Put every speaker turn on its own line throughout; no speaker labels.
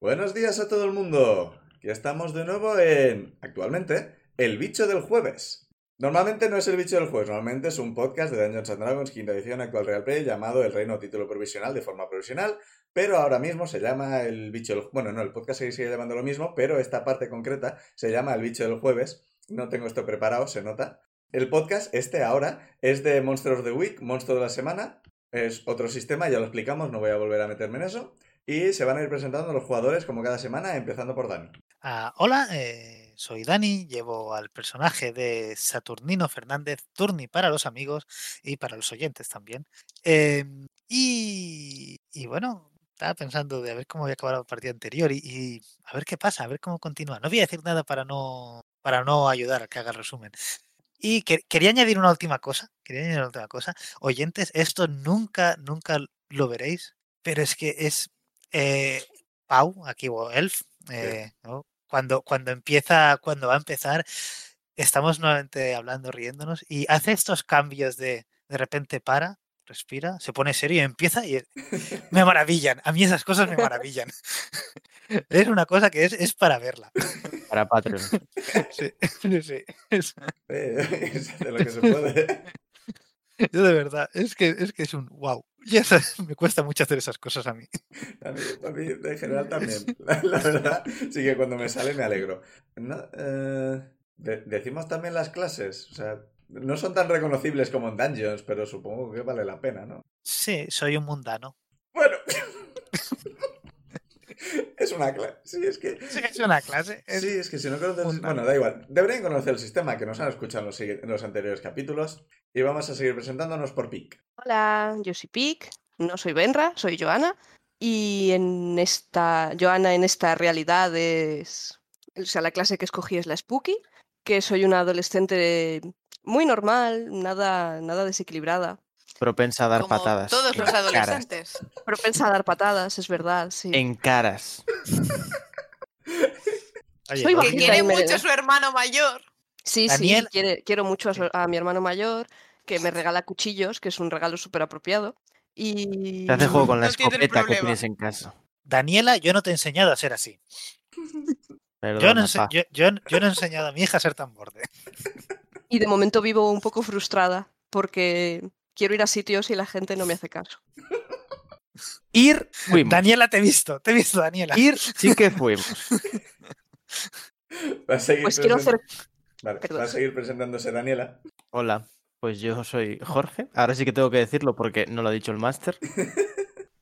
Buenos días a todo el mundo. Ya estamos de nuevo en, actualmente, El Bicho del Jueves. Normalmente no es El Bicho del Jueves, normalmente es un podcast de Dungeons and Dragons, quinta edición, actual Real Play, llamado El Reino Título Provisional de forma provisional, pero ahora mismo se llama El Bicho del... Bueno, no, el podcast se sigue llamando lo mismo, pero esta parte concreta se llama El Bicho del Jueves. No tengo esto preparado, se nota. El podcast, este ahora, es de Monster of the Week, Monstruo de la Semana. Es otro sistema, ya lo explicamos, no voy a volver a meterme en eso. Y se van a ir presentando los jugadores como cada semana, empezando por Dani.
Ah, hola, eh, soy Dani, llevo al personaje de Saturnino Fernández, Turni para los amigos y para los oyentes también. Eh, y, y bueno, estaba pensando de a ver cómo había acabado la partida anterior y, y a ver qué pasa, a ver cómo continúa. No voy a decir nada para no, para no ayudar a que haga el resumen. Y que- quería añadir una última cosa, quería añadir una última cosa. Oyentes, esto nunca, nunca lo veréis, pero es que es eh, Pau, aquí o Elf, eh, ¿no? cuando, cuando empieza, cuando va a empezar, estamos nuevamente hablando, riéndonos, y hace estos cambios de de repente para, respira, se pone serio y empieza y es- me maravillan. A mí esas cosas me maravillan. Es una cosa que es, es para verla.
Para Patreon.
Sí, sí, sí. Es-
Eh, es de lo que se puede.
Yo de verdad, es que es que es un wow. Ya sabes, me cuesta mucho hacer esas cosas a mí.
A mí, a mí, en general también. La, la verdad, sí que cuando me sale me alegro. No, eh, de- decimos también las clases. O sea, no son tan reconocibles como en Dungeons, pero supongo que vale la pena, ¿no?
Sí, soy un mundano.
Bueno. es una clase. Sí, es que.
Sí, Es una clase. es-
Sí, es que si no conoces...
un-
Bueno, da igual. Deberían conocer el sistema que nos han escuchado en los, sigui- en los anteriores capítulos. Y vamos a seguir presentándonos por PIC.
Hola, yo soy Pic, no soy Benra, soy Joana. Y en esta, Joana en esta realidad es, o sea, la clase que escogí es la Spooky, que soy una adolescente muy normal, nada, nada desequilibrada.
Propensa a dar
Como
patadas.
todos
en
los
caras,
adolescentes.
Propensa a dar patadas, es verdad, sí.
En caras.
Oye,
soy
no,
Que
Sí,
quiere
ahí me
mucho
debes.
su hermano mayor.
Sí,
Daniel-
sí, quiere- quiero mucho a,
Sí.
su- a mi hermano mayor, que me regala cuchillos, que es un regalo súper apropiado. Y...
Te hace juego con la
No tiene el
escopeta que
problema.
tienes en casa.
Daniela, yo no te he enseñado a ser así. Yo no,
Perdona,
ense-
pa.
yo- yo- yo no he enseñado a mi hija a ser tan borde.
Y de momento vivo un poco frustrada porque quiero ir a sitios y la gente no me hace caso.
Ir fuimos.
Daniela, te he visto, te he visto, Daniela.
Ir sí que fuimos.
Va a seguir
Pues quiero
presen-
hacer...
Vale,
perdón.
va a seguir presentándose Daniela.
Hola, pues yo soy Jorge. Ahora sí que tengo que decirlo porque no lo ha dicho el máster.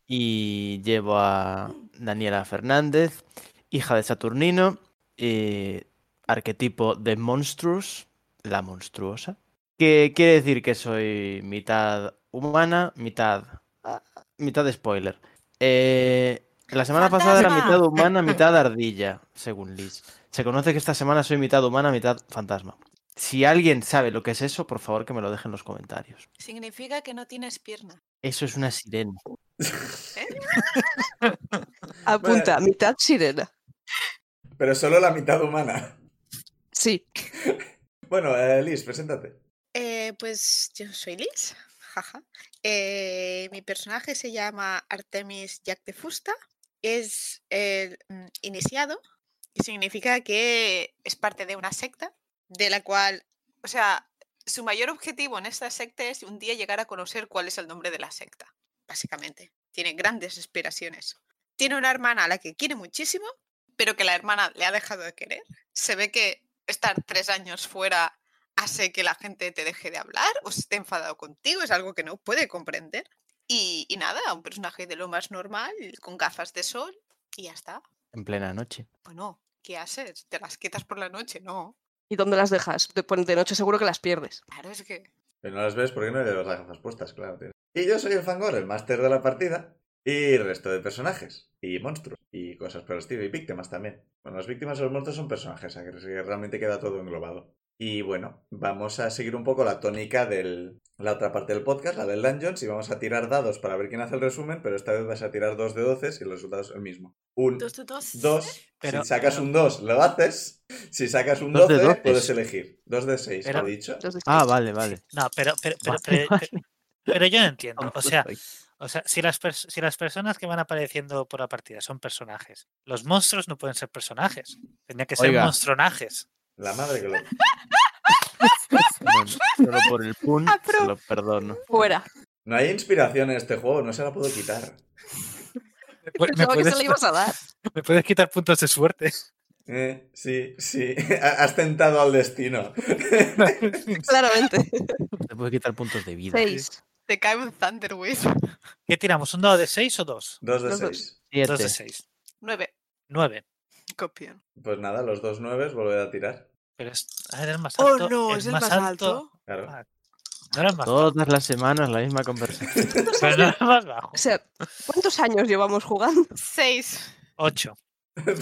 Y llevo a Daniela Fernández, hija de Saturnino, eh, arquetipo de Monstrous, la monstruosa. Que quiere decir que soy mitad humana, mitad. ah, mitad spoiler. Eh, la semana pasada era
¡Fantasma!
mitad humana, mitad ardilla, según Liz. Se conoce que esta semana soy mitad humana, mitad fantasma. Si alguien sabe lo que es eso, por favor que me lo deje en los comentarios.
Significa que no tienes pierna.
Eso es una sirena.
Apunta, mitad sirena.
Pero solo la mitad humana.
Sí,
Bueno, eh, Liz, preséntate.
Eh, pues yo soy Liz, jaja. Eh, mi personaje se llama Artemis Jack de Fusta, es el mm, iniciado, que significa que es parte de una secta, de la cual,
O sea, su mayor objetivo en esta secta es un día llegar a conocer cuál es el nombre de la secta.
básicamente, tiene grandes aspiraciones. Tiene una hermana a la que quiere muchísimo, pero que la hermana le ha dejado de querer. Se ve que estar tres años fuera hace que la gente te deje de hablar o esté enfadado contigo, es algo que no puede comprender. Y, y nada, un personaje de lo más normal, con gafas de sol, y ya está.
En plena noche.
Bueno, ¿qué haces? ¿Te las quitas por la noche? No.
¿y dónde las dejas? De, pon- de noche seguro que las pierdes.
Claro, es que
Pero no las ves porque no llevas las gafas puestas, claro. tío. Y yo soy el Fangor, el máster de la partida. Y resto de personajes. Y monstruos. Y cosas por el estilo. Y víctimas también. Bueno, las víctimas o los monstruos son personajes, así que realmente queda todo englobado. Y bueno, vamos a seguir un poco la tónica de la otra parte del podcast, la del Dungeons, y vamos a tirar dados para ver quién hace el resumen, pero esta vez vas a tirar dos de 12 y el resultado es el mismo. Un
Dos, dos, dos.
Dos.
Pero-
si sacas un 2, lo haces. Si sacas un
Dos de
12,
doces.
puedes elegir. Dos de 6,
Pero-
¿lo he dicho?
Los de-
Ah, vale, vale.
No, pero, pero, pero,
Vale, Pues
pero- pero yo no entiendo. O sea,
Confuso soy.
O sea, si las, pers- si las personas que van apareciendo por la partida son personajes, los monstruos no pueden ser personajes. Tendrían que ser
Oiga.
monstronajes.
La madre que lo.
Bueno, solo por el pun, se lo perdono.
Fuera.
No hay inspiración en este juego, no se la puedo quitar.
¿Me, pu- me
Pensaba que se
puedes,
lo ibas a dar.
me puedes quitar puntos de suerte?
Eh, sí, sí. Ha- Has tentado al destino.
Claramente.
Te puede quitar puntos de vida.
Seis.
Te cae un Thunderwave.
¿Qué tiramos? ¿Un dado de 6 o 2?
Dos de
Los dos.
seis.
Siete.
2 de 6.
9.
9.
Copión.
Pues nada, los dos nueves volver a tirar.
Pero es, ah, era el más
Oh
alto.
no, es el más alto.
Claro.
No era el más alto,
Todas las semanas la misma conversación.
pero no era el más bajo.
O sea, ¿cuántos años llevamos jugando?
6.
8.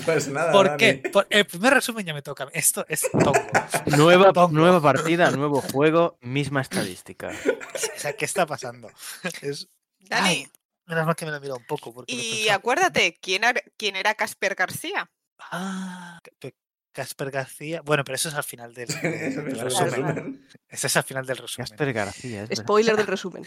Pues nada.
¿Por
Dani.
qué? Por- el primer resumen ya me toca. a mí. Esto es tongo.
Nueva,
Tongo.
nueva partida, nuevo juego, misma estadística.
O sea, ¿qué está pasando? Es-
Dani,
Ay, menos mal que me lo he mirado un poco. Porque lo
y
pensaba.
acuérdate, ¿quién era, quién era Casper García?
Ah, ca- pe- Casper García. Bueno, pero eso es al final del,
Es el
del
primer
resumen.
claro.
resumen.
Ese es al final del resumen.
Casper García, es verdad.
Spoiler del resumen.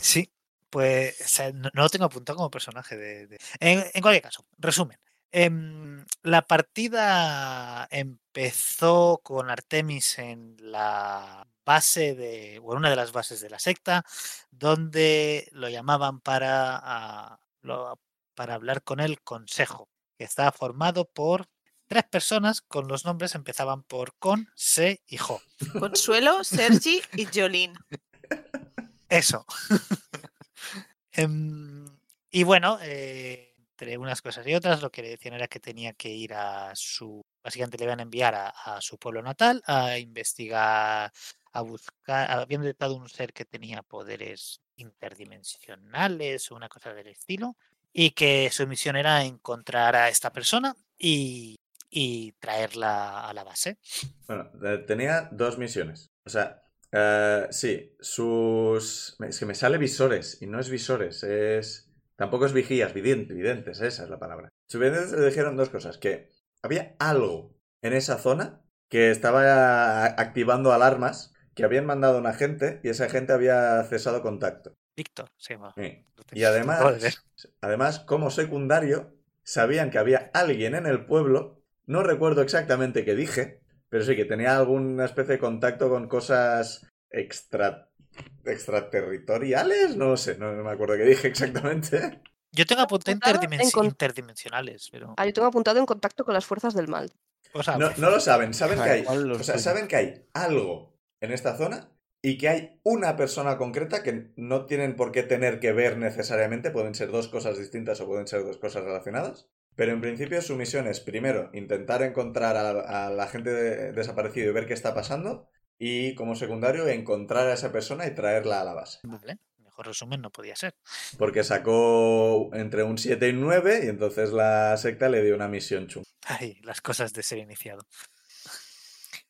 Sí, pues o sea, no, no lo tengo apuntado como personaje. De, de- En, en cualquier caso, resumen. Em, la partida empezó con Artemis en la base de, o en una de las bases de la secta, donde lo llamaban para, ah, lo- para hablar con el consejo, que estaba formado por tres personas con los nombres empezaban por con, se y jo.
Consuelo, Sergi y Jolín.
Eso. Em, y bueno, eh, entre unas cosas y otras, lo que le decían era que tenía que ir a su. Básicamente le iban a enviar a, a su pueblo natal a investigar, a buscar. Habían detectado un ser que tenía poderes interdimensionales o una cosa del estilo. Y que su misión era encontrar a esta persona y, y traerla a la base.
Bueno, eh, tenía dos misiones. O sea, eh, sí, sus. Es que me sale visores y no es visores, es. Tampoco es vigías, vidien- videntes, esa es la palabra. Sus videntes le dijeron dos cosas: que había algo en esa zona que estaba activando alarmas que habían mandado a un agente y ese agente había cesado contacto.
Víctor se llamaba.
Sí.
lo
Y
tengo- lo acabo de ver.
además, además, como secundario, sabían que había alguien en el pueblo, no recuerdo exactamente qué dije, pero sí que tenía alguna especie de contacto con cosas extra extraterritoriales, no lo sé, no, no me acuerdo qué dije exactamente.
Yo tengo apuntado
Apuntado en
interdimensi-
con-
interdimensionales, pero.
Ah, yo tengo apuntado en contacto con las fuerzas del mal.
o sea,
No, no lo saben, saben que hay,
Cada cual lo
o sea,
suyo.
saben que hay algo en esta zona y que hay una persona concreta que no tienen por qué tener que ver necesariamente, pueden ser dos cosas distintas o pueden ser dos cosas relacionadas. Pero en principio su misión es, primero, intentar encontrar a, a la gente de- desaparecida y ver qué está pasando. Y como secundario, encontrar a esa persona y traerla a la base.
vale, Mejor resumen no podía ser.
Porque sacó entre un 7 y un 9 y entonces la secta le dio una misión chunga.
Ay, las cosas de ser iniciado.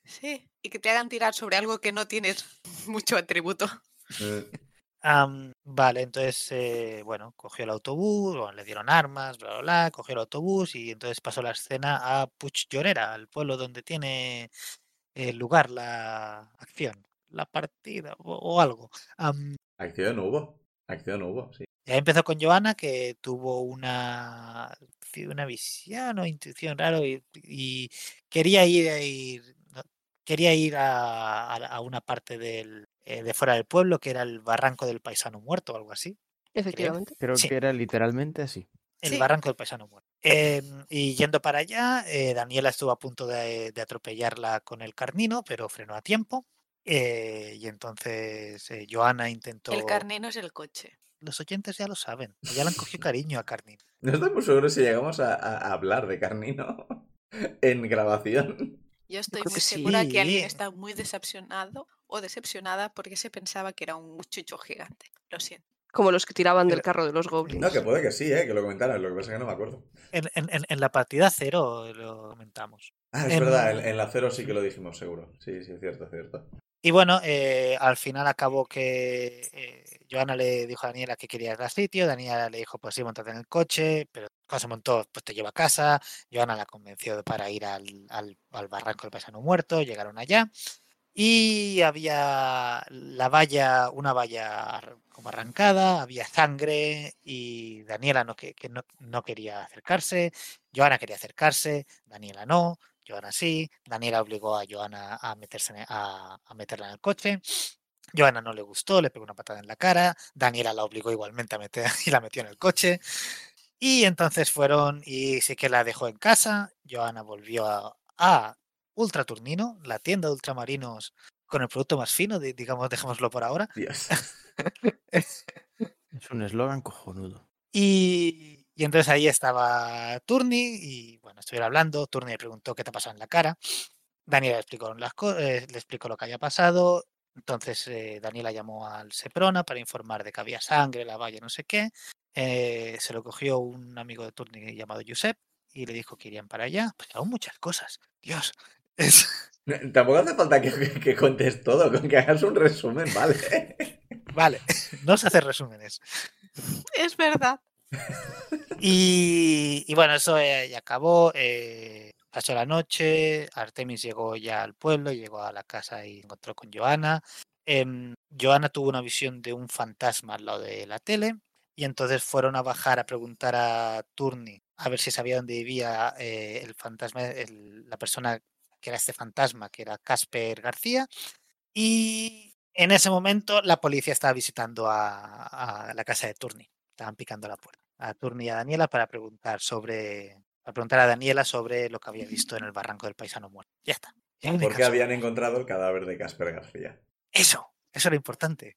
Sí. Y que te hagan tirar sobre algo que no tienes mucho atributo.
Eh,
Am, vale, entonces, eh, bueno, cogió el autobús, bueno, le dieron armas, bla, bla, bla, cogió el autobús y entonces pasó la escena a Puch Llorera, al pueblo donde tiene eh, lugar la acción, la partida o, o algo. Am,
Acción hubo. Acción hubo, sí.
Ya empezó con Joana, que tuvo una, ci- una visión o intuición raro y, y quería ir, a ir- no, quería ir a, a la- a una parte del, eh, de fuera del pueblo, que era el barranco del paisano muerto o algo así.
Efectivamente.
Creo
Sí.
que era literalmente así.
El
Sí.
barranco del paisano muerto. Em, y yendo para allá, eh, Daniela estuvo a punto de, de atropellarla con el carnino, pero frenó a tiempo. Eh, y entonces eh, Joana intentó...
El carnero es el coche.
Los oyentes ya lo saben, ya le han cogido cariño a carnino.
No estoy muy seguro si llegamos a, a- a hablar de Carnino en grabación.
Yo estoy
creo
muy
que sí.
segura que
Sí.
alguien está muy decepcionado o decepcionada porque se pensaba que era un muchacho gigante. Lo siento.
Como los que tiraban del
Pero-
carro de los goblins.
Pues No, que puede que sí, eh, que lo comentaran, lo que pasa es que no me acuerdo.
En, en- en- en la partida cero eh, lo comentamos.
Ah, es
Em,
verdad, en, en la cero sí que lo dijimos, seguro. Sí, sí, es cierto, es cierto.
Y bueno, eh, al final acabó que eh, Joana le dijo a Daniela que quería ir al sitio, Daniela le dijo, pues sí, montate en el coche, pero cuando se montó, pues te lleva a casa, Joana la convenció para ir al, al- al barranco del paisano muerto, llegaron allá, Y había la valla, una valla ar- como arrancada, había sangre y Daniela no, que, que no, no quería acercarse, Joana quería acercarse, Daniela no, Joana sí, Daniela obligó a Joana a, meterse en e- a, a meterla en el coche, Joana no le gustó, le pegó una patada en la cara, Daniela la obligó igualmente a meter y la metió en el coche. Y entonces fueron y sí que la dejó en casa, Joana volvió a, a Ultraturnino, la tienda de ultramarinos con el producto más fino, di- digamos, dejémoslo por ahora.
Dios.
Es un eslogan cojonudo.
Y, y entonces ahí estaba Turni y bueno, estuvieron hablando. Turni le preguntó qué te ha pasado en la cara. Daniela le explicó, las co- eh, le explicó lo que había pasado. Entonces eh, Daniela llamó al Seprona para informar de que había sangre, la valla, no sé qué. Eh, se lo cogió un amigo de Turni llamado Josep y le dijo que irían para allá. Pues aún muchas cosas. Dios. Es...
Tampoco hace falta que, que- que contes todo, con que hagas un resumen, vale.
Vale, no se hace resúmenes.
Es verdad.
Y, y bueno, eso eh, ya acabó. eh, pasó la noche. Artemis llegó ya al pueblo, llegó a la casa y encontró con Joana. em, Joana tuvo una visión de un fantasma al lado de la tele. Y entonces fueron a bajar a preguntar a Turni a ver si sabía dónde vivía eh, el fantasma, el- la persona que era este fantasma, que era Casper García. Y en ese momento la policía estaba visitando a, a la casa de Turni. Estaban picando la puerta a Turni y a Daniela para preguntar sobre para preguntar a Daniela sobre lo que había visto en el barranco del paisano muerto. Ya está. Ya me
Porque
canso.
habían encontrado el cadáver de Casper García.
Eso, eso era importante.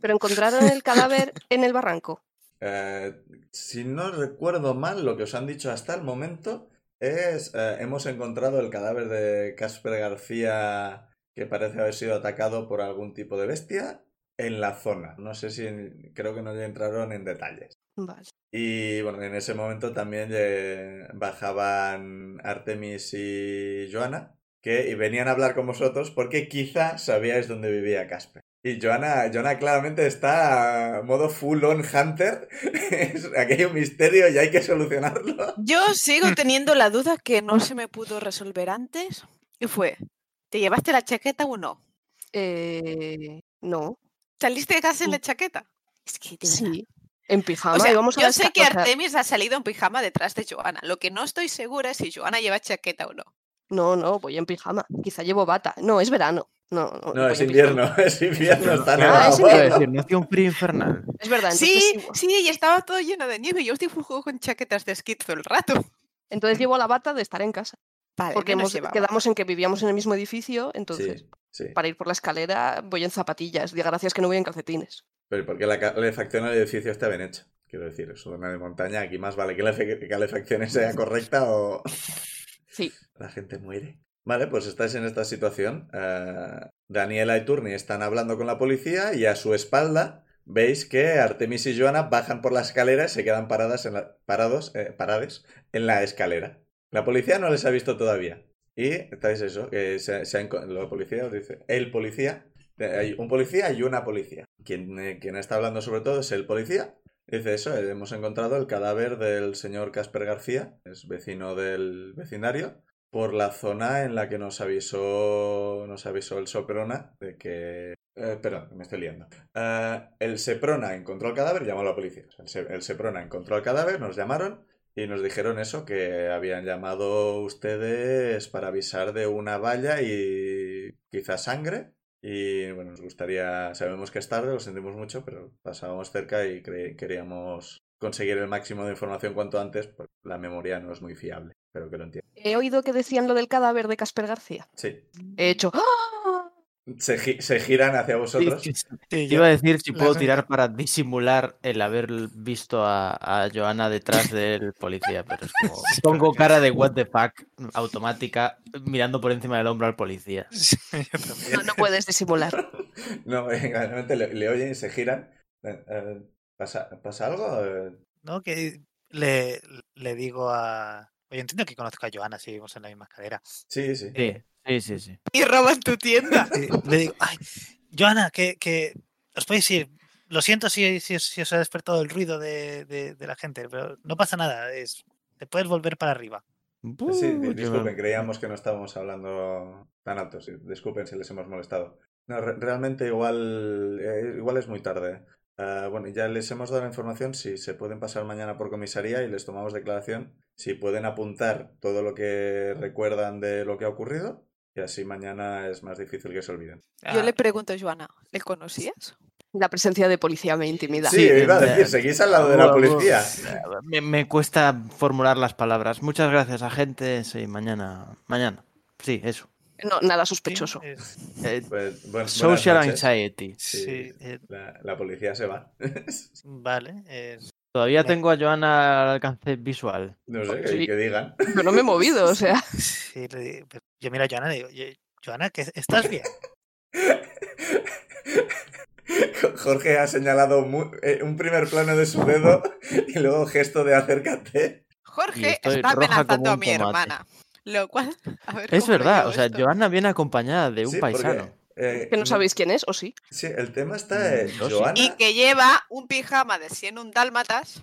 Pero encontraron el cadáver en el barranco.
Eh, si no recuerdo mal, lo que os han dicho hasta el momento es, eh, hemos encontrado el cadáver de Casper García que parece haber sido atacado por algún tipo de bestia en la zona. No sé si, en- creo que no entraron en detalles.
Vale.
Y bueno, en ese momento también eh, bajaban Artemis y Joana, que y venían a hablar con vosotros porque quizá sabíais dónde vivía Casper. Y Joana, Joana claramente está a modo full on hunter. Es- Aquí hay un misterio y hay que solucionarlo.
Yo sigo teniendo la duda que no se me pudo resolver antes. Y fue, ¿te llevaste la chaqueta o no?
Eh, no.
¿Saliste de casa en la
Mm.
chaqueta? Ah, Es que de verdad.
Sí. En pijama.
O sea,
íbamos a
yo
las
sé
ca-
que
o sea,
Artemis ha salido en pijama detrás de Joana. Lo que no estoy segura es si Joana lleva chaqueta o no.
No, no, voy en pijama. Quizá llevo bata. No, es verano. No, no,
No,
voy
es
en pijama.
invierno, es invierno, está
Ah,
nevado.
es
Iba a
invierno.
decir, no hacía un frío infernal.
Es verdad. Entonces,
Sí,
llevo-
sí, y estaba todo lleno de nieve. y Yo estoy jugando con chaquetas de esquí todo el rato.
entonces llevo la bata de estar en casa.
Vale,
Porque
menos
hemos,
llevaba.
quedamos en que vivíamos en el mismo edificio, entonces
Sí, sí.
para ir por la escalera voy en zapatillas. De gracias que no voy en calcetines.
Pero porque la calefacción del edificio está bien hecha. Quiero decir, es una de montaña, aquí más vale que la fe- calefacción sea correcta o,
Sí.
La gente muere. Vale, pues estáis en esta situación. Eh, Daniela y Turni están hablando con la policía y a su espalda veis que Artemis y Joana bajan por la escalera y se quedan paradas en la, parados, eh, parades en la escalera. La policía no les ha visto todavía. Y estáis eso, que se, se ha enco- la policía os dice, el policía, eh, hay un policía y una policía. Quien, eh, quien está hablando sobre todo es el policía. Dice eso, eh, hemos encontrado el cadáver del señor Casper García, es vecino del vecindario, por la zona en la que nos avisó nos avisó el Soprona de que eh, perdón, me estoy liando. Eh, el Seprona encontró el cadáver y llamó a la policía. O sea, El, Se- el Seprona encontró el cadáver, nos llamaron y nos dijeron eso, que habían llamado ustedes para avisar de una valla y quizás sangre. Y bueno, nos gustaría, sabemos que es tarde, lo sentimos mucho, pero pasábamos cerca y cre- queríamos conseguir el máximo de información cuanto antes, porque la memoria no es muy fiable, pero que lo entiendan.
He oído que decían lo del cadáver de Casper García.
Sí.
He hecho. ¡Ah!
Se, gi- se giran hacia vosotros.
Sí,
Iba a decir si
la
puedo
verdad.
tirar para disimular el haber visto a, a Joana detrás del policía, pero es como... Pongo cara de what the fuck mm, automática mirando por encima del hombro al policía.
No, no puedes disimular.
No, realmente le, le oyen y se giran. Eh, eh, ¿Pasa, pasa algo? Eh,
¿no? Que le, le digo a. Oye, entiendo que conozco a Joana si vivimos en la misma escalera.
Sí, sí.
Sí, sí, sí. sí.
Y roban tu tienda.
Eh, Le digo, ay, Joana, que, que os podéis ir. Lo siento si, si, os- si os ha despertado el ruido de, de- de la gente, pero no pasa nada. Es, te puedes volver para arriba.
Buh,
Eh, Sí,
yo
di-
me-
disculpen, creíamos que no estábamos hablando tan alto. sí, Disculpen si les hemos molestado. No, re- realmente igual, eh, igual es muy tarde. Ah, bueno, ya les hemos dado la información. Si se pueden pasar mañana por comisaría y les tomamos declaración. Si pueden apuntar todo lo que recuerdan de lo que ha ocurrido. Y así mañana es más difícil que se olviden.
Yo
Ah,
le pregunto a Joana, ¿le conocías?
La presencia de policía me intimida.
Sí, iba a decir,
eh,
seguís al lado de la
bueno,
policía.
bueno, Me, me cuesta formular las palabras. Muchas gracias, agente. Sí, mañana. Mañana. Sí, eso.
No, nada
sí,
sospechoso.
es-
Eh,
Pues, bu- buenas
social
noches.
anxiety.
Sí,
sí, eh,
La, la policía se va.
vale. eh, es-
Todavía
Me-
tengo a Joana al alcance visual.
No sé, que,
Sí.
que digan.
Yo no me he movido, o sea.
sí, le di- pero yo miro a Joana y digo, "Oye, Joana, ¿qué- ¿estás bien?
Jorge ha señalado mu- eh, un primer plano de su dedo y luego gesto de acércate.
Y
Jorge
estoy
está
roja
amenazando
como
a
un
mi
tomate.
hermana. Lo cual. a ver
Es
cómo lo
verdad,
llevo
o sea,
esto.
Joana viene acompañada de un
Sí, porque,
paisano.
eh,
Que no sabéis quién es, o sí.
Sí, el tema está en
Mm, yo sí.
Joana.
Y que lleva un pijama de 100 un dálmatas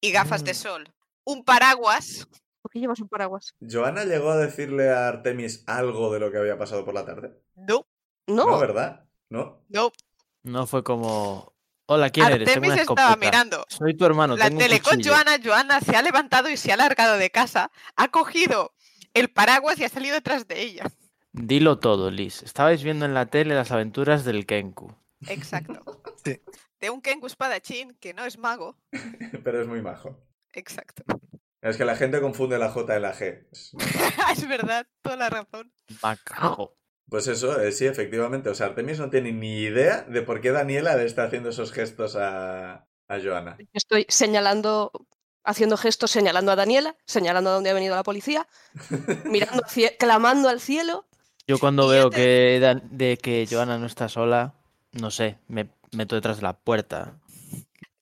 y gafas de
Mm.
sol. Un paraguas.
¿Por qué llevas un paraguas?
Joana llegó a decirle a Artemis algo de lo que había pasado por la tarde.
No,
No.
No, ¿verdad? No.
no.
No fue como. Hola, ¿quién eres? Tengo
Artemis
una
estaba
escopeta.
mirando.
Soy tu hermano.
la
tengo un
tele con
cuchillo".
Joana. Joana se ha levantado y se ha largado de casa. Ha cogido el paraguas y ha salido detrás de ella.
Dilo todo, Liz. Estabais viendo en la tele las aventuras del Kenku.
Exacto.
Sí.
De un Kengu espadachín que no es mago.
Pero es muy majo.
Exacto.
Es que la gente confunde la J y la G. Es-
es verdad, toda la razón.
Macajo.
Pues eso, eh, sí, efectivamente. O sea, Artemis no tiene ni idea de por qué Daniela le está haciendo esos gestos a, a Joana.
Yo estoy señalando, haciendo gestos, señalando a Daniela, señalando a dónde ha venido la policía, mirando, al cie- clamando al cielo.
Yo cuando
Y yo
veo
te-
que, Dan- de que Joana no está sola, no sé, me meto detrás de la puerta.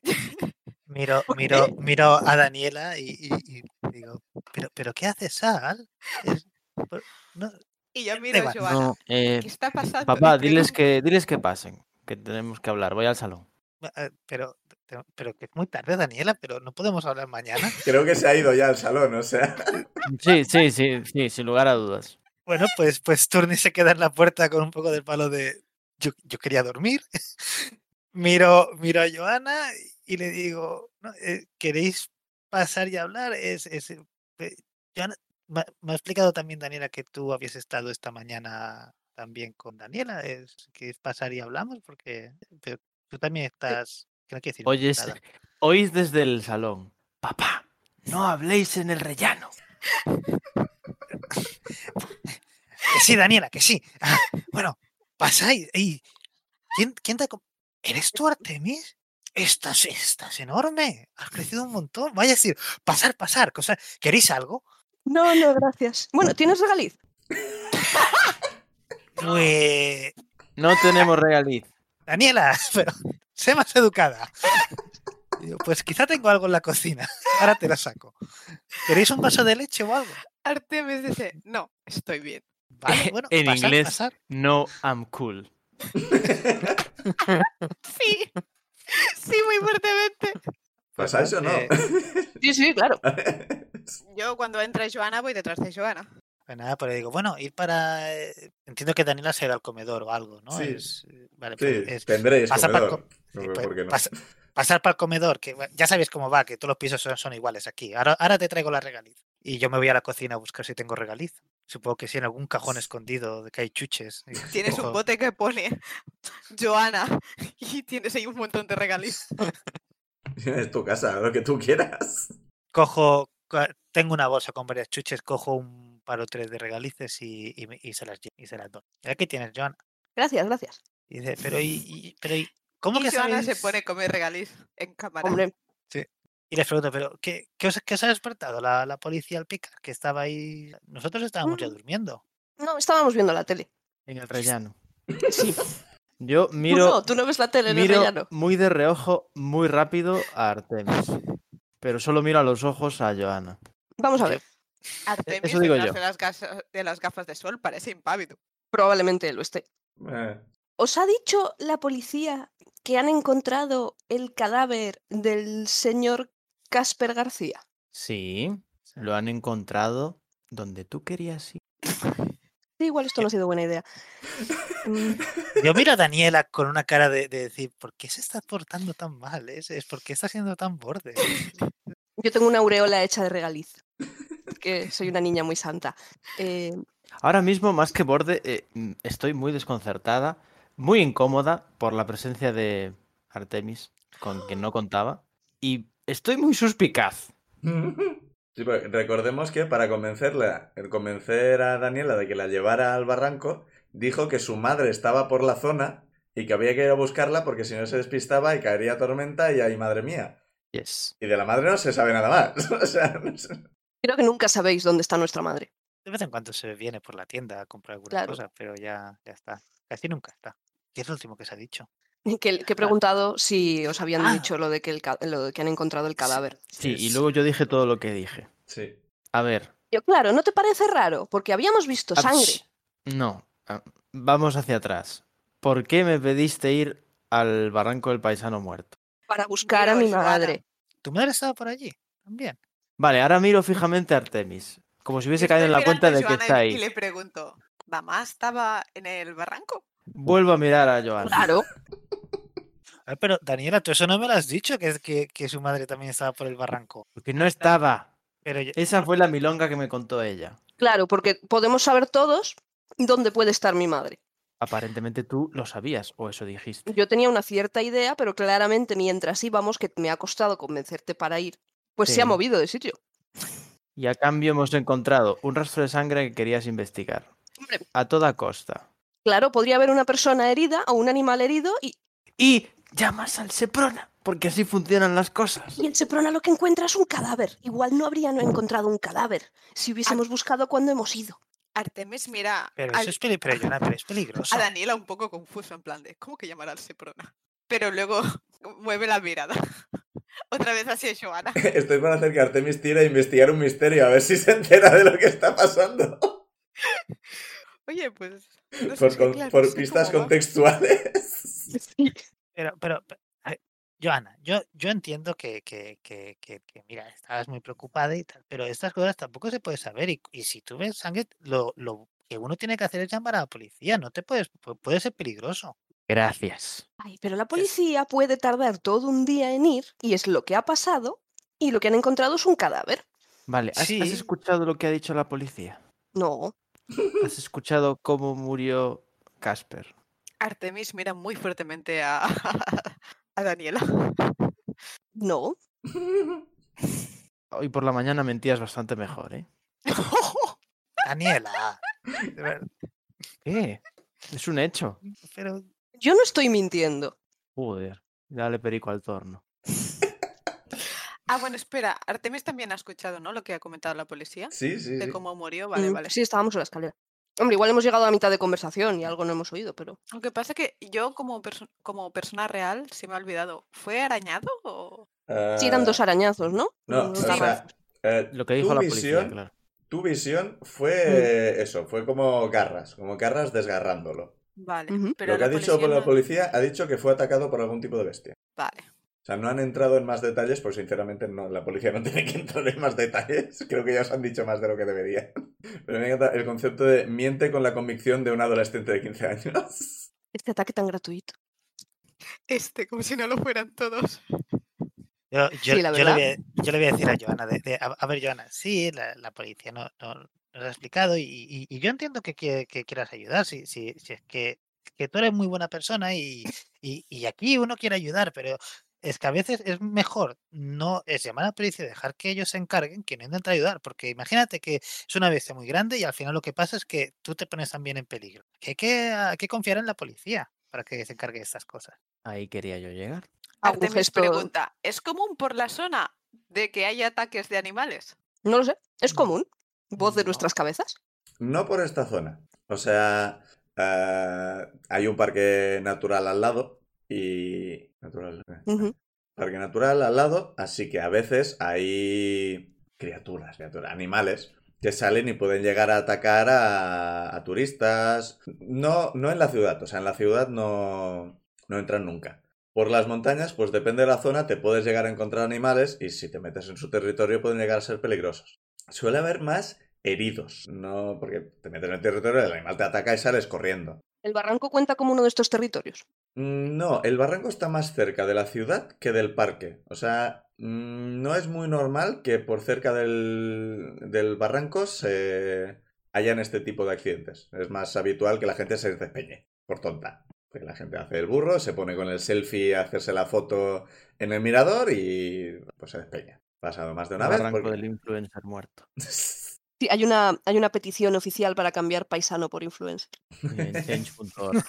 Miro, miro, miro a Daniela y, y- y digo, ¿pero, pero qué hace Sal? Es- por- no,
Y yo miro a
igual,
Joana.
No, eh,
¿Qué está pasando?
papá,
Le
diles
pregunto.
que, diles que pasen, que tenemos que hablar. Voy al salón.
ma- eh, pero, te- pero que es muy tarde, Daniela, pero no podemos hablar mañana.
Creo que se ha ido ya al salón, o sea.
Sí, sí, sí, sí, sin lugar a dudas.
Bueno, pues, pues Turni se queda en la puerta con un poco del palo de yo, yo quería dormir. miro, miro a Joana y le digo, "No, eh, ¿queréis pasar y hablar? Es, es, eh, eh, Joana, me, ha- me ha explicado también Daniela que tú habías estado esta mañana también con Daniela. Es, ¿Queréis pasar y hablamos? Porque eh, pero tú también estás... que no quiero decir
Oyes,
nada.
oís desde el salón. Papá, no habléis en el rellano.
Que sí, Daniela, que sí. Ah, bueno, pasáis. Y, ¿quién, quién te acom- ¿Eres tú, Artemis? Estás, estás enorme. Has crecido un montón. Vaya a decir, pasar, pasar. Cosa, ¿Queréis algo?
No, no, gracias. Bueno, ¿tienes regaliz?
Pues,
No tenemos regaliz.
Daniela, pero sé más educada. Digo, pues quizá tengo algo en la cocina. Ahora te la saco. ¿Queréis un vaso de leche o algo?
Artemis dice, no, estoy bien.
Vale, bueno,
En
pasar,
inglés.
pasar.
No, I'm cool.
Sí, sí, muy fuertemente.
Pues,
¿Pasáis o no?
Eh,
Sí, sí, claro.
Yo cuando entra Joana voy detrás de Joana.
Pues nada, pero digo, bueno, ir para. eh, Entiendo que Daniela se irá al comedor o algo, ¿no?
Sí.
Es, eh, vale,
Sí,
pues es-
tendréis
pasa pa'l
comedor. No
Sí,
veo
pues,
por qué no.
pasa- pasar para el comedor, que bueno, ya sabéis cómo va, que todos los pisos son, son iguales aquí. Ahora, ahora te traigo la regaliz. Y yo me voy a la cocina a buscar si tengo regaliz. Supongo que sí, en algún cajón escondido de que hay chuches. Y
Tienes un
cojo-
bote que pone Joana y tienes ahí un montón de regaliz.
Es tu casa, lo que tú quieras.
Cojo, ca- tengo una bolsa con varias chuches, cojo un par o tres de regalices y, y me- y se las lle- y se las doy. Aquí tienes, Joan.
Gracias, gracias.
Y dice, pero y, y- pero y, ¿cómo
Y
que
Joana se
sabéis?".
pone a comer regaliz en cámara.
Hombre,
Y les pregunto, pero ¿qué, qué os, qué os ha despertado la, la policía al picar? Que estaba ahí. Nosotros estábamos ya
Mm.
durmiendo.
no, estábamos viendo la tele.
En el rellano.
Sí.
Yo
Tú
miro,
no, tú no ves la tele en el
miro
rellano.
muy de reojo, muy rápido a Artemis. Pero solo miro a los ojos a Joana.
Vamos a ver,
Artemis
eso digo
detrás
yo.
De, las gasa- de las gafas de sol parece impávido.
probablemente lo esté.
Eh,
¿Os ha dicho la policía que han encontrado el cadáver del señor Casper García?
Sí, lo han encontrado donde tú querías ir.
Sí, igual esto no ha sido buena idea. Mm,
Yo miro a Daniela con una cara de, de decir, ¿por qué se está portando tan mal? Es, es porque está siendo tan borde.
Yo tengo una aureola hecha de regaliz. Que soy una niña muy santa. Eh,
Ahora mismo, más que borde, eh, mm, estoy muy desconcertada, muy incómoda por la presencia de Artemis, con quien no contaba, y estoy muy suspicaz.
Sí, pero recordemos que para convencerla, el convencer a Daniela de que la llevara al barranco, dijo que su madre estaba por la zona y que había que ir a buscarla porque si no se despistaba y caería tormenta y ahí madre mía.
Yes.
Y de la madre no se sabe nada más. O sea, no sé.
creo que nunca sabéis dónde está nuestra madre.
De vez en cuando se viene por la tienda a comprar alguna
Claro.
cosa, pero ya, ya está. Casi nunca está. Y es lo último que se ha dicho.
Que, que he preguntado si os habían
Ah.
dicho lo de, que el ca- lo de que han encontrado el cadáver.
Sí, y
Yes.
luego yo dije todo lo que dije.
Sí.
A ver.
Yo, claro, ¿no te parece raro? Porque habíamos visto sangre.
abs- No. ah, Vamos hacia atrás. ¿Por qué me pediste ir al barranco del paisano muerto?
para buscar a
Dios,
mi
Joana.
madre.
¿Tu madre estaba por allí? También.
Vale, ahora miro fijamente a Artemis. Como si
Yo
hubiese
estoy
caído en la
mirando
cuenta
a
de que
Joana y-
está
Y
ahí.
le pregunto, ¿mamá estaba en el barranco?
Vuelvo a mirar a Joana.
Claro.
Ah, pero Daniela, tú eso no me lo has dicho, que, es- que, que su madre también estaba por el barranco.
Porque no estaba.
Pero yo-
Esa fue la milonga que me contó ella.
Claro, porque podemos saber todos dónde puede estar mi madre.
Aparentemente tú lo sabías, o eso dijiste.
Yo tenía una cierta idea, pero claramente mientras íbamos, que me ha costado convencerte para ir, pues se ha
Sí.
movido de sitio.
Y a cambio hemos encontrado un rastro de sangre que querías investigar.
Hombre.
A toda costa.
Claro, podría haber una persona herida o un animal herido y,
Y llamas al Seprona, porque así funcionan las cosas.
y el Seprona lo que encuentra es un cadáver. Igual no habrían encontrado un cadáver si hubiésemos buscado cuando hemos ido.
Artemis mira
pero
al-
eso es, peli- pero, Joana, pero es peligroso.
a Daniela un poco confuso, en plan de, ¿cómo que llamar al Seprona? Pero luego mueve la mirada. Otra vez hacia Joana.
Estoy para hacer que Artemis tire a investigar un misterio, a ver si se entera de lo que está pasando.
Oye, pues. no sé,
por
es que
con-
claro,
por
no sé
pistas
cómo va.
contextuales.
Pero, pero, pe- a ver, Joana, yo, yo entiendo que, que, que, que- que, mira, estabas muy preocupada y tal, pero estas cosas tampoco se puede saber. Y, y si tú ves sangre, lo, lo que uno tiene que hacer es llamar a la policía, no te puedes, pu- puede ser peligroso.
Gracias.
Ay, pero la policía puede tardar todo un día en ir y es lo que ha pasado y lo que han encontrado es un cadáver.
Vale, ¿has, has
Sí.
escuchado lo que ha dicho la policía?
No,
¿Has escuchado cómo murió Casper?
Artemis mira muy fuertemente a, a Daniela.
no.
Hoy por la mañana mentías bastante mejor, ¿eh?
Daniela, de ver-
¿Qué? Es un hecho.
pero
Yo no estoy mintiendo.
Joder, dale perico al torno.
ah, bueno, espera. Artemis también ha escuchado, ¿no? Lo que ha comentado la policía.
Sí, sí.
De
sí.
cómo murió. Vale,
Mm,
vale.
Sí, estábamos en la escalera. Hombre, igual hemos llegado a la mitad de conversación y algo no hemos oído, pero
Lo que pasa que yo, como, perso- como persona real, se me ha olvidado. ¿fue arañado o.?
Ah,
sí eran dos arañazos, ¿no?
No,
Mm,
o
Sí.
está mal.
sea, eh,
Lo que dijo
tu
la
visión,
policía, claro.
Tu visión fue eh, eso, fue como garras, como garras desgarrándolo.
Vale.
Ujú.
Pero
lo que ha
la
dicho
policía
por la
no-
policía ha dicho que fue atacado por algún tipo de bestia.
Vale.
O sea, no han entrado en más detalles, porque sinceramente no, la policía no tiene que entrar en más detalles. Creo que ya os han dicho más de lo que debería. Pero me encanta el concepto de miente con la convicción de un adolescente de 15 años.
Este ataque tan gratuito.
Este, como si no lo fueran todos.
yo, yo-
Sí, la
yo le,
verdad.
voy a, yo le voy a decir a Joana, de- de, a, a ver, Joana, sí, la, la policía no, no- nos ha explicado y, y- y yo entiendo que, quie- que quieras ayudar, si, si, si es que, que tú eres muy buena persona y, y- y aquí uno quiere ayudar, pero es que a veces es mejor no es llamar a la policía, dejar que ellos se encarguen, que no intenten ayudar, porque imagínate que es una bestia muy grande y al final lo que pasa es que tú te pones también en peligro. Que hay que, hay que confiar en la policía para que se encargue de estas cosas.
Ahí quería yo llegar.
Hago un
Artemis
gesto-
pregunta, ¿es común por la zona de que haya ataques de animales?
No lo sé, es común. Voz de
No.
nuestras cabezas.
No por esta zona. O sea, eh, hay un parque natural al lado y... Natural. eh,
Ujú.
parque natural al lado, así que a veces hay criaturas, criaturas, animales que salen y pueden llegar a atacar a, a turistas. No, no en la ciudad, o sea, en la ciudad no, no entran nunca. Por las montañas, pues depende de la zona, te puedes llegar a encontrar animales y si te metes en su territorio pueden llegar a ser peligrosos. Suele haber más heridos. No, porque te metes en el territorio, el animal te ataca y sales corriendo.
¿El barranco cuenta como uno de estos territorios?
Mm, No, el barranco está más cerca de la ciudad que del parque. O sea, mm, no es muy normal que por cerca del, del barranco se hayan este tipo de accidentes. Es más habitual que la gente se despeñe, por tonta. Que la gente hace el burro, se pone con el selfie a hacerse la foto en el mirador y pues se despeña. Pasado más de una
el
vez.
barranco
porque-
del influencer muerto.
Sí, hay una, hay una petición oficial para cambiar paisano por influencer.
En change.org.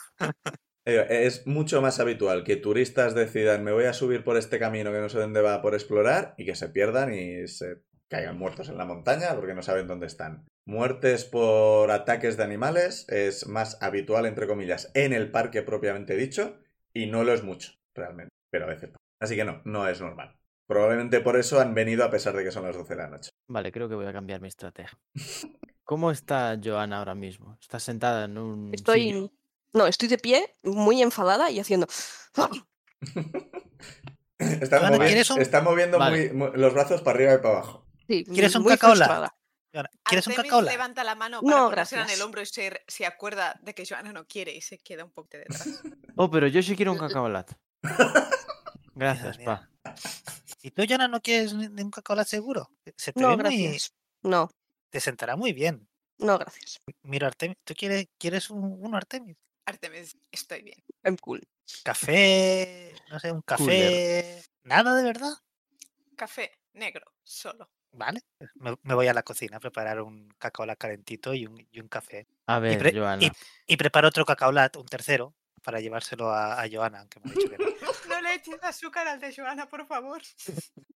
Eh, Es mucho más habitual que turistas decidan me voy a subir por este camino que no sé dónde va por explorar y que se pierdan y se caigan muertos en la montaña porque no saben dónde están. Muertes por ataques de animales es más habitual, entre comillas, en el parque propiamente dicho y no lo es mucho, realmente, pero a veces. pasa. Así que no, no es normal. Probablemente por eso han venido a pesar de que son las 12 de la noche.
Vale, creo que voy a cambiar mi estrategia. ¿Cómo está Joana ahora mismo? ¿Está sentada en un sillón?
Estoy. No, estoy de pie, muy enfadada y haciendo.
Está,
Joana,
movi-
¿quieres un-
está moviendo
Vale.
muy- mu- los brazos para arriba y para abajo.
Sí,
¿Quieres un
mm, muy
cacao lat?
frustrada.
Joana, ¿Quieres un
Artemis
cacao? Lara?
levanta la mano para
No,
ponérsela en
gracias.
el hombro y se, se acuerda de que Joana no quiere y se queda un poco detrás.
Oh, pero yo sí quiero un cacaolat. Gracias,
Mira,
pa.
¿Y tú, Joana, no quieres ni ni un cacao seguro? eh, Se te,
No,
ve muy-
gracias. No,
te sentará muy bien.
no, gracias.
Mira, Artemis, ¿tú quieres, quieres un, uno, Artemis?
Artemis, estoy bien.
I'm cool.
Café, no sé, un café. Nada de verdad.
Café negro, solo.
Vale, pues me, me voy a la cocina a preparar un cacao calentito y un, y un café.
A
Y,
ver,
pre-
Joana.
y- y preparo otro cacao un tercero, para llevárselo a, a Joana, aunque me ha dicho que no.
No le eches azúcar al de Joana, por favor.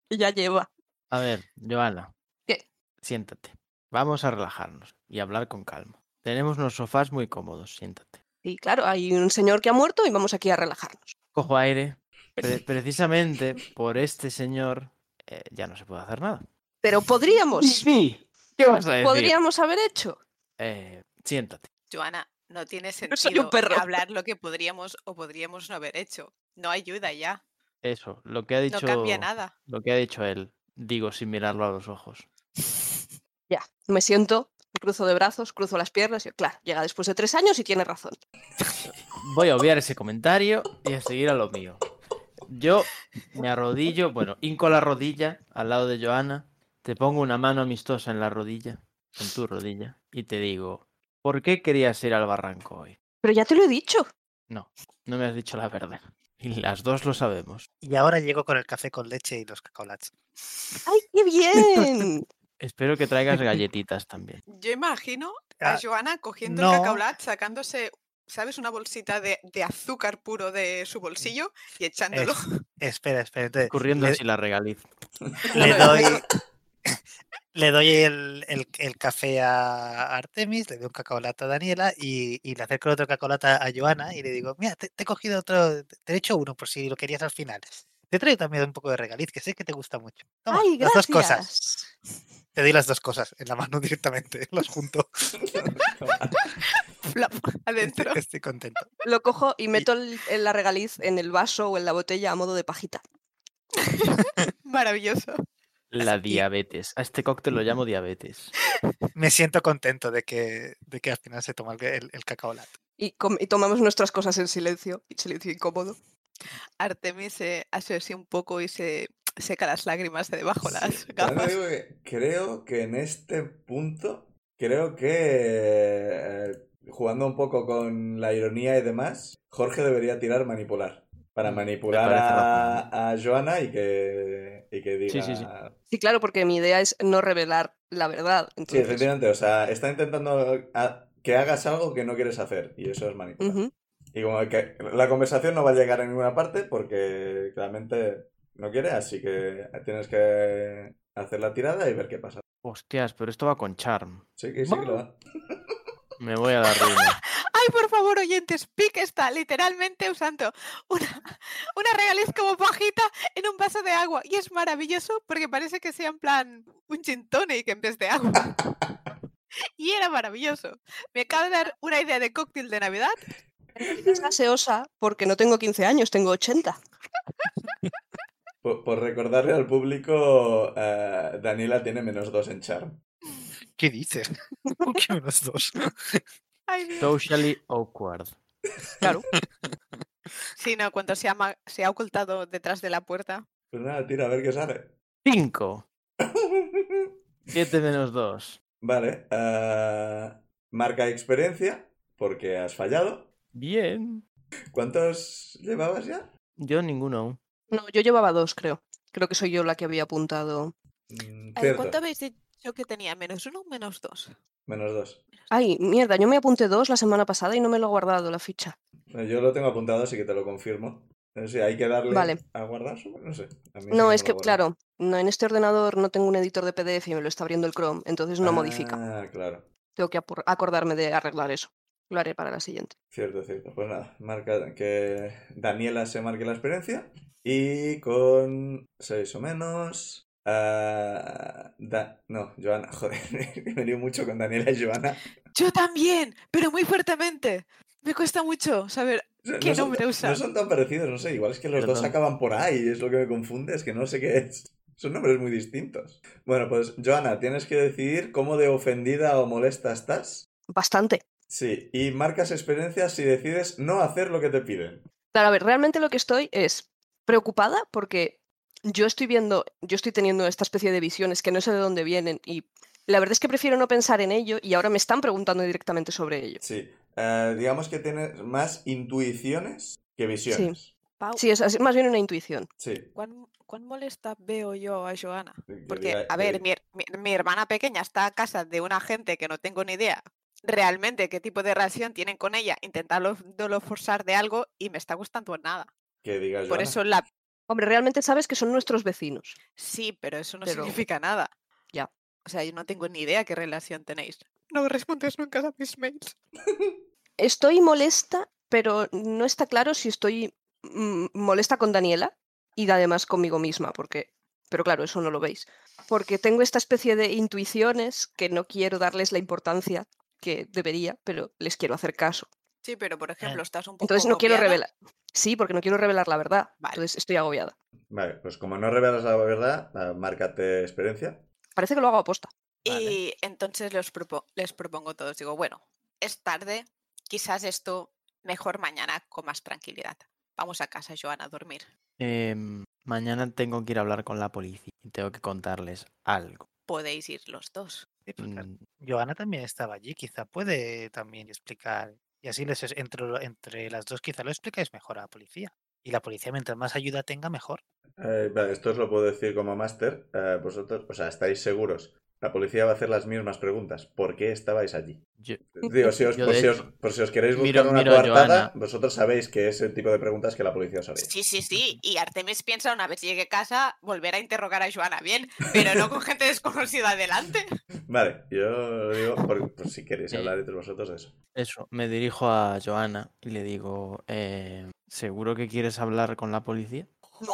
Ya lleva.
A ver, Joana.
¿Qué?
Siéntate. Vamos a relajarnos y hablar con calma. Tenemos unos sofás muy cómodos, siéntate.
Y claro, hay un señor que ha muerto y vamos aquí a relajarnos.
Cojo aire. Pre- precisamente por este señor eh, ya no se puede hacer nada.
Pero podríamos,
Sí. ¿Qué vas a decir?
podríamos haber hecho.
Eh, siéntate.
Joana, no tiene sentido
Yo soy un perro.
hablar lo que podríamos o podríamos no haber hecho. No ayuda ya.
Eso, lo que ha dicho.
No cambia nada.
Lo que ha dicho él. Digo sin mirarlo a los ojos.
Ya, me siento, cruzo de brazos, cruzo las piernas. Y, claro, llega después de tres años y tiene razón.
Voy a obviar ese comentario y a seguir a lo mío. Yo me arrodillo, bueno, hinco la rodilla al lado de Joana, te pongo una mano amistosa en la rodilla, en tu rodilla, y te digo, ¿por qué querías ir al barranco hoy?
Pero ya te lo he dicho.
No me has dicho la verdad. Y las dos lo sabemos.
Y ahora llego con el café con leche y los cacaolats.
¡Ay, qué bien!
Espero que traigas galletitas también.
Yo imagino a
Ah,
Joana cogiendo
no.
el cacaulat, sacándose, ¿sabes? Una bolsita de, de azúcar puro de su bolsillo y echándolo.
Espera, espera. entonces,
Corriendo
le,
así la regaliz.
le
Claro,
doy,
eso-
le doy el, el- el café a Artemis, le doy un cacaolata a Daniela y, y le acerco el otro cacaolata a Joana y le digo, mira, te, te he cogido otro, te te he hecho uno por si lo querías al final. Te traigo también un poco de regaliz, que sé que te gusta mucho. Toma,
¡Ay,
las
gracias!
dos cosas. Te doy las dos cosas en la mano directamente, las junto.
Flop, adentro.
Estoy contento.
Lo cojo y meto el- el- la regaliz en el vaso o en la botella a modo de pajita.
Maravilloso.
La diabetes. A este cóctel lo llamo diabetes.
Me siento contento de que, de que al final se toma el, el, el cacao latte.
Y, com- y tomamos nuestras cosas en silencio, en silencio incómodo.
Artemis se asocia un poco y se seca las lágrimas de debajo las
Sí, también
gafas.
digo que creo que en este punto, creo que eh, jugando un poco con la ironía y demás, Jorge debería tirar manipular. Para
Mm,
manipular
me parece
a, a Joana y que, y que diga.
Sí, sí, sí.
Sí, claro, porque mi idea es no revelar la verdad.
Sí,
Entonces,
efectivamente. O sea, está intentando a- que hagas algo que no quieres hacer. Y eso es manipular.
ujú,
Y como que la conversación no va a llegar a ninguna parte porque claramente no quiere, así que tienes que hacer la tirada y ver qué pasa.
Hostias, pero esto va con charm.
Sí, que sí que lo va.
Me voy a la ruina.
Ay, por favor, oyentes, Pic está literalmente usando una, una regaliz como pajita en un vaso de agua. Y es maravilloso porque parece que sea en plan un gin tonic en vez de agua. Y era maravilloso. Me acaba de dar una idea de cóctel de Navidad.
Es gaseosa porque no tengo 15 años, tengo 80.
Por, por recordarle al público, eh, Daniela tiene menos dos en charm.
¿Qué dices? ¿Por qué menos dos?
Ay, Dios.
Socially awkward.
Claro. Sí, no, cuando se, ama- se ha ocultado detrás de la puerta.
Pues nada, tira a ver qué sale.
5. 7 menos 2.
Vale. ah, marca experiencia, porque has fallado.
Bien.
¿Cuántos llevabas ya?
Yo ninguno aún.
No, yo llevaba dos, creo. Creo que soy yo la que había apuntado.
Mm,
Ay,
cierto,
¿Cuánto habéis dicho que tenía? ¿Menos uno o menos dos?
menos dos.
Ay, mierda, yo me apunté dos la semana pasada y no me lo he guardado la ficha.
Bueno, Yo lo tengo apuntado, así que te lo confirmo. No sé, hay que darle
Vale.
a guardar, supongo, no sé. A mí sí
No,
me
es
lo
que,
guardo.
claro, no, en este ordenador no tengo un editor de PDF y me lo está abriendo el Chrome, entonces no modifica.
Ah, claro.
Tengo que apor- acordarme de arreglar eso. Lo haré para la siguiente.
Cierto, cierto. Pues nada, marca que Daniela se marque la experiencia. Y con 6 o menos. ah, Da- No, Joana, joder, me lío mucho con Daniela y Joana.
Yo también, pero muy fuertemente. Me cuesta mucho saber.
O sea,
¿Qué
no son
nombre
tan-
usa?
No son tan parecidos, no sé. Igual es que los dos
Perdón.
acaban por A y es lo que me confunde, es que no sé qué es. Son nombres muy distintos. Bueno, pues Joana, tienes que decidir cómo de ofendida o molesta estás.
Bastante.
Sí, y marcas experiencias si decides no hacer lo que te piden.
Claro, a ver, realmente lo que estoy es preocupada porque yo estoy viendo, yo estoy teniendo esta especie de visiones que no sé de dónde vienen y la verdad es que prefiero no pensar en ello y ahora me están preguntando directamente sobre ello.
Sí, eh, digamos que tienes más intuiciones que visiones.
Pau,
Sí, es así- más bien una intuición.
Sí.
¿cuán, cuán molesta veo yo a Joana?
Diría-
Porque, a ver,
diría-
mi, her- mi- mi hermana pequeña está a casa de una gente que no tengo ni idea realmente qué tipo de relación tienen con ella, intentándolo forzar de algo y me está gustando nada.
que diga
Por
Joana.
eso la...
Hombre, realmente sabes que son nuestros vecinos.
Sí, pero eso no
Pero-
significa nada.
Ya.
O sea, yo no tengo ni idea qué relación tenéis. No respondes nunca a mis mails.
Estoy molesta, pero no está claro si estoy mm, molesta con Daniela y además conmigo misma, porque, pero claro, eso no lo veis, porque tengo esta especie de intuiciones que no quiero darles la importancia que debería, pero les quiero hacer caso.
Sí, pero por ejemplo, estás un
Eh,
poco...
Entonces no quiero
agobiada.
revelar. Sí, porque no quiero revelar la verdad.
Vale.
Entonces estoy agobiada.
Vale, pues como no revelas la verdad, ah, márcate experiencia.
Parece que lo hago aposta.
Vale.
Y entonces los propo- les propongo a todos, digo, bueno, es tarde, quizás esto mejor mañana con más tranquilidad. Vamos a casa, Joana, a dormir.
Em, mañana tengo que ir a hablar con la policía y tengo que contarles algo.
Podéis ir los dos.
Sí, pues claro.
Mm,
Joana también estaba allí, quizá puede también explicar. Y así les, es- entre, lo- entre las dos quizá lo explicáis mejor a la policía. Y la policía, mientras más ayuda tenga, mejor.
Eh, vale, esto os lo puedo decir como máster. Eh, vosotros, o sea, estáis seguros. La policía va a hacer las mismas preguntas. ¿por qué estabais allí?
yo-
Digo, si os,
Yo,
por,
de
si
hecho,
os, por si os queréis buscar
miro-
una
miro a
coartada,
Joana.
vosotros sabéis que es el tipo de preguntas que la policía os
Pues
haría.
Sí, sí, sí. Y Artemis piensa una vez llegue a casa volver a interrogar a Joana bien, pero no con gente desconocida adelante.
Vale, yo lo digo por, por si queréis
Sí.
hablar entre vosotros de eso.
eso, me dirijo a Joana y le digo, eh, ¿seguro que quieres hablar con la policía?
No.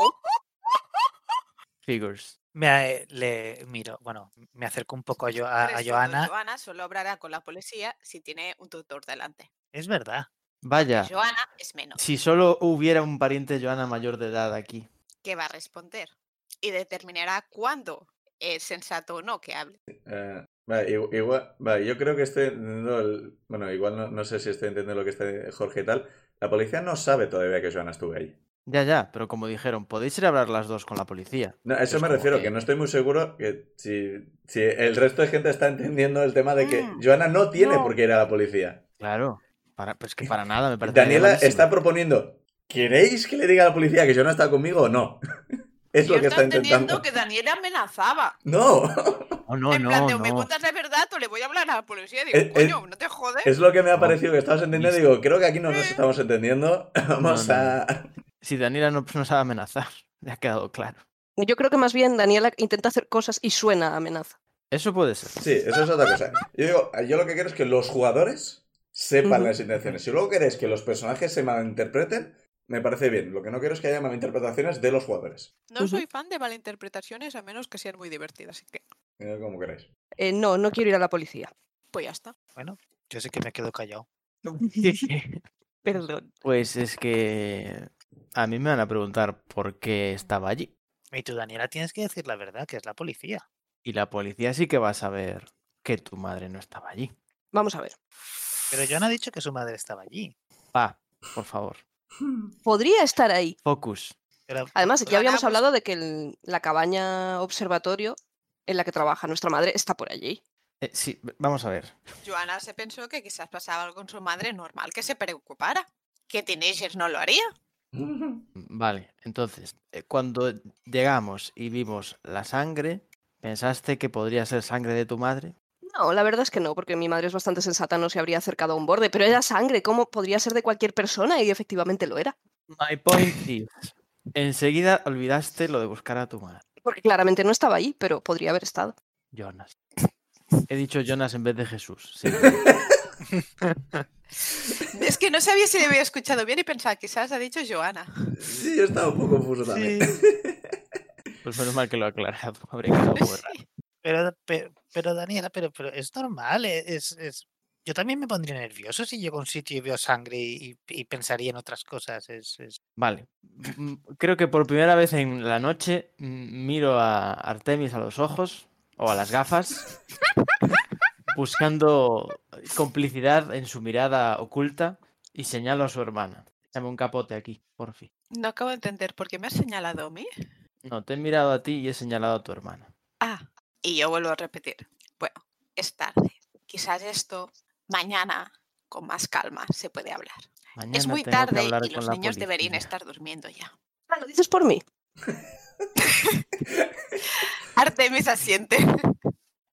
Figures.
Me, a- le miro, bueno, me acerco un poco a, Jo- a- a Joana.
Joana solo hablará con la policía si tiene un tutor delante.
Es verdad.
Vaya,
Joana es menos,
si solo hubiera un pariente de Joana mayor de edad aquí.
que va a responder y determinará cuándo es sensato o no que hable.
Eh, vale, igu- igual, vale, yo creo que estoy entendiendo el- Bueno, igual no, no sé si estoy entendiendo lo que está Jorge y tal. La policía no sabe todavía que Joana estuvo ahí.
Ya, ya, pero como dijeron, podéis ir a hablar las dos con la policía.
No, a eso
Es
me
Pues como
refiero, que...
que-
no estoy muy seguro que si, si el resto de gente está entendiendo el tema de que
Mm,
Joana no tiene
no.
por qué ir a la policía.
Claro. Para, pues que para nada me parece.
Daniela está
malísimo.
proponiendo, ¿queréis que le diga a la policía que Joana está conmigo o no? es lo
Yo
que está
estaba entendiendo
intentando.
que Daniela amenazaba.
No,
No, Oh, no,
en plan, de,
no,
o me
no.
cuentas la verdad o le voy a hablar a la policía. Digo,
Eh, eh,
coño, no te jodes.
es lo que me ha
No.
parecido que estabas entendiendo. Digo, creo que aquí no nos
Eh.
estamos entendiendo. Vamos
No, no, no.
a...
Si Daniela no pues, nos va a amenazar, le ha quedado claro.
Yo creo que más bien Daniela intenta hacer cosas y suena a amenaza.
Eso puede ser.
Sí, eso es otra cosa. Yo digo, yo lo que quiero es que los jugadores sepan
Ujú.
las intenciones. Si luego queréis que los personajes se malinterpreten, me parece bien. Lo que no quiero es que haya malinterpretaciones de los jugadores.
No
Ujú.
soy fan de malinterpretaciones a menos que sean muy divertidas, así que
Eh, Como queráis.
Eh, no, no quiero ir a la policía.
pues ya está.
Yo sé que me quedo callado.
Perdón.
Pues es que a mí me van a preguntar por qué estaba allí.
Y tú, Daniela, tienes que decir la verdad, que es la policía.
Y la policía sí que va a saber que tu madre no estaba allí.
Vamos a ver.
Pero Joana ha dicho que su madre estaba allí.
Pa, por favor.
Podría estar ahí.
Focus.
Pero
Además, ya
Lo
habíamos
hará, pues.
hablado de que el- la cabaña observatorio en la que trabaja nuestra madre está por allí.
Eh, sí, v- vamos a ver.
Joana se pensó que quizás pasaba algo con su madre, normal que se preocupara. Que teenagers no lo haría.
Vale, entonces, eh, cuando llegamos y vimos la sangre, ¿pensaste que podría ser sangre de tu madre?
No, la verdad es que no, porque mi madre es bastante sensata, no se habría acercado a un borde, pero era sangre, ¿cómo podría ser de cualquier persona? Y efectivamente lo era.
My point is, enseguida olvidaste lo de buscar a tu madre,
Porque claramente no estaba ahí, pero podría haber estado.
Jonas. He dicho Jonas en vez de Jesús. sí.
Es que no sabía si le había escuchado bien y pensaba, quizás ha dicho Joana.
Sí, yo estaba un poco confuso también.
Pues menos mal que lo he aclarado. habría quedado borrado.
Pero, pero, pero, Daniela, pero, pero es normal, e- es, es- Yo también me pondría nervioso si llego a un sitio y veo sangre y, y- y pensaría en otras cosas. Es, es-
Vale. Mm, Creo que por primera vez en la noche mm, miro a Artemis a los ojos o a las gafas, buscando complicidad en su mirada oculta y señalo a su hermana. Dame un capote aquí, por fin.
No acabo de entender por qué me has señalado a mí. Mm.
No, te he mirado a ti y he señalado a tu hermana.
Ah, y yo vuelvo a repetir. Bueno, es tarde. Quizás esto mañana con más calma se puede hablar.
Mañana
es
tengo
muy
que
tarde
hablar
y
con
los
la
niños deberían
policía.
estar durmiendo ya.
Ah, ¿Lo dices por mí?
Artemis asiente.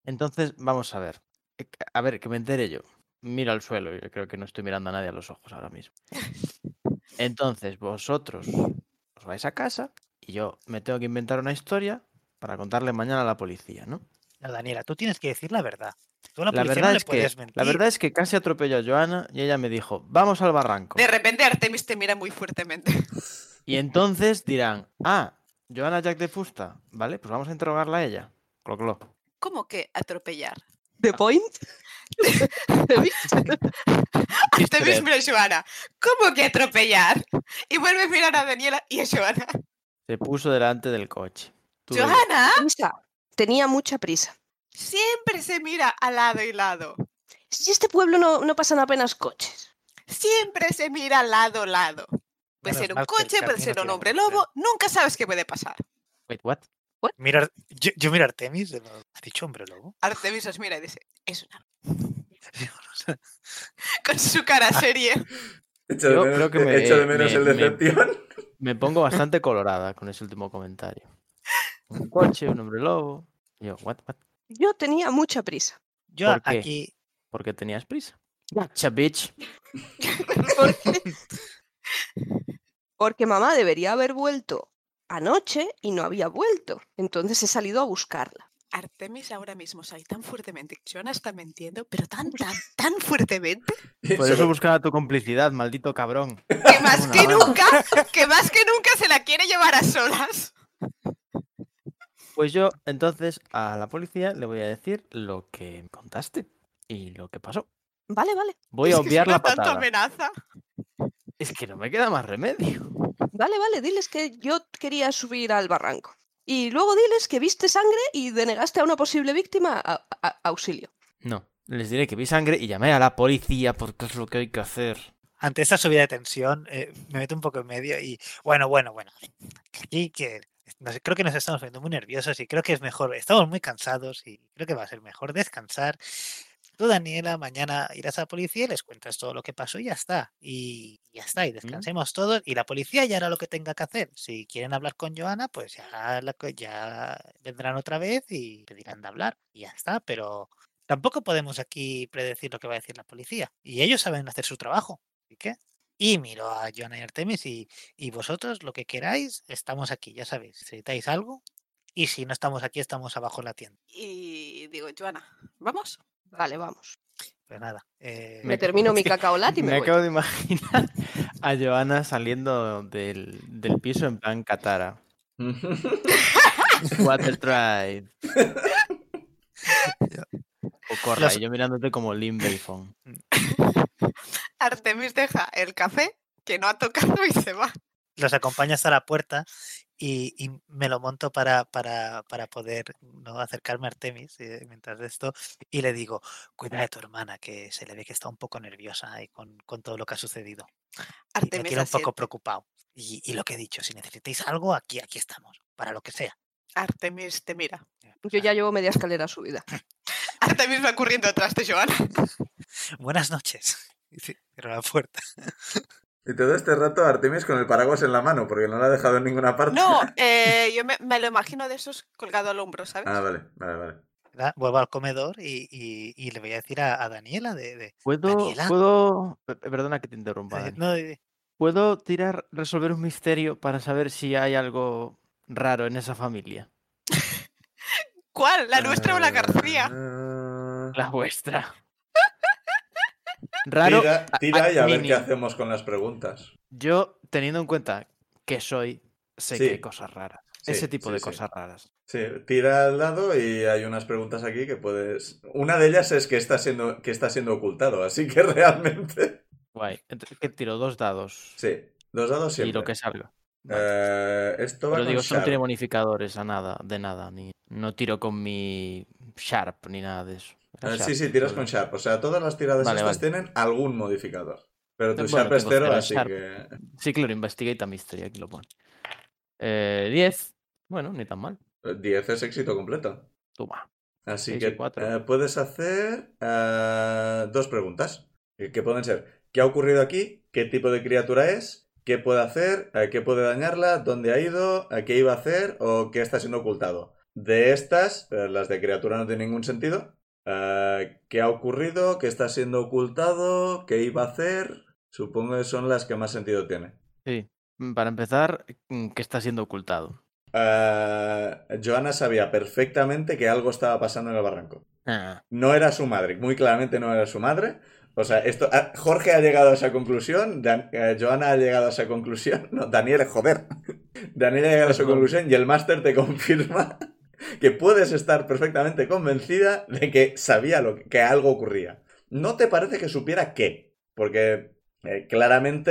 Entonces, vamos a ver. Eh, que- A ver, que me entere yo. Miro al suelo, yo creo que no estoy mirando a nadie a los ojos ahora mismo. Entonces, vosotros os vais a casa y yo me tengo que inventar una historia para contarle mañana a la policía, ¿no?
No, Daniela, tú tienes que decir la verdad. Tú a la
La
policía no
verdad,
le
es que,
puedes
la
mentir.
verdad es que casi atropello a Joana y ella me dijo, vamos al barranco.
De repente Artemis te mira muy fuertemente.
Y entonces dirán, ah, Joana Jack de Fusta, ¿vale? Pues vamos a interrogarla a ella. Clo, clo.
¿Cómo que atropellar?
¿The point?
Artemis
Distraer.
mira a Joana. ¿Cómo que atropellar? Y vuelve a mirar a Daniela y a Joana.
Se puso delante del coche. Tú lo dirás.
¡Joana!
Prisa. Tenía mucha prisa.
Siempre se mira al lado y lado.
Si este pueblo no, no pasan apenas coches.
Siempre se mira al lado a lado. Puede
Menos
ser un
mal que el
coche, puede
camino
ser un
tiene
hombre
brazos.
lobo. Nunca sabes qué puede pasar.
Wait, what?
Mira Ar- yo, yo miro a Artemis, de nuevo, ¿ha dicho hombre lobo?
Artemis os mira y dice, es una...
Digo, no sé.
Con su cara
Ah.
seria.
Echo de
Yo
menos,
creo que me-
echo de
eh,
menos
me-
el
me-
decepción.
Me pongo bastante colorada con ese último comentario. Un coche, un hombre lobo. Y yo, what, what?
Yo tenía mucha prisa.
Yo
¿Por qué?
aquí,
¿Por qué tenías prisa? Cha bitch.
Porque mamá debería haber vuelto anoche y no había vuelto. Entonces he salido a buscarla.
Artemis ahora mismo sale tan fuertemente. Joana está mintiendo, pero tan, tan, tan fuertemente.
Por eso buscaba tu complicidad, maldito cabrón.
Que más
Una
que
banda.
nunca, que más que nunca se la quiere llevar a solas.
Pues yo, entonces, a la policía le voy a decir lo que me contaste y lo que pasó.
Vale, vale.
Voy a
Es que
obviar
suena
la
tanto
patada.
amenaza.
Es que no me queda más remedio.
Vale, vale. Diles que yo quería subir al barranco. Y luego diles que viste sangre y denegaste a una posible víctima a- a- auxilio.
No, les diré que vi sangre y llamé a la policía porque es lo que hay que hacer.
ante esta subida de tensión, eh, me meto un poco en medio y, bueno, bueno, bueno. que Aquí que nos- creo que nos estamos poniendo muy nerviosos y creo que es mejor, estamos muy cansados y creo que va a ser mejor descansar. Tú, Daniela, mañana irás a la policía y les cuentas todo lo que pasó y ya está. Y ya está, y descansemos todos. Y la policía ya hará lo que tenga que hacer. Si quieren hablar con Joana, pues ya, la co- ya vendrán otra vez y pedirán de hablar. Y ya está, pero tampoco podemos aquí predecir lo que va a decir la policía. Y ellos saben hacer su trabajo. Así que. Y miro a Joana y Artemis y, y vosotros lo que queráis, estamos aquí, ya sabéis. Si necesitáis algo, y si no estamos aquí, estamos abajo en la tienda.
Y digo, Joana, ¿vamos?
Vale, vamos.
Pues nada. eh,
Me
Me-
termino mi cacao latte y me,
Me
voy.
acabo de imaginar a Joana saliendo del, del piso en plan Katara. Water Drive. O corra,
Los-
y yo mirándote como Lim Belfon.
Artemis deja el café que no ha tocado y se va.
los acompaña hasta la puerta y, y me lo monto para, para, para poder ¿no? acercarme a Artemis eh, mientras de esto y le digo, cuida de tu hermana, que se le ve que está un poco nerviosa y con, con todo lo que ha sucedido. y me
Artemis
tiene un poco
asiente.
preocupado. Y, y lo que he dicho, si necesitáis algo, aquí, aquí estamos, para lo que sea.
Artemis te mira.
Yo ya llevo media escalera subida.
Artemis va corriendo atrás de Joana.
Buenas noches. Y ci- cierro la puerta.
Y todo este rato Artemis con el paraguas en la mano, porque no lo ha dejado en ninguna parte.
No, eh, yo me, me lo imagino de esos colgado al hombro, ¿sabes?
Ah, vale, vale, vale.
¿verdad? Vuelvo al comedor y, y- y le voy a decir a, a Daniela de... de-
¿Puedo,
Daniela.
puedo... pe- pe- Perdona que te interrumpa. Dani.
no, de-
¿Puedo tirar, resolver un misterio para saber si hay algo raro en esa familia?
¿Cuál? ¿La nuestra o la García?
Ah,
La vuestra. Raro.
Tira, tira y a ver
mini.
qué hacemos con las preguntas.
Yo, teniendo en cuenta que soy, sé que hay
Sí.
cosas raras.
Sí,
Ese tipo
sí,
de
sí.
cosas raras.
Sí, tira al lado y hay unas preguntas aquí que puedes. Una de ellas es que está siendo, que está siendo ocultado, así que realmente.
Guay. Ent- ¿Qué tiro? Dos dados.
Sí, dos dados
y
siempre.
lo que salga. Vale.
Eh, esto va
Pero
con
digo, eso no tiene
Sharp.
bonificadores a nada, de nada. Ni, no tiro con mi Sharp ni nada de eso. Era
Eh,
Sharp,
sí, sí, tiras con
perdón.
Sharp. O sea, todas las tiradas
Vale,
estas
vale.
tienen algún modificador. Pero tu
Bueno,
Sharp es
tengo
cero,
cero
así
Sharp.
que.
Sí, claro, Investigate a Mystery, aquí lo pone. Eh, 10. Bueno, ni tan mal.
10 eh, es éxito completo.
Toma.
Así
Seis y
que
cuatro.
eh, puedes hacer eh, dos preguntas. eh, Que pueden ser: ¿qué ha ocurrido aquí? ¿Qué tipo de criatura es? ¿Qué puede hacer? Eh, ¿Qué puede dañarla? ¿Dónde ha ido? ¿A ¿Qué iba a hacer? ¿O qué está siendo ocultado? De estas, eh, las de criatura no tienen ningún sentido. Eh, ¿Qué ha ocurrido? ¿Qué está siendo ocultado? ¿Qué iba a hacer? Supongo que son las que más sentido tienen.
Sí. Mm, Para empezar, mm, que está siendo ocultado.
Eh, Joana sabía perfectamente que algo estaba pasando en el barranco.
Ah,
no era su madre, muy claramente no era su madre. O sea, esto, ah, Jorge ha llegado a esa conclusión, Dan- eh, Joana ha llegado a esa conclusión, no, Daniel, joder. Daniel ha llegado a su
Perdón.
conclusión y el máster te confirma que puedes estar perfectamente convencida de que sabía lo que, que algo ocurría. No te parece que supiera qué, porque eh, claramente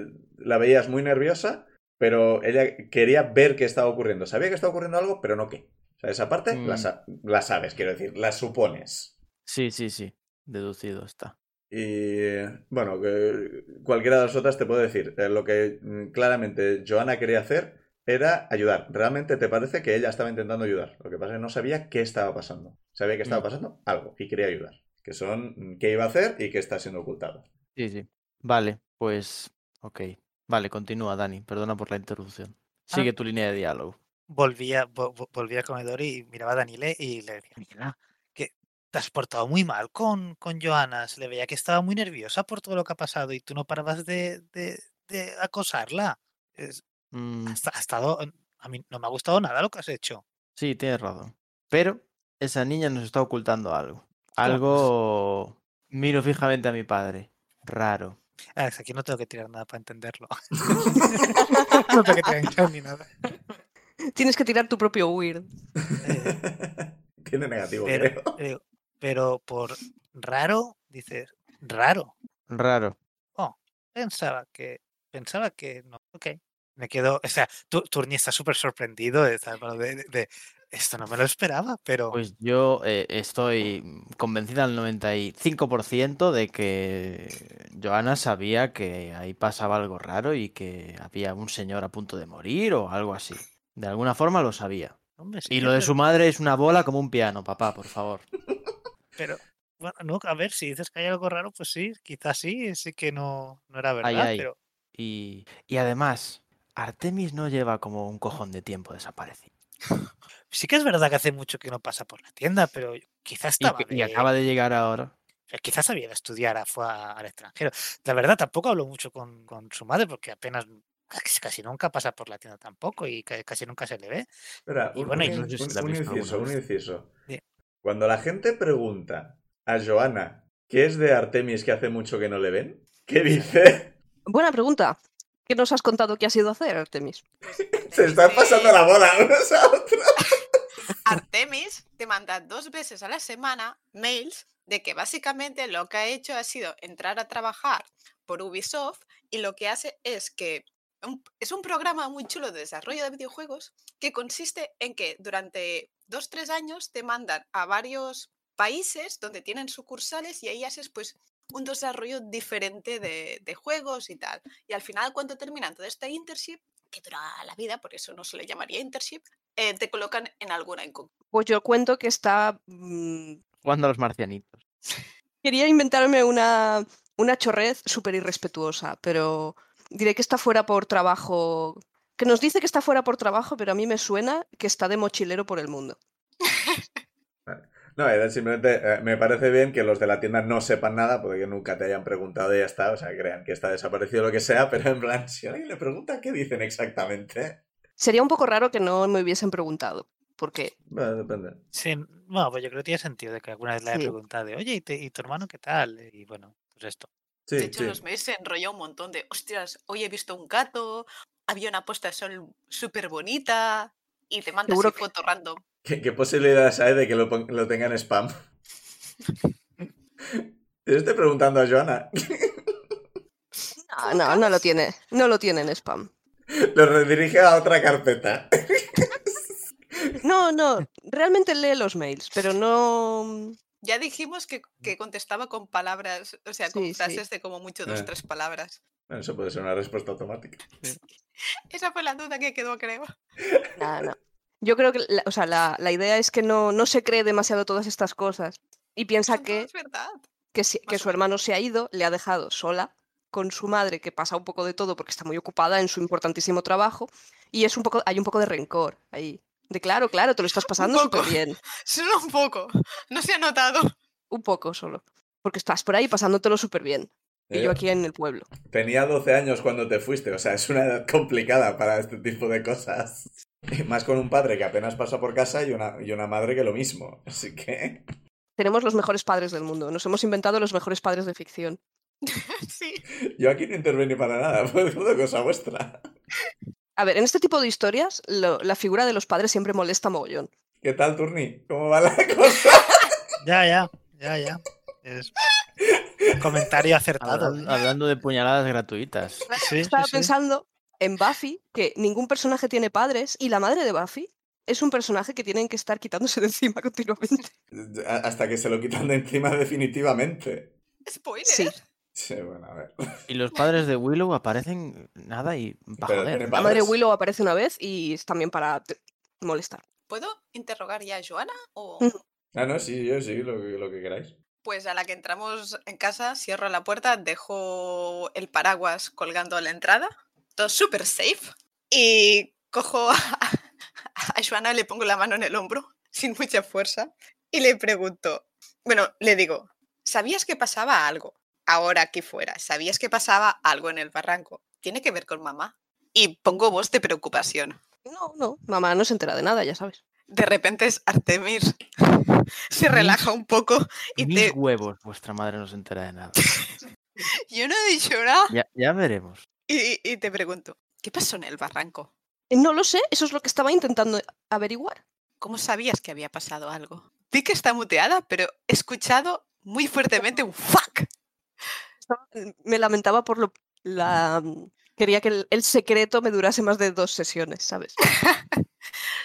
eh, la veías muy nerviosa, pero ella quería ver qué estaba ocurriendo. Sabía que estaba ocurriendo algo, pero no qué. O sea, esa parte la,
Mm.
sa- la sabes, quiero decir, la supones.
sí, sí, sí. Deducido está.
Y eh, bueno, que cualquiera de las otras te puedo decir. eh, Lo que mm, claramente Joana quería hacer era ayudar. Realmente te parece que ella estaba intentando ayudar. Lo que pasa es que no sabía qué estaba pasando. Sabía que estaba
Mm.
pasando algo y quería ayudar. Que son mm, qué iba a hacer y qué está siendo ocultado.
Sí, sí. Vale, pues. Ok. Vale, continúa, Dani. Perdona por la interrupción.
Ah.
Sigue tu línea de diálogo.
volví, a- vo- vo- volví al comedor y miraba a Daniele y le decía, Daniela, que te has portado muy mal con, con Joana. Se le veía que estaba muy nerviosa por todo lo que ha pasado y tú no parabas de, de- de acosarla. Es-
Mm,
ha, esta- ha estado... A mí no me ha gustado nada lo que has hecho.
sí, tienes razón. Pero esa niña nos está ocultando algo. Algo. Miro fijamente a mi padre. Raro.
Alex, aquí no tengo Ah, que tirar nada para entenderlo. no tengo que tirar hinchado ni nada.
Tienes que tirar tu propio weird.
Eh,
Tiene negativo,
pero,
creo.
le digo, pero por raro, dices, raro.
Raro.
Pensaba que, pensaba que no. Ok. Me quedo, o sea, Tu- Turni está súper sorprendido de, tal- bueno, de- de- de- esto no me lo esperaba, pero
Pues yo eh, estoy mm, convencida al 95% de que Joana sabía que ahí pasaba algo raro y que había un señor a punto de morir o algo así. De alguna forma lo sabía.
hombre,
Y
señor,
lo de
pero-
su madre es una bola como un piano, papá, por favor.
pero, bueno, no, a ver, si dices que hay algo raro, pues sí, quizás sí, sí que no, no era verdad,
Ay, ay.
pero
Y, y además, Artemis no lleva como un cojón de tiempo desaparecido.
sí que es verdad que hace mucho que no pasa por la tienda, pero quizás
Y,
estaba
que- y
de-
acaba de llegar ahora.
Eh, quizás había ido a estudiar a- fue a- al extranjero. La verdad, tampoco habló mucho con, con su madre porque apenas casi, casi nunca pasa por la tienda tampoco y ca- casi nunca se le ve.
Espera,
Y
un,
bueno,
un-
incluso si
un-
la
un
ves alguna
inciso, un
vez.
inciso.
Di-
Cuando la gente pregunta a Joana qué es de Artemis que hace mucho que no le ven, ¿qué dice?
Buena pregunta. ¿Qué nos has contado que has ido a hacer, Artemis?
Se está
Dice,
pasando la bola unos a otros.
Artemis te manda dos veces a la semana mails de que básicamente lo que ha hecho ha sido entrar a trabajar por Ubisoft y lo que hace es que un- es un programa muy chulo de desarrollo de videojuegos que consiste en que durante dos, tres años te mandan a varios países donde tienen sucursales y ahí haces pues un desarrollo diferente de, de juegos y tal. Y al final cuando terminan todo este internship, que dura la vida, por eso no se le llamaría internship, eh, te colocan en alguna en concreto.
Pues yo cuento que está... mm,
Jugando a los marcianitos.
Quería inventarme una, una chorrez súper irrespetuosa, pero diré que está fuera por trabajo. Que nos dice que está fuera por trabajo, pero a mí me suena que está de mochilero por el mundo.
No, era simplemente, eh, me parece bien que los de la tienda no sepan nada, porque nunca te hayan preguntado y ya está, o sea, crean que está desaparecido lo que sea, pero en plan, si alguien le pregunta, ¿qué dicen exactamente?
Sería un poco raro que no me hubiesen preguntado, porque
Bueno, depende.
Sí, bueno, pues yo creo que tiene sentido de que alguna vez le haya
Sí.
preguntado de, oye, ¿y, te- y tu hermano qué tal? Y bueno, pues esto.
Sí,
de hecho,
sí.
en los mails se enrolló un montón de, hostias, hoy he visto un gato, había una puesta de sol súper bonita y te mandas
Seguro
así
que-
foto random.
¿Qué, qué posibilidades hay de que lo, pon- lo tengan spam? Yo estoy preguntando a Joana.
no, no, no lo tiene, no lo tiene en spam.
Lo redirige a otra carpeta.
No, no, realmente lee los mails, pero no.
Ya dijimos que, que contestaba con palabras, o sea, con
Mm. Sí, sí.
frases de como mucho dos,
Eh.
tres palabras.
Bueno, eso puede ser una respuesta automática.
Esa fue la duda que quedó, creo.
no, no. Yo creo que la, o sea, la, la idea es que no, no se cree demasiado todas estas cosas y piensa
No,
que
Es verdad.
que, si- que
Más o
su hermano se ha ido, le ha dejado sola con su madre, que pasa un poco de todo porque está muy ocupada en su importantísimo trabajo, y es un poco, hay un poco de rencor ahí. De claro, claro, te lo estás pasando
poco.
súper bien.
Solo un poco. No se ha notado.
Un poco solo. Porque estás por ahí pasándotelo súper bien. Y yo
Eh,
aquí en el pueblo.
Tenía 12 años cuando te fuiste, o sea, es una edad complicada para este tipo de cosas. Y más con un padre que apenas pasa por casa y una, y una madre que lo mismo. Así que...
Tenemos los mejores padres del mundo. Nos hemos inventado los mejores padres de ficción.
Sí.
Yo aquí no intervení para nada, fue todo cosa vuestra.
A ver, en este tipo de historias, lo- la figura de los padres siempre molesta mogollón.
¿Qué tal, Turni? ¿Cómo va la cosa?
Ya, ya, ya, ya. Es un comentario acertado.
Hablan- hablando de puñaladas gratuitas.
Sí, sí,
Estaba
sí.
pensando en Buffy, que ningún personaje tiene padres y la madre de Buffy es un personaje que tienen que estar quitándose de encima continuamente.
A- Hasta que se lo quitan de encima definitivamente.
Spoiler.
Sí,
Sí, bueno, a ver.
Y los padres de Willow aparecen nada y va
Pero
joder.
tiene
la madre
padres.
Willow aparece una vez y es también para t- molestar.
¿Puedo interrogar ya a Joana? O
Ujú.
Ah, no, sí, yo sí, lo, que- lo que queráis.
pues a la que entramos en casa, cierro la puerta, dejo el paraguas colgando a la entrada. Todo súper safe. Y cojo a, a Joana, le pongo la mano en el hombro, sin mucha fuerza, y le pregunto. Bueno, le digo, ¿sabías que pasaba algo? Ahora aquí fuera, ¿sabías que pasaba algo en el barranco? ¿Tiene que ver con mamá? Y pongo voz de preocupación.
No, no, mamá no se entera de nada, ya sabes.
De repente es Artemis. Se relaja un poco y
Mis
te.
huevos, vuestra madre no se entera de nada.
Yo no he dicho nada.
Ya, ya veremos.
Y, y te pregunto, ¿qué pasó en el barranco?
Eh, No lo sé, eso es lo que estaba intentando averiguar.
¿Cómo sabías que había pasado algo? Di que está muteada, pero he escuchado muy fuertemente un fuck.
Eh, Me lamentaba por lo la mm, quería que el, el secreto me durase más de dos sesiones, ¿sabes?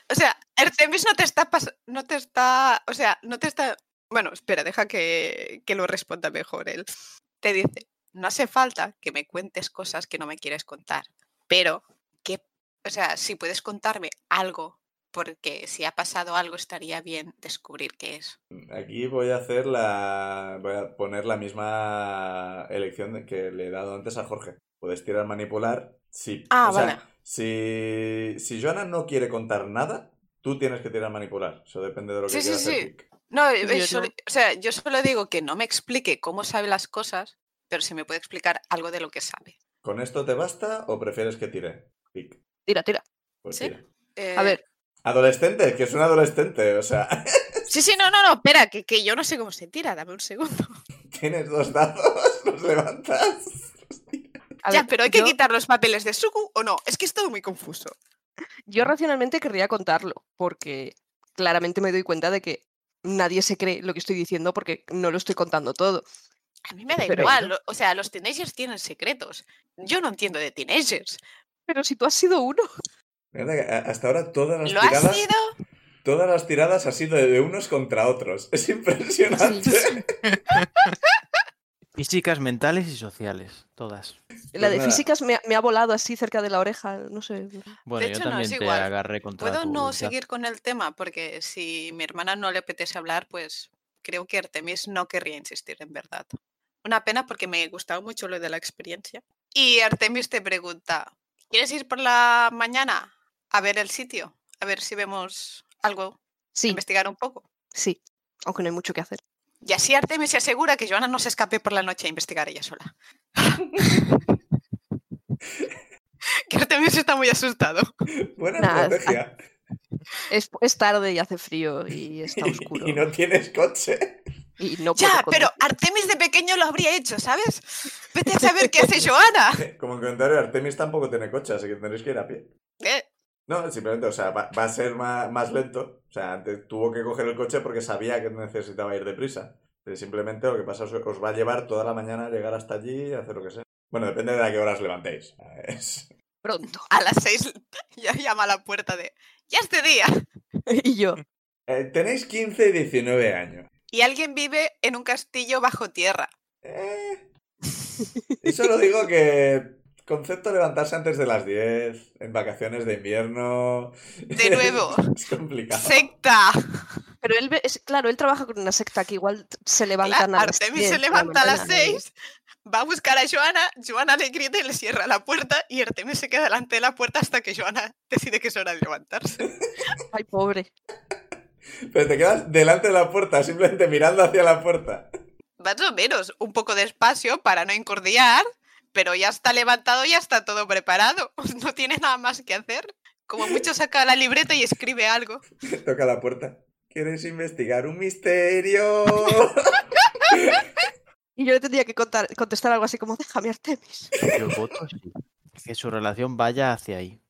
O sea, Artemis no te está pas- no te está, o sea, no te está. Bueno, espera, deja que, que lo responda mejor él. Te dice, no hace falta que me cuentes cosas que no me quieres contar, pero que, o sea, si puedes contarme algo, porque si ha pasado algo estaría bien descubrir qué es.
Aquí voy a hacer la. Voy a poner la misma elección de- que le he dado antes a Jorge. Puedes tirar manipular. Sí.
Ah,
O sea,
vale.
si... si Joana no quiere contar nada, tú tienes que tirar manipular. Eso depende de lo que
Sí, sí,
quieras hacer.
sí. No, eh,
Yo
eh, solo-
no.
o sea, yo solo digo que no me explique cómo sabe las cosas, pero si me puede explicar algo de lo que sabe.
¿Con esto te basta o prefieres que tire? Pic.
Tira, tira.
Pues
Sí.
tira.
Eh,
A ver,
Adolescente, que es un adolescente. O sea,
Sí, sí, no, no, no, espera, que, que yo no sé cómo se tira, dame un segundo.
tienes dos dados, los levantas.
a
ya,
ver,
pero hay que
yo-
quitar los papeles de Suku o no, es que es todo muy confuso.
Yo racionalmente querría contarlo, porque claramente me doy cuenta de que nadie se cree lo que estoy diciendo porque no lo estoy contando todo.
A mí me da
Pero-
igual, lo- o sea, los teenagers tienen secretos. Yo no entiendo de teenagers,
Pero si tú has sido uno.
Mira que a- Hasta ahora todas las
¿Lo has
tiradas.
sido?
Todas las tiradas ha sido de unos contra otros. Es impresionante.
Físicas, mentales y sociales, todas.
La de
nada.
físicas me, ha- me ha volado así cerca de la oreja, no sé.
Bueno,
hecho,
yo
no, es
también te
igual.
agarré contra
¿Puedo
tu
no
voluntad.
seguir con el tema? Porque si mi hermana no le apetece hablar, pues creo que Artemis no querría insistir, en verdad. Una pena porque me gustaba mucho lo de la experiencia. Y Artemis te pregunta, ¿quieres ir por la mañana a ver el sitio? A ver si vemos algo,
Sí,
investigar un poco.
sí. Aunque no hay mucho que hacer.
Y así Artemis se asegura que Joana no se escape por la noche a investigar ella sola. que Artemis está muy asustado.
Buena
Nah,
estrategia.
Es, es tarde y hace frío y está oscuro.
Y no tienes coche.
y no puedo
Ya,
con-
pero Artemis de pequeño lo habría hecho, ¿sabes? Vete a saber qué hace Joana.
Como en comentario, Artemis tampoco tiene coche, así que tendréis que ir a pie.
Eh,
No, simplemente, o sea, va, va a ser ma- más, lento. O sea, antes tuvo que coger el coche porque sabía que necesitaba ir deprisa. Pero simplemente lo que pasa es que os va a llevar toda la mañana a llegar hasta allí y hacer lo que sea. Bueno, depende de a qué horas levantéis. Es-
pronto.
a las seis ya llama a la puerta de. ¡Ya es de día!
y yo.
Eh, tenéis 15 y 19 años.
Y alguien vive en un castillo bajo tierra.
Eh, Y solo digo que concepto levantarse antes de las 10, en vacaciones de invierno.
De nuevo.
Es complicado.
¡Secta!
Pero él, ve- es, claro, él trabaja con una secta que igual t- se levantan
Claro,
a las
Artemis
10
se
de la
levanta a las
mañana, ¿eh?
seis, va a buscar a Joana, Joana le grita y le cierra la puerta y Artemis se queda delante de la puerta hasta que Joana decide que es hora de levantarse.
Ay, pobre.
Pero te quedas delante de la puerta, simplemente mirando hacia la puerta.
Más o menos, un poco de espacio para no incordiar, pero ya está levantado, ya está todo preparado. No tiene nada más que hacer. Como mucho saca la libreta y escribe algo.
Toca la puerta. ¿Quieres investigar un misterio?
Y yo le tendría que contar- contestar algo así como, déjame Artemis.
Yo voto sí. Que su relación vaya hacia ahí.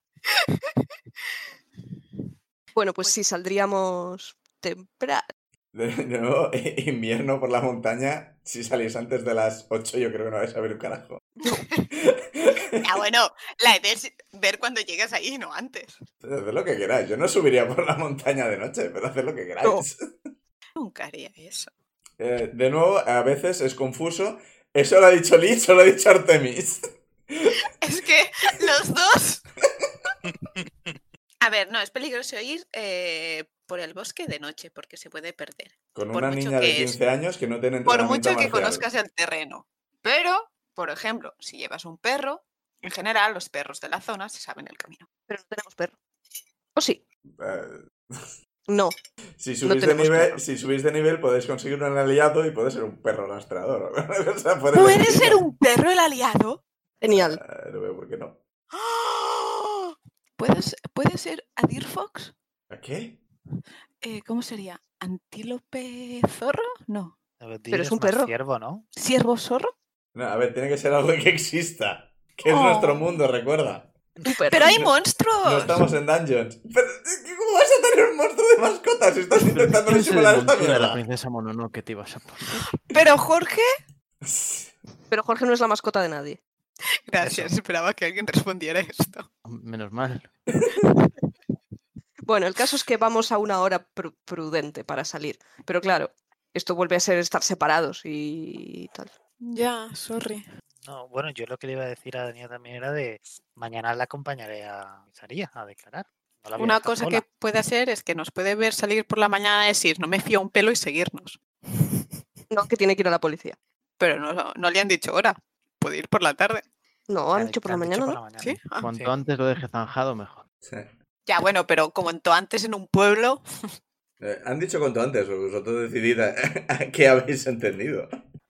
Bueno, pues sí, saldríamos temprano.
De de nuevo, invierno por la montaña. Si salís antes de las 8, yo creo que no vais a ver un carajo.
Ah, bueno, la idea es ver cuando llegas ahí, no antes.
Haced lo que queráis. Yo no subiría por la montaña de noche, pero haced lo que queráis.
No.
Nunca haría eso.
Eh, de nuevo, a veces es confuso. Eso lo ha dicho Lee, eso lo ha dicho Artemis.
Es que los dos. A ver, no, es peligroso ir eh, por el bosque de noche porque se puede perder.
Con
Por
una
mucho
niña de
que es-
15 años que no tiene
Por
entrenamiento
mucho que
marcial.
conozcas el terreno. Pero, por ejemplo, si llevas un perro, en general los perros de la zona se saben el camino.
Pero no tenemos perro. ¿O sí?
Eh,
No.
si, subís de
tenemos
nivel,
perro.
si subís de nivel, podéis conseguir un aliado y puede ser un perro lastrador. o alguna cosa por el estilo.
un perro el aliado?
Genial.
Eh, no veo por qué no.
¿Puedes, ¿Puede ser Adir Fox?
¿A qué?
Eh, ¿Cómo sería? ¿Antílope zorro? No.
Pero es un perro.
Ciervo, ¿no?
¿Ciervo zorro?
No, a ver, tiene que ser algo que exista. Que es
Oh.
nuestro mundo, recuerda.
Un perro.
¡Pero hay
No-
monstruos!
No estamos en dungeons. Pero, ¿Cómo vas a tener un monstruo de mascotas si estás
Pero
intentando
¿quién se
disimular esta
desmontura de la
mierda?
princesa Mononoke que te ibas a poner?
Pero Jorge.
Pero Jorge no es la mascota de nadie.
Gracias, esperaba que alguien respondiera esto.
Menos mal.
Bueno, el caso es que vamos a una hora pru- prudente para salir. Pero claro, esto vuelve a ser estar separados y tal.
Ya, sorry.
No, bueno, yo lo que le iba a decir a Daniel también era de mañana la acompañaré a comisaría a declarar. No la voy a
Una
dejar
cosa
sola.
que puede hacer es que nos puede ver salir por la mañana y decir, no me fío un pelo y seguirnos.
No, que tiene que ir a la policía.
Pero no, no le han dicho hora. Puede ir por la tarde.
No, han
Le
dicho por
le
la
han
mañana,
por
¿no?
la mañana.
¿Sí? Ah.
Cuanto
sí.
antes lo deje zanjado, mejor.
Ya, bueno, pero como en to- antes en un pueblo,
Eh, han dicho cuanto antes, vosotros decidid a, a qué habéis entendido.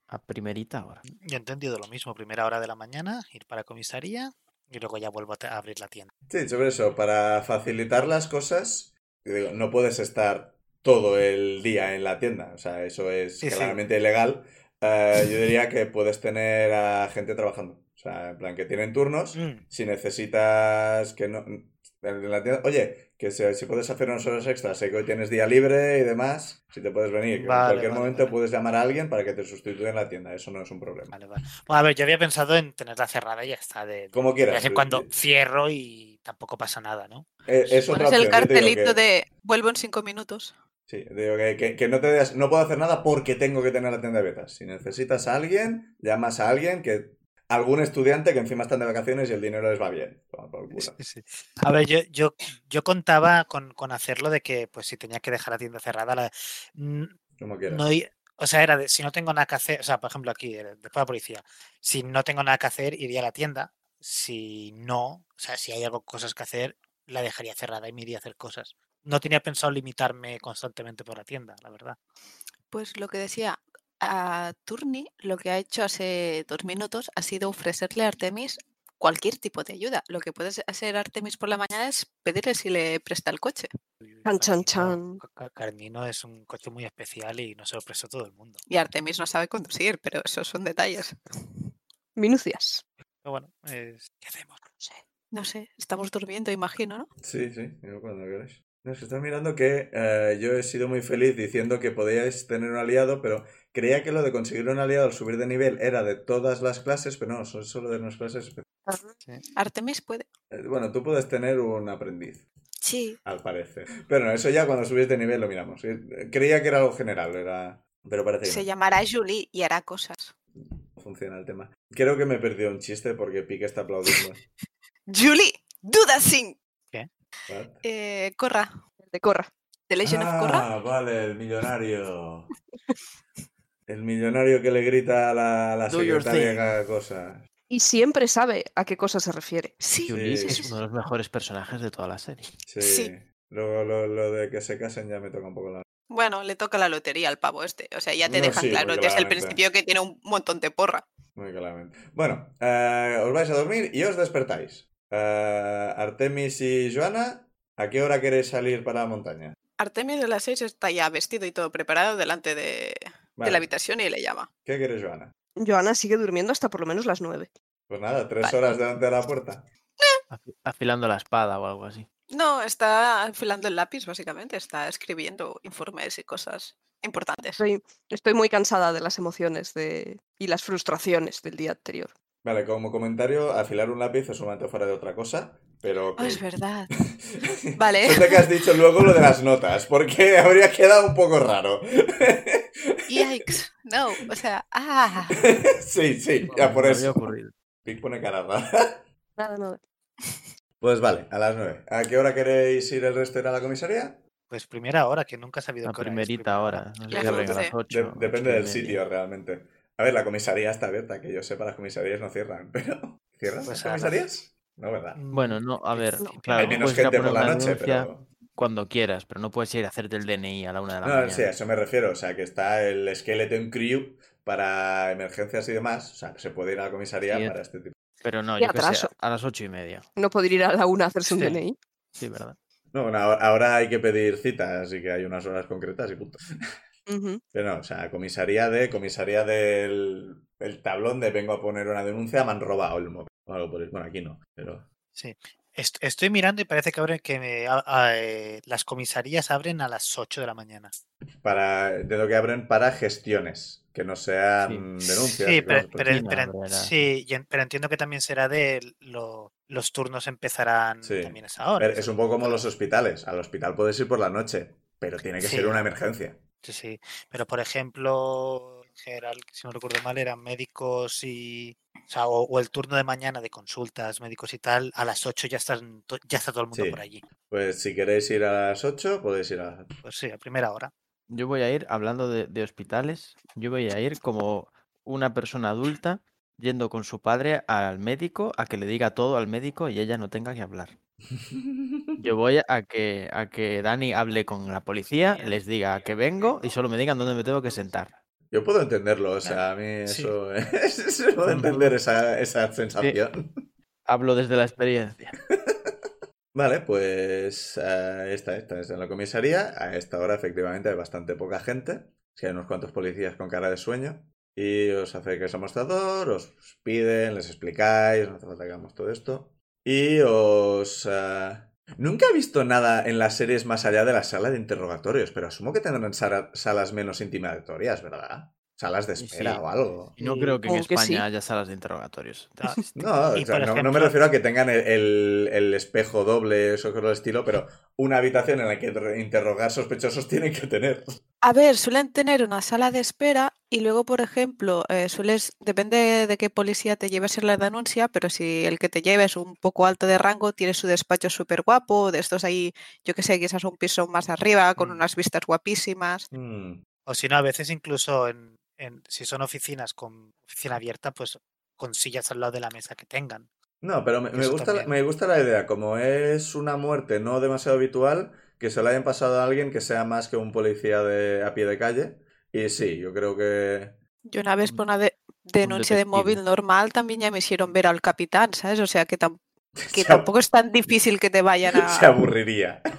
A primerita hora.
Yo he entendido lo mismo. Primera hora de la mañana, ir para comisaría y luego ya vuelvo a te- a abrir la tienda.
Sí, sobre eso, para facilitar las cosas, te digo, no puedes estar todo el día en la tienda, o sea, eso es
Sí, sí.
claramente ilegal. Eh, yo diría que puedes tener a gente trabajando, o sea, en plan que tienen turnos,
Mm,
si necesitas que no... en la tienda- Oye, que se- si puedes hacer unas horas extras, sé que hoy tienes día libre y demás, si te puedes venir, que en
Vale,
cualquier
vale,
momento
vale.
puedes llamar a alguien para que te sustituya en la tienda, eso no es un problema.
Vale, vale. Bueno, a ver, yo había pensado en tenerla cerrada y ya está. De, de
Como quieras.
vez en cuando cierro y tampoco pasa nada, ¿no?
Eh, es otra
Pones el
opción, yo te digo
cartelito
que-
de vuelvo en cinco minutos.
Sí, digo que, que- que no te des, no puedo hacer nada porque tengo que tener la tienda abierta. Si necesitas a alguien, llamas a alguien que algún estudiante que encima están de vacaciones y el dinero les va bien. Toma por culo.
Sí, sí. A ver, yo, yo, yo contaba con, con hacerlo de que, pues, si tenía que dejar la tienda cerrada, la- n-
Como quieras.
no i- o sea, era de si no tengo nada que hacer, o sea, por ejemplo, aquí, eh, después de la policía, si no tengo nada que hacer, iría a la tienda. Si no, o sea, si hay algo, cosas que hacer, la dejaría cerrada y me iría a hacer cosas. No tenía pensado limitarme constantemente por la tienda, la verdad.
Pues lo que decía a Turni, lo que ha hecho hace dos minutos ha sido ofrecerle a Artemis cualquier tipo de ayuda. Lo que puedes hacer Artemis por la mañana es pedirle si le presta el coche.
Uy, uy,
Chan, chan,
Carnino-
chan.
Ca- Ca- Carnino es un coche muy especial y no se lo prestó todo el mundo.
Y Artemis no sabe conducir, pero esos son detalles.
Minucias.
Pero bueno, es- ¿qué hacemos?
No sé, estamos durmiendo, imagino, ¿no?
Sí, sí, yo cuando queráis. No, es que estoy mirando que eh, yo he sido muy feliz diciendo que podíais tener un aliado, pero creía que lo de conseguir un aliado al subir de nivel era de todas las clases, pero no, son solo de unas clases. espe-
Artemis puede.
eh, Bueno, tú puedes tener un aprendiz.
Sí,
Al parecer. Pero no, eso ya cuando subís de nivel lo miramos. Eh, Creía que era algo general, era... pero parece que
se
no.
llamará Julie y hará cosas.
funciona el tema. Creo que me perdió un chiste porque Pique está aplaudiendo.
Julie, do that thing.
What?
Eh, Corra,
El de Corra.
The Legend of Corra.
Ah, vale, el millonario. El millonario que le grita a la, a la
Do your
secretaria
thing.
que haga cosas.
Y siempre sabe a qué cosa se refiere.
Sí,
Julie
Sí,
es
sí,
uno de los mejores personajes de toda la serie.
Sí.
Sí.
Luego lo, lo de que se casen ya me toca un poco la...
Bueno, le toca la lotería al pavo este. O sea, ya te
No,
dejan
sí,
claro
muy
desde el
claramente.
principio que tiene un montón de porra.
Muy claramente. Bueno, eh, os vais a dormir y os despertáis. Eh, Artemis y Joana, ¿a qué hora queréis salir para la montaña?
Artemis de las seis está ya vestido y todo preparado delante de, de la
Vale,
habitación y le llama.
¿Qué quieres, Joana?
Joana sigue durmiendo hasta por lo menos las nueve.
Pues nada, tres
Vale.
horas delante de la puerta.
afi- Afilando la espada o algo así.
No, está afilando el lápiz, básicamente. Está escribiendo informes y cosas importantes.
Soy- Estoy muy cansada de las emociones de... y las frustraciones del día anterior.
Vale, como comentario, afilar un lápiz es un fuera de otra cosa, pero... ok.
Ah, es verdad. Vale.
Suerte que has dicho luego lo de las notas, porque habría quedado un poco raro.
Yikes. No, o sea, ah.
sí, sí, ya por
Me había
eso.
ocurrido.
Pic pone cara rara.
Nada, nada.
Pues vale, a las nueve. ¿A qué hora queréis ir el resto ir a la comisaría?
Pues primera hora, que nunca he sabido
La
qué hora es,
primerita
primera
hora. No
Las
sé si abren a
once.
las
De-
8.
depende del sitio, realmente. A ver, la comisaría está abierta, que yo sepa, las comisarías no cierran, pero... ¿Cierran
Pues
las
a las-
comisarías? No, ¿verdad?
Mm,
Bueno, no, a ver,
No,
claro,
Hay
tú
menos
puedes ir a
gente por
poner
la
una
noche,
denuncia
pero...
cuando quieras, pero no puedes ir a hacerte el DNI a la una de la
No,
mañana.
sí, a eso me refiero. O sea, que está el Skeleton Crew para emergencias y demás. O sea, que se puede ir a la comisaría
Sí,
para este tipo.
Pero no,
Qué
yo que sé,
atraso.
a las ocho y media.
No podría ir a la una a hacerse un
Sí.
DNI.
Sí, ¿verdad?
No, bueno, ahora- ahora hay que pedir citas, así que hay unas horas concretas y punto.
Ujú.
Pero no, o sea, comisaría de, comisaría del el tablón de vengo a poner una denuncia, me han robado el móvil. O algo por el- Bueno, aquí no, pero...
Est- Estoy mirando y parece que abren que me- a- a, eh, las comisarías abren a las 8 de la mañana.
Para, de lo que abren para gestiones, que no sean denuncias.
sí,
y cosas
pero,
por
pero-
el
estilo.
pero en-
Habrá-
sí, y en- pero entiendo que también será de lo- los turnos empezarán
Sí.
también a esa
estilo.
hora.
Pero es un poco como los hospitales. Al hospital puedes ir por la noche, pero tiene que
Sí.
ser una emergencia.
Sí, sí. Pero por ejemplo, en general, si no recuerdo mal, eran médicos y. O, sea, o- o el turno de mañana de consultas, médicos y tal, a las 8 ya, están, to- ya está todo el mundo
Sí.
por allí.
Pues si queréis ir a las 8, podéis ir a las
Pues sí, a primera hora.
Yo voy a ir, hablando de, de hospitales, yo voy a ir como una persona adulta yendo con su padre al médico a que le diga todo al médico y ella no tenga que hablar. Yo voy a que, a que Dani hable con la policía, les diga a que vengo y solo me digan dónde me tengo que sentar.
Yo puedo entenderlo, o sea, a mí
Sí.
eso se puede entender esa, esa sensación.
Hablo desde la experiencia.
Vale, pues eh, esta, esta es en la comisaría. A esta hora efectivamente hay bastante poca gente. Si hay unos cuantos policías con cara de sueño. Y os acercáis al mostrador, os piden, les explicáis, no hace falta que hagamos todo esto. Y os, eh, Nunca he visto nada en las series más allá de la sala de interrogatorios, pero asumo que tendrán sala- salas menos intimidatorias, ¿verdad? Salas de
Sí.
espera o algo.
Y no
Sí,
Eh,
creo que en
supongo que
España
sí.
haya salas de interrogatorios.
Ah,
No, o
Y,
sea,
por
no- no, me
ejemplo-
refiero a que tengan el, el- el espejo doble, eso por el estilo, pero una habitación en la que re- interrogar sospechosos tienen que tener.
A ver, suelen tener una sala de espera y luego, por ejemplo, eh, sueles, depende de qué policía te lleves en la denuncia, pero si el que te lleves un poco alto de rango tiene su despacho súper guapo, de estos ahí, yo qué sé, quizás un piso más arriba con
Mm.
unas vistas guapísimas.
Mm,
O si no, a veces incluso en, en- si son oficinas con oficina abierta, pues con sillas al lado de la mesa que tengan.
No, pero me, me
Eso
gusta, la- me
también.
gusta la idea. Como es una muerte no demasiado habitual, que se la hayan pasado a alguien que sea más que un policía de, a pie de calle. Y sí, yo creo que...
Yo una vez
Mm. Un-
por una de- denuncia de
detective.
móvil normal también ya me hicieron ver al capitán, ¿sabes? O sea, que, tam- que
se ab-
tampoco es tan difícil que te vayan a...
se aburriría. Ah.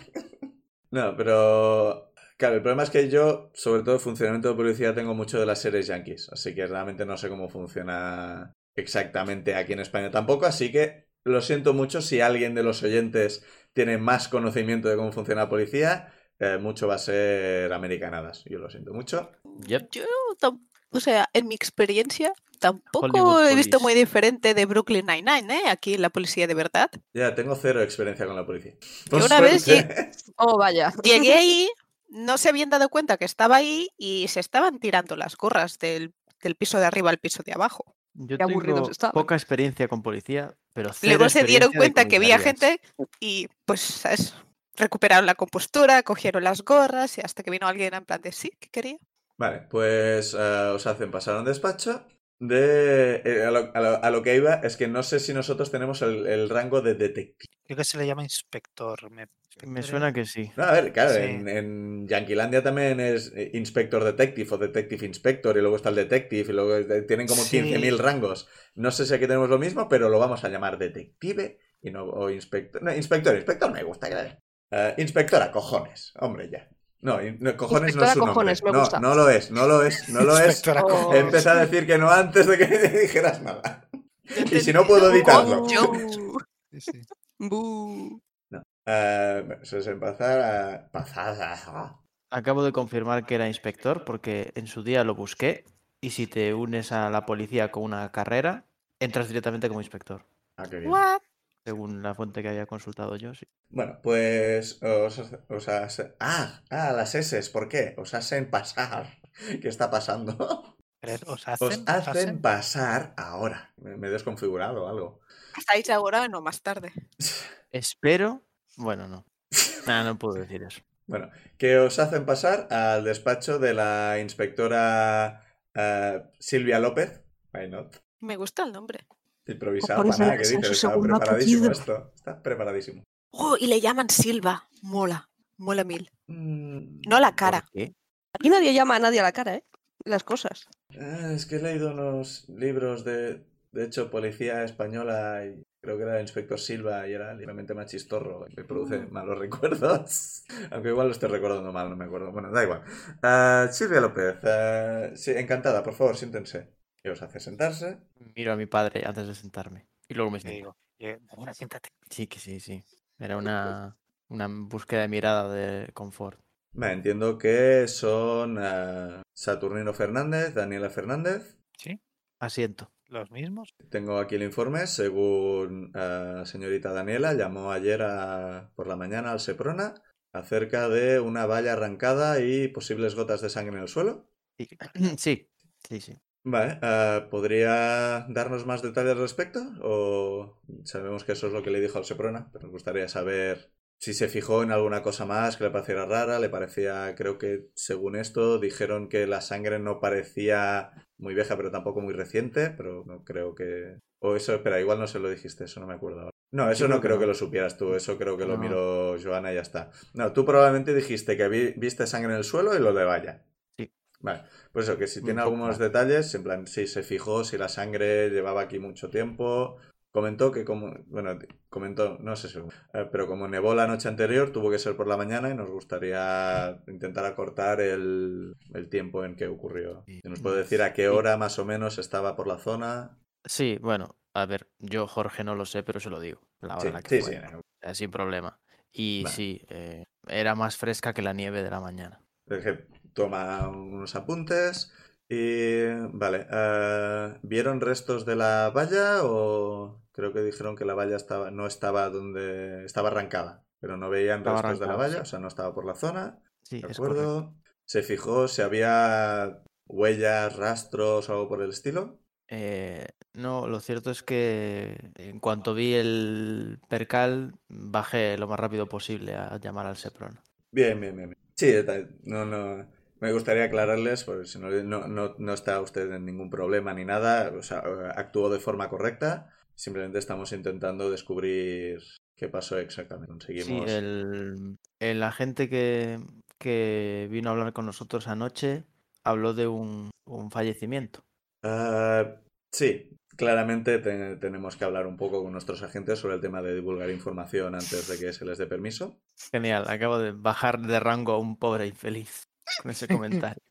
No, pero... Claro, el problema es que yo, sobre todo el funcionamiento de policía, tengo mucho de las series yankees, así que realmente no sé cómo funciona exactamente aquí en España tampoco, así que lo siento mucho si alguien de los oyentes tiene más conocimiento de cómo funciona la policía, eh, mucho va a ser americanadas, yo lo siento mucho.
Yep.
Yo, tam- o sea, en mi experiencia tampoco
Hollywood
he visto
Police.
muy diferente de Brooklyn Nine-Nine, ¿eh? Aquí la policía de verdad.
Ya, tengo cero experiencia con la policía.
Yo una vez
suerte.
Oh, vaya.
Llegué ahí, no se habían dado cuenta que estaba ahí y se estaban tirando las gorras del, del piso de arriba al piso de abajo.
Yo
Qué aburridos
tengo
estaban.
poca experiencia con policía, pero cero
Luego se
experiencia
dieron
de
cuenta que había
comisarías.
gente y pues, ¿sabes? Recuperaron la compostura, cogieron las gorras y hasta que vino alguien en plan de sí, ¿qué quería?
Vale, pues eh, os hacen pasar a un despacho. De, eh, a, lo, a lo- a lo que iba es que no sé si nosotros tenemos el, el rango de detective.
Creo que se le llama inspector. Me,
Me
inspector
suena
es-
que sí.
No, a ver, claro,
Sí.
en, en Yanquilandia también es eh, inspector detective o detective inspector y luego está el detective y luego eh, tienen como
Sí.
15.000 rangos. No sé si aquí tenemos lo mismo, pero lo vamos a llamar detective y no, o inspector. No, inspector, inspector me gusta, claro. Eh, inspectora, cojones, hombre, ya. No, in- no, cojones no
Inspectora
es un
cojones,
nombre.
me
No,
gusta.
no lo es, no lo es, no lo es.
inspectora
Oh.
Cojones.
Empecé a decir que no antes de que dijeras nada. Y si no puedo editarlo.
"Oh, Yo,
Sí, sí.
bu.
Eh, bueno, eso es empezar a... Pasada.
Acabo de confirmar que era inspector porque en su día lo busqué y si te unes a la policía con una carrera, entras directamente como inspector,
Ah, qué bien.
What?
según la fuente que haya consultado yo. sí.
Bueno, pues os, os hace- Ah, ah, las S, ¿por qué? Os hacen pasar. ¿Qué está pasando?
Pero Os
Os
hacen, os
hacen
hacen.
pasar ahora. Me me he desconfigurado o algo.
¿Estáis ahora o no más tarde?
Espero... Bueno, no. Nah, no puedo decir eso.
Bueno, que os hacen pasar al despacho de la inspectora eh, Silvia López. Why not?
Me gusta el nombre.
Improvisado
Oh, Por
para
eso
nada,
no
que
es en
dices,
su
está
segundo
preparadísimo
apellido.
esto. Está preparadísimo.
Oh, y le llaman Silva. Mola, mola mil.
Mm,
No la
¿Por
cara.
qué?
Aquí nadie llama a nadie a la cara, ¿eh? Las cosas.
ah, Es que he leído unos libros de, de hecho, policía española y creo que era el inspector Silva y era libremente machistorro. y Me produce
Mm.
malos recuerdos. Aunque igual lo estoy recordando mal, no me acuerdo. Bueno, da igual. Ah, Silvia López, ah, sí, encantada, por favor, siéntense. Y os hace sentarse.
Miro a mi padre antes de sentarme. Y luego me
Te
siento.
digo, "Oye, ahora siéntate.
Sí, que sí, sí. Era una, una búsqueda de mirada de confort.
Vale, entiendo que son ah, Saturnino Fernández, Daniela Fernández,
¿Sí?
Asiento.
¿Los mismos?
Tengo aquí el informe. Según eh, señorita Daniela, llamó ayer a- por la mañana al Seprona acerca de una valla arrancada y posibles gotas de sangre en el suelo.
Sí, sí, sí. sí.
Vale, eh, ¿podría darnos más detalles al respecto? O sabemos que eso es lo que le dijo al Seprona, pero nos gustaría saber si se fijó en alguna cosa más que le pareciera rara. Le parecía, creo que según esto, dijeron que la sangre no parecía muy vieja, pero tampoco muy reciente, pero no creo que... O eso, espera, igual no se lo dijiste, eso no me acuerdo ahora. No, eso
creo
no
que
creo
no.
que lo supieras tú, eso creo que lo
No.
miró Joana y ya está. No, tú probablemente dijiste que vi- viste sangre en el suelo y lo de valla.
Sí.
Vale, pues eso, que si
Un
tiene
poco
algunos
más.
detalles, en plan, si se fijó, si la sangre llevaba aquí mucho tiempo. Comentó que como, bueno, comentó, no sé si, eh, pero como nevó la noche anterior, tuvo que ser por la mañana y nos gustaría intentar acortar el, el tiempo en que ocurrió.
Sí.
Si ¿Nos puede decir a qué
Sí.
hora más o menos estaba por la zona?
Sí, bueno, a ver, yo Jorge no lo sé, pero se lo digo. La hora
Sí,
en la que
sí,
fue,
sí.
o sea, eh, sin problema. Y
Vale.
sí, eh, era más fresca que la nieve de la mañana.
Es que toma unos apuntes y... Vale. eh, ¿Vieron restos de la valla o...? Creo que dijeron que la valla estaba, no estaba donde... Estaba arrancada, pero no veían
Estaba
restos de la
arrancada,
valla,
sí.
o sea, no estaba por la zona.
Sí,
¿De
es correcto.
acuerdo? Se fijó si había huellas, rastros o algo por el estilo.
Eh, no, lo cierto es que en cuanto vi el percal, bajé lo más rápido posible a llamar al Sepron.
Bien, bien, bien. bien. Sí, está- no, no. Me gustaría aclararles, porque si no, no, no, no está usted en ningún problema ni nada. O sea, eh, actuó de forma correcta. Simplemente estamos intentando descubrir qué pasó exactamente.
Sí,
Conseguimos.
el, el agente que, que vino a hablar con nosotros anoche habló de un, un fallecimiento.
Ah, sí, claramente te- tenemos que hablar un poco con nuestros agentes sobre el tema de divulgar información antes de que se les dé permiso.
Genial, acabo de bajar de rango a un pobre infeliz con ese comentario.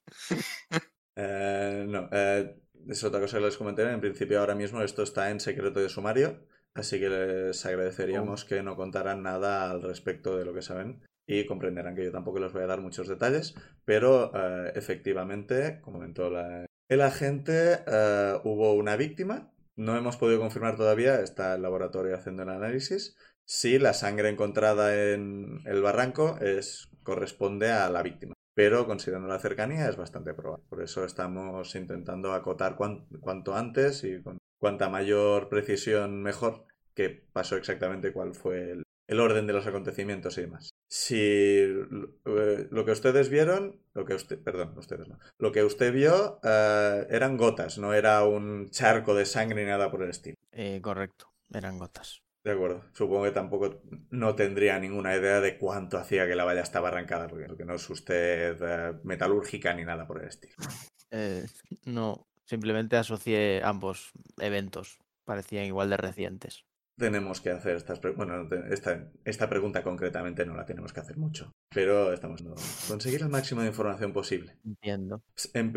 Eh, no, eh, es otra cosa que les comenté. En principio, ahora mismo esto está en secreto de sumario, así que les agradeceríamos que no contaran nada al respecto de lo que saben y comprenderán que yo tampoco les voy a dar muchos detalles, pero eh, efectivamente, como comentó la- el agente, eh, hubo una víctima. No hemos podido confirmar todavía, está el laboratorio haciendo el análisis, si la sangre encontrada en el barranco es, corresponde a la víctima pero considerando la cercanía es bastante probable. Por eso estamos intentando acotar cuan- cuanto antes y con cuanta mayor precisión mejor qué pasó exactamente, cuál fue el, el orden de los acontecimientos y demás. Si l- eh, lo que ustedes vieron, lo que usted, perdón, ustedes no, lo que usted vio eh, eran gotas, no era un charco de sangre ni nada por el estilo.
Eh, correcto, eran gotas.
De acuerdo. Supongo que tampoco no tendría ninguna idea de cuánto hacía que la valla estaba arrancada, porque porque no es usted eh, metalúrgica ni nada por el estilo.
Eh, no, simplemente asocié ambos eventos, parecían igual de recientes.
Tenemos que hacer estas pre- Bueno, no te- esta, esta pregunta concretamente no la tenemos que hacer mucho, pero estamos no- conseguir el máximo de información posible.
Entiendo.
Pues, En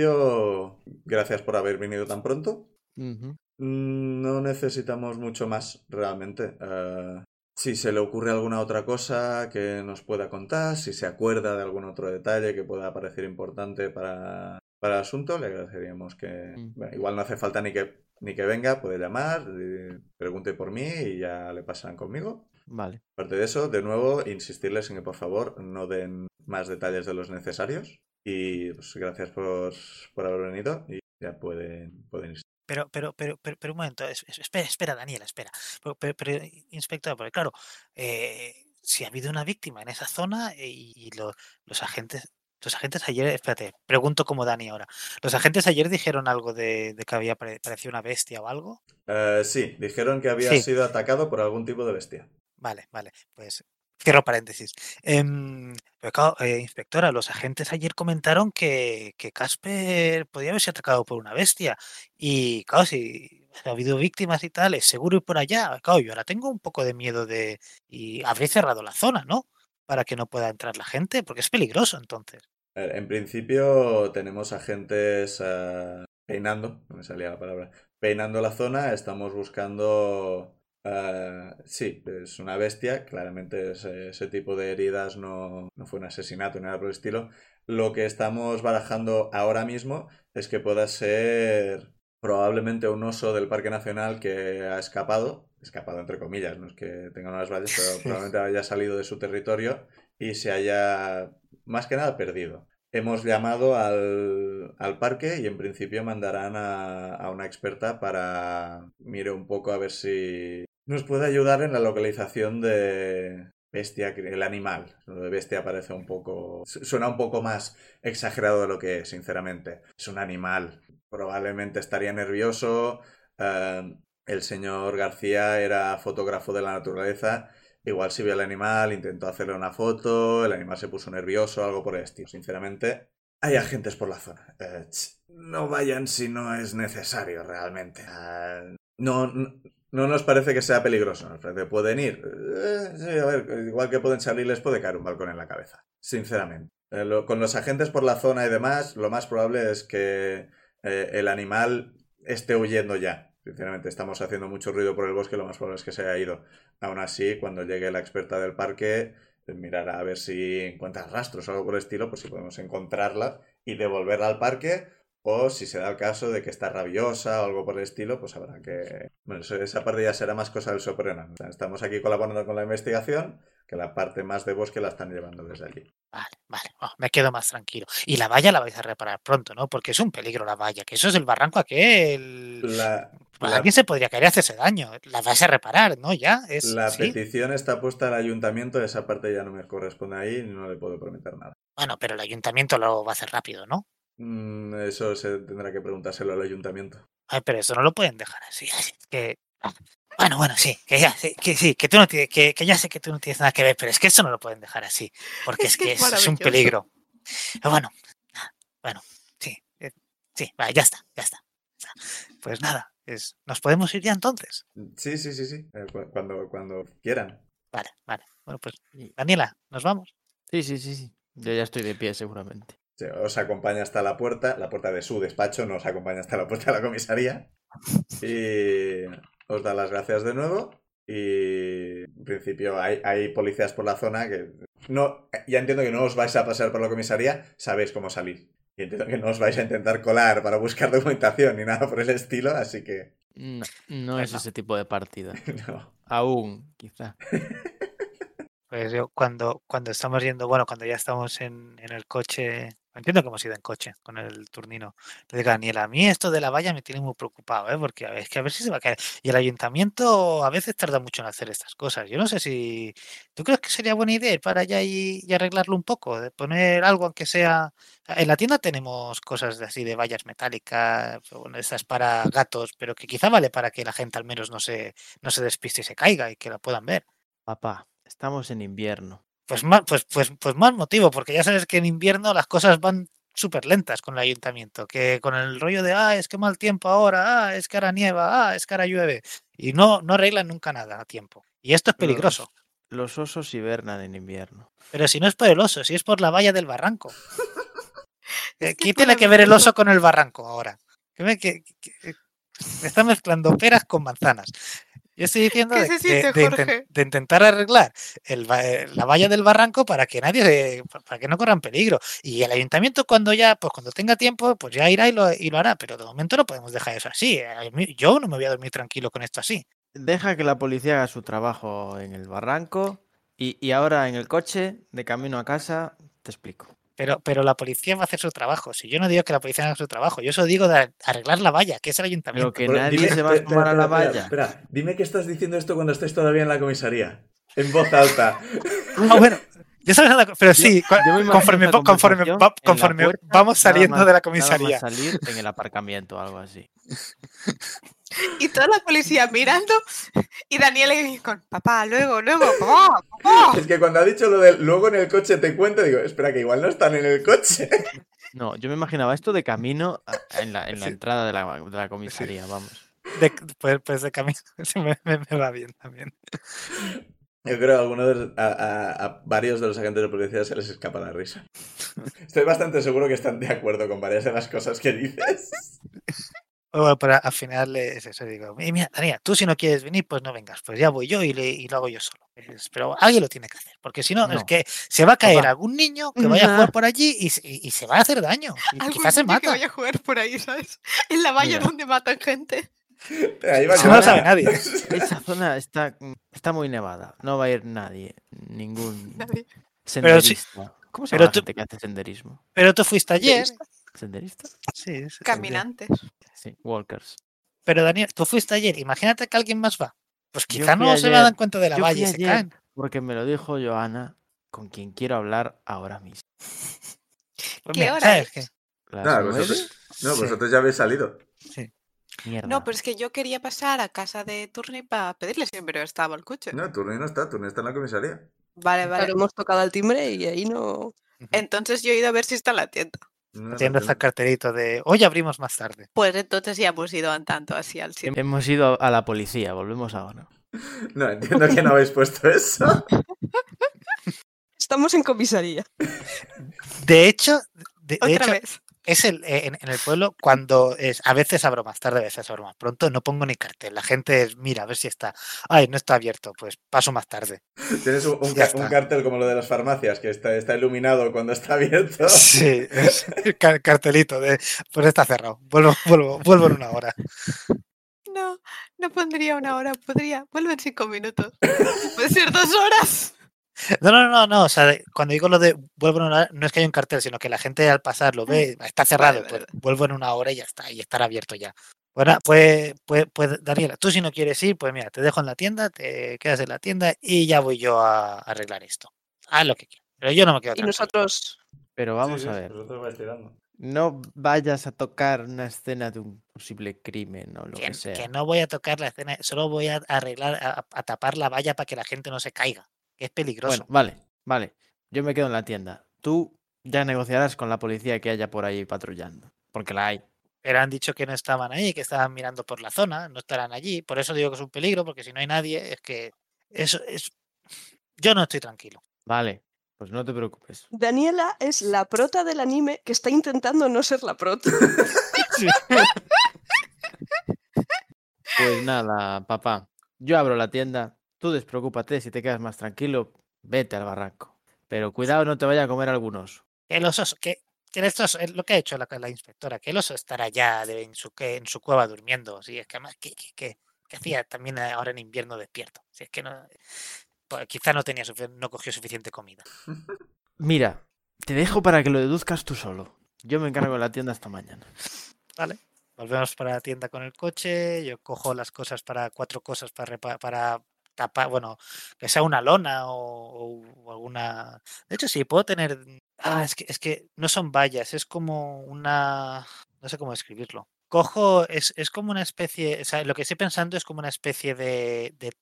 principio, gracias por haber venido tan pronto.
Ujú.
Mm, No necesitamos mucho más, realmente. Eh, si se le ocurre alguna otra cosa que nos pueda contar, si se acuerda de algún otro detalle que pueda parecer importante para, para el asunto, le agradeceríamos que...
Mm.
Bueno, igual no hace falta ni que, ni que venga, puede llamar, eh, pregunte por mí y ya le pasarán conmigo.
Vale,
Aparte de eso, de nuevo, insistirles en que por favor no den más detalles de los necesarios. Y pues, gracias por, por haber venido y ya pueden, pueden irse.
Pero, pero, pero, pero, pero un momento, es- es- espera, espera, Daniela, espera. Pero, pero- pero, i- inspector, porque claro, eh, si ha habido una víctima en esa zona eh, y, y lo- los agentes, los agentes ayer, espérate, pregunto como Dani ahora. ¿Los agentes ayer dijeron algo de, de que había pare- parecido una bestia o algo?
Eh, sí, dijeron que había
Sí.
sido atacado por algún tipo de bestia.
Vale, vale, pues cierro paréntesis. Em, pero claro, eh, inspectora, los agentes ayer comentaron que, que Casper podía haberse atacado por una bestia. Y claro, si ha habido víctimas y tal, es seguro ir por allá. Claro, yo ahora tengo un poco de miedo de... Y habré cerrado la zona, ¿no? Para que no pueda entrar la gente, porque es peligroso entonces.
A ver, en principio tenemos agentes eh, peinando, no me salía la palabra, peinando la zona, estamos buscando... eh, sí, es una bestia, claramente eh, ese, ese tipo de heridas no, no fue un asesinato ni nada por el estilo. Lo que estamos barajando ahora mismo es que pueda ser probablemente un oso del Parque Nacional que ha escapado, escapado entre comillas, no es que tenga unas vallas, pero probablemente haya salido de su territorio y se haya más que nada perdido. Hemos llamado al, al parque y en principio mandarán a, a una experta para mire un poco a ver si nos puede ayudar en la localización de bestia, el animal. Lo de bestia parece un poco... su- suena un poco más exagerado de lo que es, sinceramente. Es un animal. Probablemente estaría nervioso. eh, el señor García era fotógrafo de la naturaleza Igual si vio al animal, intentó hacerle una foto, el animal se puso nervioso, algo por el estilo. Sinceramente, hay agentes por la zona. Eh, ch, no vayan si no es necesario realmente. Ah, no, no, no nos parece que sea peligroso. Nos parece que pueden ir. Eh, sí, a ver, igual que pueden salir, les puede caer un balcón en la cabeza. Sinceramente. Eh, lo- con los agentes por la zona y demás, lo más probable es que eh, el animal esté huyendo ya. Sinceramente, estamos haciendo mucho ruido por el bosque, lo más probable es que se haya ido. Aún así, cuando llegue la experta del parque, mirará a ver si encuentra rastros o algo por el estilo, pues si podemos encontrarla y devolverla al parque. O si se da el caso de que está rabiosa o algo por el estilo, pues habrá que... Bueno, eso- esa parte ya será más cosa del Soprano. O sea, Estamos aquí colaborando con la investigación, que la parte más de bosque la están llevando desde allí.
Vale, vale, oh, me quedo más tranquilo. Y la valla la vais a reparar pronto, ¿no? Porque es un peligro la valla, que eso es el barranco aquel.
La,
Pues
la-
Alguien se podría caer y hacerse daño. La vais a reparar, ¿no? Ya, es.
la
sí.
petición está puesta al ayuntamiento, esa parte ya no me corresponde ahí, no le puedo prometer nada.
Bueno, pero el ayuntamiento lo va a hacer rápido, ¿no?
Mm, eso se tendrá que preguntárselo al ayuntamiento.
Ay, pero eso no lo pueden dejar así. así que... Bueno, bueno, sí, que ya, sí, que sí, que tú no tienes, que, que ya sé que tú no tienes nada que ver, pero es que eso no lo pueden dejar así, porque es,
Es que
que
es
eso es, un
maravilloso.
peligro. Pero bueno, ah, bueno, sí, eh, sí, va, ya está, ya está. ya está. Pues nada, es, nos podemos ir ya entonces.
Sí, sí, sí, sí. eh, cu- Cuando, cuando quieran.
Vale, vale. Bueno, pues
Y-
Daniela, nos vamos.
Sí, sí, sí, sí. Yo ya estoy de pie, seguramente.
Sí, Os acompaña hasta la puerta, la puerta de su despacho, nos acompaña hasta la puerta de la comisaría. Y os da las gracias de nuevo. Y en principio hay, hay policías por la zona que... No, ya entiendo que no os vais a pasar por la comisaría, sabéis cómo salir. Y entiendo que no os vais a intentar colar para buscar documentación ni nada por el estilo, así que...
No, no
Pues
es
no.
ese tipo de partida.
No.
Aún, quizá.
Pues yo cuando, cuando estamos yendo, bueno, cuando ya estamos en, en el coche, entiendo que hemos ido en coche con el turnino, le digo a Daniela, a mí esto de la valla me tiene muy preocupado, ¿eh? porque a ver, es que a ver si se va a caer. Y el ayuntamiento a veces tarda mucho en hacer estas cosas. Yo no sé si, ¿tú crees que sería buena idea ir para allá y, y arreglarlo un poco? De poner algo aunque sea... En la tienda tenemos cosas de así de vallas metálicas, o bueno, estas para gatos, pero que quizá vale para que la gente al menos no se, no se despiste y se caiga y que la puedan ver.
Papá, estamos en invierno.
Pues más, pues, pues, pues más motivo, porque ya sabes que en invierno las cosas van súper lentas con el ayuntamiento, que con el rollo de, ah, es que mal tiempo ahora, ah, es que ahora nieva, ah, es que ahora llueve, y no, no arreglan nunca nada a tiempo. Y esto es
Los-
peligroso.
Los osos hibernan en invierno.
Pero si no es por el oso, si es por la valla del barranco. Eh,
que
¿Qué
por
tiene
el
que ver el
barranco.
oso con el barranco ahora? Que me, que- que- que- me está mezclando peras con manzanas. Yo estoy diciendo
¿Qué
de,
se
de-
siente,
de inten-
Jorge?
de intentar arreglar el va- eh, la valla del barranco para que nadie se- pa- para que no corran peligro. Y el ayuntamiento cuando ya, pues cuando tenga tiempo, pues ya irá y lo, y lo hará. Pero de momento no podemos dejar eso así. Eh, A mí- Yo no me voy a dormir tranquilo con esto así.
Deja que la policía haga su trabajo en el barranco y, y ahora en el coche, de camino a casa, te explico.
Pero, pero la policía va a hacer su trabajo. Si yo no digo que la policía haga su trabajo, yo eso digo de ar- arreglar la valla, que es el ayuntamiento.
Pero que
Pero
nadie
dime-
se va a
espera,
sumar a la
espera,
valla.
Espera, espera. dime que estás diciendo esto cuando estés todavía en la comisaría. En voz alta.
Ah, bueno, ya sabes nada, pero sí, cua-
Yo me imagino
conforme,
esa
va- conforme,
conversación
va-
en la
conforme
puerta,
vamos
nada
saliendo
más-
de la
nada más
comisaría.
salir en el aparcamiento o algo así.
Y toda la policía mirando y Daniela y con papá, luego, luego, papá, papá.
Es que cuando ha dicho lo del luego en el coche te cuento, digo, espera, que igual no están en el coche.
No, yo me imaginaba esto de camino a- en la, en la
Sí.
entrada de la, de la comisaría, vamos.
De- pues, pues de camino sí, me, me- me va bien también.
Yo creo que a, alguno de los- a, a- a varios de los agentes de policía se les escapa la risa. Estoy bastante seguro que están de acuerdo con varias de las cosas que dices.
O para, al final le- es eso, digo, "Mi- mira, Daniela, tú si no quieres venir, pues no vengas, pues ya voy yo y, le- y lo hago yo solo. Es- Pero alguien lo tiene que hacer, porque si no, es
No.
que se va a caer
Papá.
algún niño que vaya a
Nah.
jugar por allí y, se- y- y se va a hacer daño. Y
Algún
quizás se
niño que
mata.
vaya a jugar por ahí, ¿sabes? En la valla
Mira.
donde matan gente.
Ahí va
Eso no
Joana.
lo sabe nadie.
Esa zona está, está muy nevada, no va a ir nadie, ningún
Nadie.
sí-
senderista. ¿Cómo se
pero
llama la
tú-
gente que hace senderismo?
Pero tú fuiste ayer.
¿Senderista?
Sí, sí.
Caminantes.
Sí, walkers.
Pero Daniel, tú fuiste ayer, imagínate que alguien más va. Pues
Yo
quizá
fui
no se va a
ayer,
dar cuenta de la
yo
valla y
fui
se
ayer.
caen.
Porque me lo dijo Joana, con quien quiero hablar ahora mismo.
Pues
¿Qué
mira,
hora
¿sabes qué?
Las
Nada,
nueve,
vosotros- No,
Sí.
vosotros ya habéis salido.
mierda.
No, pero es que yo quería pasar a casa de Turni para pedirle siempre, pero estaba el coche.
No, Turni no está, Turni está en la comisaría.
Vale, vale.
Claro, hemos tocado el timbre y ahí no.
Entonces yo he ido a ver si está en la tienda.
No, no,
Tiene
Turni.
esta carterito de hoy abrimos más tarde.
Pues entonces ya hemos ido an- tanto así al sitio.
Hemos ido a- a la policía, volvemos ahora.
No, entiendo que no habéis puesto eso.
Estamos en comisaría.
De hecho, de, de
Otra
hecho
vez.
es el, eh, en, en el pueblo cuando es, a veces abro más tarde, a veces abro más pronto, no pongo ni cartel. La gente es, mira, a ver si está. Ay, no está abierto, pues paso más tarde.
Tienes un, un
Ya
ca- un
está.
cartel como lo de las farmacias, que está, está iluminado cuando está abierto.
Sí, es el ca- cartelito de, pues está cerrado, vuelvo, vuelvo, vuelvo en una hora.
No, no pondría una hora, podría. Vuelven cinco minutos. Puede ser dos horas.
No, no, no, no, o sea, de- cuando digo lo de vuelvo en una hora, no es que haya un cartel, sino que la gente al pasar lo ve, está cerrado,
vale,
pues
vale.
vuelvo en una hora y ya está, y estará abierto ya. Bueno, pues, pues, pues, Daniela, tú si no quieres ir, pues mira, te dejo en la tienda, te quedas en la tienda y ya voy yo a, arreglar esto. Haz lo que quieras. Pero yo no me quedo
Y
tranquilo.
nosotros,
Pero vamos a ver,
Vosotros vais tirando.
no vayas a tocar una escena de un posible crimen o lo
Que,
que sea.
que no voy a tocar la escena, solo voy a arreglar, a, a tapar la valla para que la gente no se caiga. que Es peligroso.
Bueno, vale, vale. Yo me quedo en la tienda. Tú ya negociarás con la policía que haya por ahí patrullando. Porque la hay.
Pero han dicho que no estaban ahí, que estaban mirando por la zona, no estarán allí. Por eso digo que es un peligro, porque si no hay nadie, es que eso es. Yo no estoy tranquilo.
Vale, pues no te preocupes.
Daniela es la prota del anime que está intentando no ser la prota.
Pues nada, papá. Yo abro la tienda. Tú despreocúpate si te quedas más tranquilo. Vete al barranco. Pero cuidado, no te vaya a comer algunos.
Que los osos, que, que el oso- el- lo que ha hecho la, la inspectora, que el oso estará ya de- en, su, que- en su cueva durmiendo. Si es que además, que, que- que- que hacía también ahora en invierno despierto? Si es que no. Pues quizá no tenía sufi- no cogió suficiente comida.
Mira, te dejo para que lo deduzcas tú solo. Yo me encargo de la tienda hasta mañana.
Volvemos para la tienda con el coche, yo cojo las cosas para cuatro cosas para, repa- para tapar, bueno, que sea una lona o, o alguna... De hecho, sí, puedo tener... Ah, es que, es que no son vallas, es como una... No sé cómo describirlo. Cojo, es, es como una especie, o sea, lo que estoy pensando es como una especie de, de,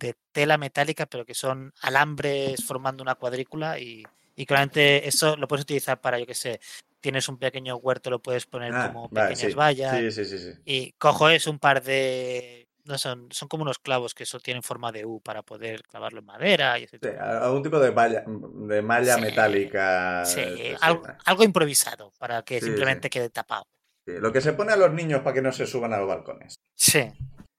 de tela metálica, pero que son alambres formando una cuadrícula y, y claramente eso lo puedes utilizar para, yo qué sé, tienes un pequeño huerto, lo puedes poner
Ah,
como
vale,
pequeñas
sí.
vallas.
Sí, sí, sí, sí.
Y cojo es un par de. No son, son como unos clavos que eso tienen forma de U para poder clavarlo en madera. Y ese
Sí,
tipo de-
a- algún tipo de, valla- de malla
Sí,
ah,
metálica.
Sí,
este, sí,
algo,
vale.
algo improvisado para que
Sí, sí.
simplemente quede tapado.
Sí, Lo que se pone a los niños para que no se suban a los balcones.
Sí,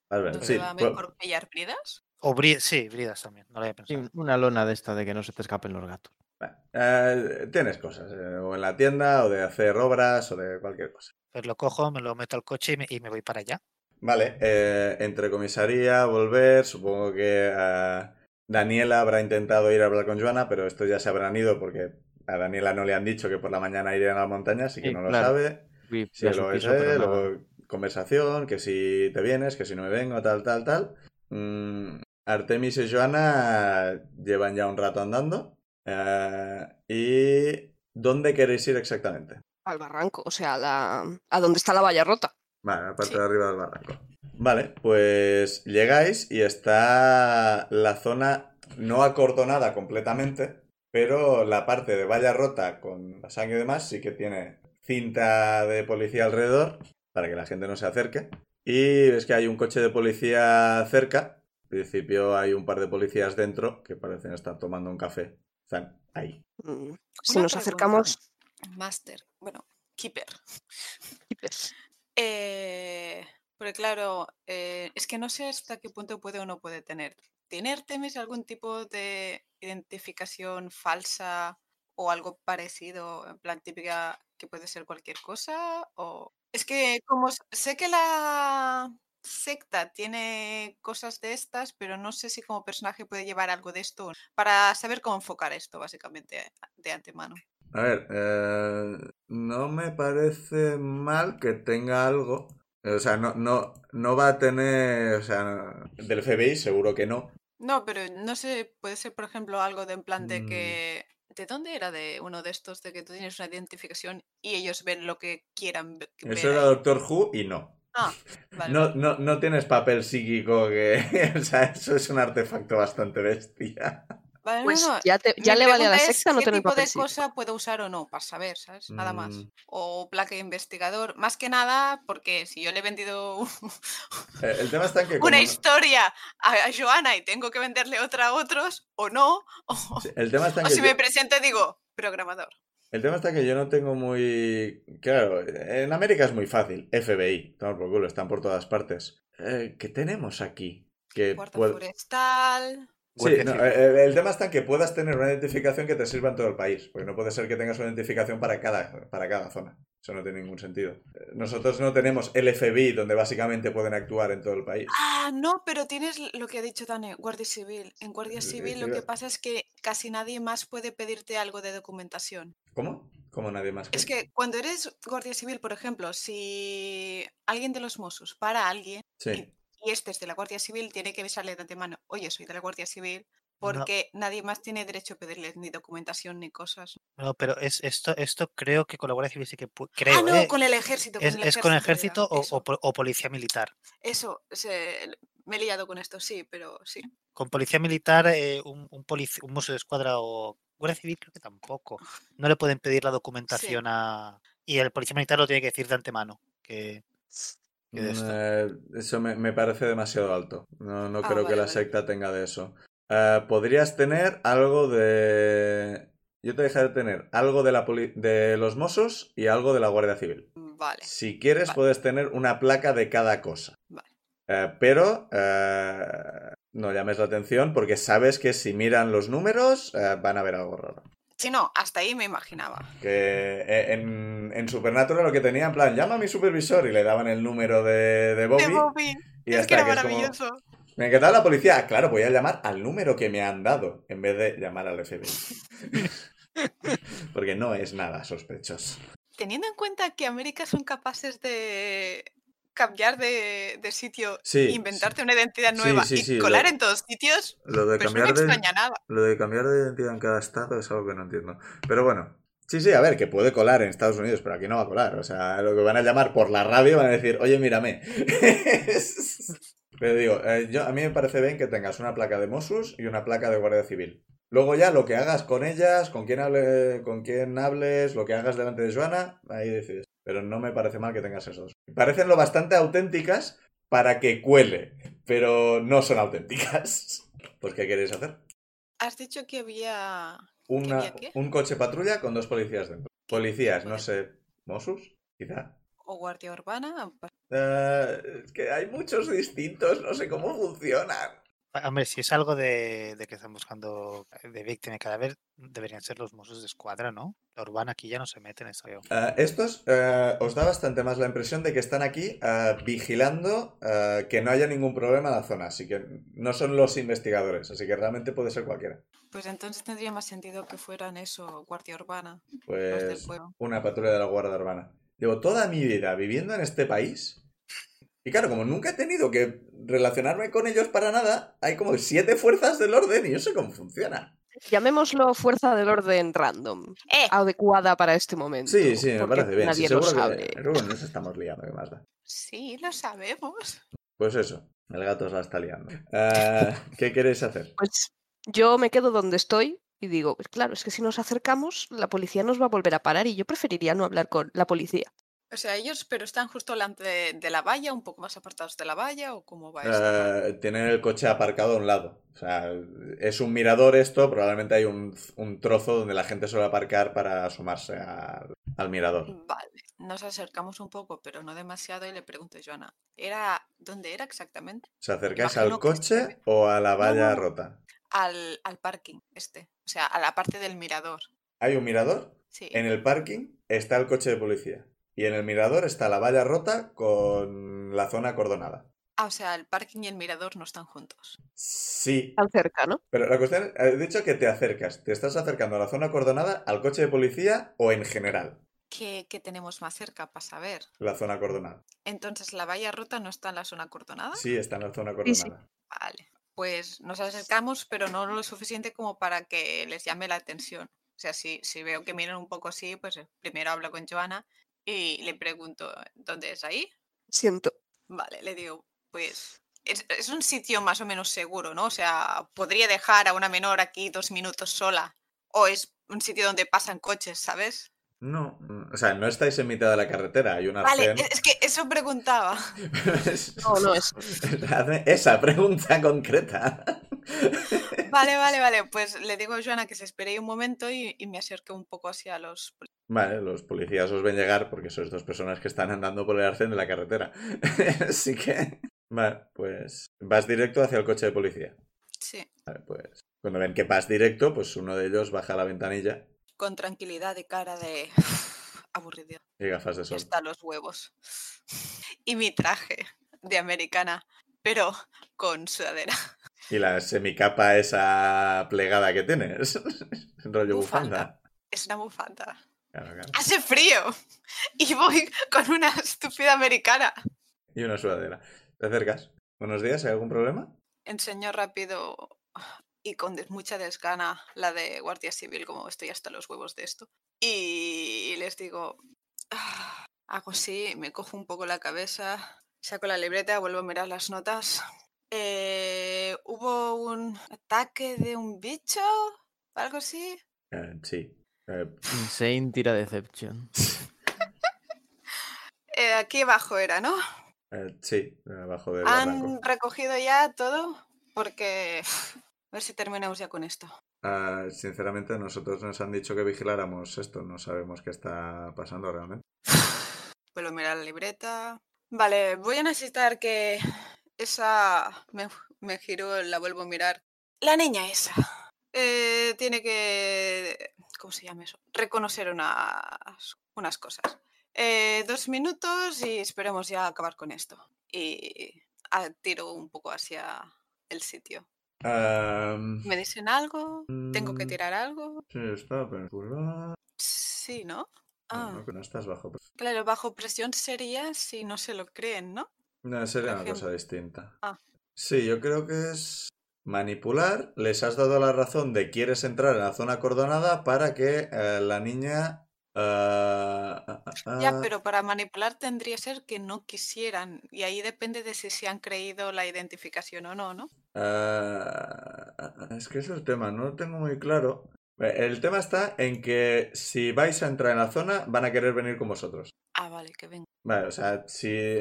Vas a ver,
¿Dónde
sí,
va
pues-
mejor pillar bridas?
o bri- sí, bridas también, no lo había
Sí,
pensado.
una lona de esta de que no se te escapen los gatos.
vale. Eh, tienes cosas, eh, o en la tienda, o de hacer obras, o de cualquier cosa.
Pues lo cojo, me lo meto al coche y me, y me voy para allá.
Vale, eh, entre comisaría, volver, supongo que eh, Daniela habrá intentado ir a hablar con Joana, pero esto ya se habrán ido porque a Daniela no le han dicho que por la mañana irían a la montaña, así que
Sí,
no lo
claro.
sabe.
Fui- fui
Si
a su
lo
piso,
es,
pero
eh,
nada.
luego conversación, que si te vienes, que si no me vengo, tal, tal, tal. Mm, Artemis y Joana llevan ya un rato andando. eh, ¿Y dónde queréis ir exactamente?
Al barranco, o sea, a la- a donde está la valla rota.
Vale, la parte
Sí.
de arriba del barranco. Vale, pues llegáis y está la zona no acordonada completamente, pero la parte de valla rota con la sangre y demás sí que tiene cinta de policía alrededor para que la gente no se acerque. Y ves que hay un coche de policía cerca. En principio hay un par de policías dentro que parecen estar tomando un café. Están ahí.
Mm, Si
Una
nos
pregunta.
acercamos,
Master, bueno, Keeper.
pues,
Eh, porque claro, eh, es que no sé hasta qué punto puede o no puede tener. ¿Tiene Artemis algún tipo de identificación falsa o algo parecido, en plan típica que puede ser cualquier cosa? O... Es que como s- sé que la secta tiene cosas de estas, pero no sé si como personaje puede llevar algo de esto o no. para saber cómo enfocar esto básicamente eh, de antemano.
A ver, eh, no me parece mal que tenga algo. O sea, no, no, no va a tener. O sea, del FBI seguro que no.
No, pero no sé, puede ser, por ejemplo, algo de en plan de
Mm.
que... ¿De dónde era de uno de estos de que tú tienes una identificación y ellos ven lo que quieran ve- ver?
Eso era
ahí?
Doctor Who y no.
Ah, vale.
No, no, no tienes papel psíquico que. O sea, eso es un artefacto bastante bestia.
vale, no,
pues
no,
pues ya, te- ya
mi
le vale a la
pregunta es
sexta no
¿Qué
tener
tipo
papel
de
psíquico.
cosa puedo usar o no? Para saber, ¿sabes? Nada más.
Mm.
O placa de investigador. Más que nada, porque si yo le he vendido
Eh, El tema está en que. como
una
no-
historia a, a Joana y tengo que venderle otra a otros, o no, o,
Sí, El tema está en
o
que
si
yo-
me presento y digo, programador.
El tema está que yo no tengo muy. Claro, en América es muy fácil. FBI, tomar por culo, están por todas partes. Eh, ¿Qué tenemos aquí? Que
Guarda
puede-
forestal.
Sí, no, eh, el tema está en que puedas tener una identificación que te sirva en todo el país, porque no puede ser que tengas una identificación para cada, para cada zona. Eso no tiene ningún sentido. Eh, Nosotros no tenemos el FBI, donde básicamente pueden actuar en todo el país.
Ah, no, pero tienes l- lo que ha dicho Dani, Guardia Civil. En Guardia
Sí,
Civil lo
sí,
que
va.
pasa es que casi nadie más puede pedirte algo de documentación.
¿Cómo? ¿Cómo nadie más?
Es que cuando eres Guardia Civil, por ejemplo, si alguien de los Mossos para a alguien
Sí.
y este es de la Guardia Civil, tiene que avisarle de antemano, oye, soy de la Guardia Civil,
No.
porque nadie más tiene derecho a pedirles ni documentación ni cosas.
No, pero es, esto, esto creo que con la Guardia Civil sí que pu- creo,
Ah, no,
¿eh?
con el ejército.
es, es con ejército
era,
o,
Eso,
o po- o policía militar.
eso, se- me he liado con esto, sí, pero sí.
Con policía militar, eh, un, un, polic- un museo de escuadra o Guardia Civil creo que tampoco. No le pueden pedir la documentación a... Y el policía militar lo tiene que decir de antemano. Que... que de esto.
Eh, eso me, me parece demasiado alto. No, no
Ah,
creo que
vale,
la
vale.
secta tenga de eso. Eh, Podrías tener algo de... Yo te dejaré tener algo de, la poli- de los Mossos y algo de la Guardia Civil.
Mm.
Vale.
Si quieres,
Vale.
puedes tener una placa de cada cosa.
Vale.
Eh, pero eh, no llames la atención porque sabes que si miran los números eh, van a ver algo raro.
Si no, hasta ahí me imaginaba.
Que eh, en, en Supernatural lo que tenía en plan, llama a mi supervisor y le daban el número de, de Bobby.
De Bobby.
y ya
Es
está, que
que era
es como,
maravilloso.
Me encantaba la policía. Ah, Claro, voy a llamar al número que me han dado en vez de llamar al FBI. porque no es nada sospechoso.
Teniendo en cuenta que América son capaces de cambiar de, de sitio,
Sí.
inventarte una identidad
Sí,
nueva
sí,
y
sí,
colar
lo-
en todos sitios,
Lo de
pues no me extraña nada.
Lo de cambiar de identidad en cada estado es algo que no entiendo. Pero bueno. Sí, sí, a ver, que puede colar en Estados Unidos, pero aquí no va a colar. O sea, lo que van a llamar por la radio van a decir, oye, mírame. pero digo, eh, yo, a mí me parece bien que tengas una placa de Mossus y una placa de Guardia Civil. Luego ya lo que hagas con ellas, con quién, hable, con quién hables, lo que hagas delante de Joana, ahí decides. Pero no me parece mal que tengas esos. Parecen lo bastante auténticas para que cuele, pero no son auténticas. Pues, ¿qué queréis hacer?
Has dicho que había.
una-
había qué?
un coche patrulla con dos policías dentro. Policías, no
Vale.
sé, Mossos, quizá.
o guardia urbana. pues, pa-
Eh, es que hay muchos distintos, no sé cómo funcionan.
Ah, Hombre, si es algo de, de que están buscando eh, de víctima y cadáver, deberían ser los Mossos de escuadra, ¿no? La urbana aquí ya no se meten, eso yo.
Eh, estos eh, os da bastante más la impresión de que están aquí eh, vigilando eh, que no haya ningún problema en la zona, así que no son los investigadores, así que realmente puede ser cualquiera.
Pues entonces tendría más sentido que fueran eso, guardia urbana, los del
Pues
pueblo.
una patrulla de la Guardia Urbana. Llevo toda mi vida viviendo en este país. Y claro, como nunca he tenido que relacionarme con ellos para nada, hay como siete fuerzas del orden y yo sé cómo funciona.
Llamémoslo fuerza del orden random,
¡Eh!
adecuada para este momento.
Sí, sí, me
porque
parece bien.
Nadie
sí,
lo
seguro que-
sabe.
seguro que nos estamos liando, ¿qué más da?
Sí, lo sabemos.
Pues eso, el gato se la está liando. Eh, ¿Qué queréis hacer?
Pues yo me quedo donde estoy y digo, "Pues claro, es que si nos acercamos, la policía nos va a volver a parar y yo preferiría no hablar con la policía.
O sea, ellos, pero están justo delante de, de la valla, un poco más apartados de la valla, o cómo
Pues
va esto.
Eh, tienen el coche aparcado a un lado. O sea, es un mirador esto, probablemente hay un, un trozo donde la gente suele aparcar para asomarse al- al mirador.
Vale, nos acercamos un poco, pero no demasiado, y le pregunto a Joana, ¿era, ¿dónde era exactamente?
¿Se acercáis
Imagino
al
que se
coche
ve.
o a la valla
no.
rota?
Al, al parking, este, o sea, a la parte del mirador.
Hay un mirador,
Sí.
en el parking está el coche de policía y en el mirador está la valla rota con la zona acordonada.
Ah, o sea, el parking y el mirador no están juntos.
Sí,
Tan cerca, ¿no?
pero la cuestión es, he dicho que te acercas, te estás acercando a la zona acordonada, al coche de policía o en general,
¿Qué, qué tenemos más cerca para saber?
la zona acordonada.
Entonces, ¿la valla rota no está en la zona acordonada?
Sí, está en la zona
Sí, sí.
acordonada.
Vale. Pues nos acercamos, pero no lo suficiente como para que les llame la atención. O sea, si, si veo que miran un poco así, pues eh, primero hablo con Joana y le pregunto, ¿dónde es ahí?
Siento.
Vale, le digo, pues es, es un sitio más o menos seguro, ¿no? O sea, podría dejar a una menor aquí dos minutos sola. O es un sitio donde pasan coches, ¿sabes?
No, mm, o sea, no estáis en mitad de la carretera, hay un
Vale, eh,
arcén.
es, es que eso preguntaba.
No, no, es
Hazme esa pregunta concreta.
Vale, vale, vale. Pues le digo a Joana que se espere ahí un momento y, y me acerque un poco hacia los. poli-
Vale, los policías os ven llegar porque sois dos personas que están andando por el arcén de la carretera. Así que... Vale, pues vas directo hacia el coche de policía.
Sí,
Vale, pues cuando ven que vas directo, pues uno de ellos baja la ventanilla
con tranquilidad de cara de. aburrido.
y gafas de sol.
Hasta los huevos. Y mi traje de americana, pero con sudadera.
Y la semicapa esa plegada que tienes. Rollo bufanda.
Es una bufanda.
Claro, claro.
¡Hace frío! Y voy con una estúpida americana.
Y una sudadera. Te acercas. Buenos días, ¿hay algún problema?
Enseño rápido y con des- mucha desgana la de Guardia Civil, como estoy hasta los huevos de esto. Y les digo, "Ah", hago así, me cojo un poco la cabeza, saco la libreta, vuelvo a mirar las notas. Eh, Hubo un ataque de un bicho, algo así.
Eh, sí. Eh,
Insane tira Deception.
Eh, aquí abajo era, ¿no?
eh, sí, abajo del barranco.
Han recogido ya todo porque... A ver si terminamos ya con esto.
Ah, sinceramente, a nosotros nos han dicho que vigiláramos esto. No sabemos qué está pasando realmente.
Vuelvo a mirar la libreta. Vale, voy a necesitar que esa... Me, me giro, la vuelvo a mirar. La niña esa. eh, tiene que... ¿Cómo se llama eso? Reconocer unas, unas cosas. Eh, dos minutos y esperemos ya acabar con esto. Y ah, tiro un poco hacia el sitio.
Am,
¿Me dicen algo? ¿Tengo que
mm,
tirar algo?
Sí, está, pero... No,
Sí, ¿no? Ah,
no, que no estás bajo. pues.
claro, bajo presión sería si no se lo creen, ¿no?
No, sería
Por
una cosa distinta.
Ah.
Sí, yo creo que es manipular. Les has dado la razón de quieres entrar en la zona acordonada para que eh, la niña... ah, ah, ah,
Ya,
ah,
pero para manipular tendría ser que no quisieran. Y ahí depende de si se han creído la identificación o no, ¿no?
Ah, es que es el tema, no lo tengo muy claro. Eh, El tema está en que si vais a entrar en la zona, van a querer venir con vosotros.
Ah, vale, que venga.
Vale, o sea, si,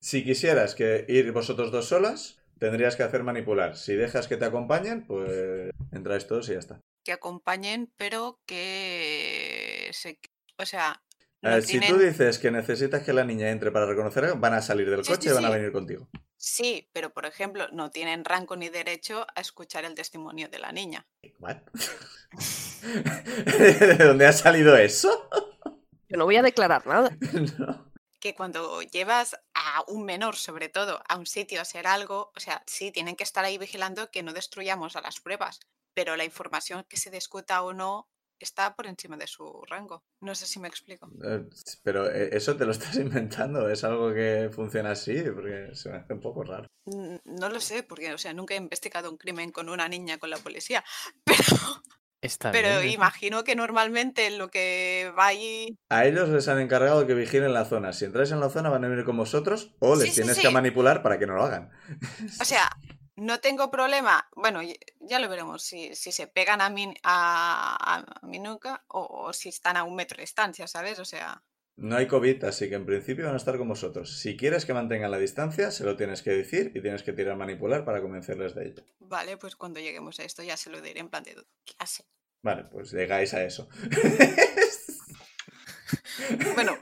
si quisieras que ir vosotros dos solas, tendrías que hacer manipular. Si dejas que te acompañen, pues entráis todos y ya está.
Que acompañen, pero que se... O sea,
A
no
ver, Eh, si tú
tienen-
dices que necesitas que la niña entre para reconocer, van a salir del
Sí, sí,
coche y van a
sí.
venir contigo.
Sí, pero por ejemplo, no tienen rango ni derecho a escuchar el testimonio de la niña.
What? ¿De dónde ha salido eso?
Yo no voy a declarar nada.
No.
que cuando llevas a un menor, sobre todo, a un sitio a hacer algo, o sea, sí, tienen que estar ahí vigilando que no destruyamos a las pruebas, pero la información que se discuta o no está por encima de su rango. No sé si me explico.
Eh, Pero eh, eso te lo estás inventando, es algo que funciona así, porque se me hace un poco raro.
N- No lo sé, porque, o sea, nunca he investigado un crimen con una niña con la policía, pero,
Está
pero
bien. ¿eh?
imagino que normalmente lo que va ahí...
A ellos les han encargado que vigilen la zona. Si entráis en la zona van a venir con vosotros o les
Sí, sí,
tienes
sí.
que manipular para que no lo hagan.
O sea, no tengo problema. Bueno, y- ya lo veremos si, si se pegan a mi, a, a mi nuca o, o si están a un metro de distancia, ¿sabes? O sea,
No hay COVID, así que en principio van a estar con vosotros. Si quieres que mantengan la distancia, se lo tienes que decir y tienes que tirar manipular para convencerles de ello.
vale, pues cuando lleguemos a esto ya se lo diré en plan de ¿qué hace?
Vale, pues llegáis a eso.
Bueno,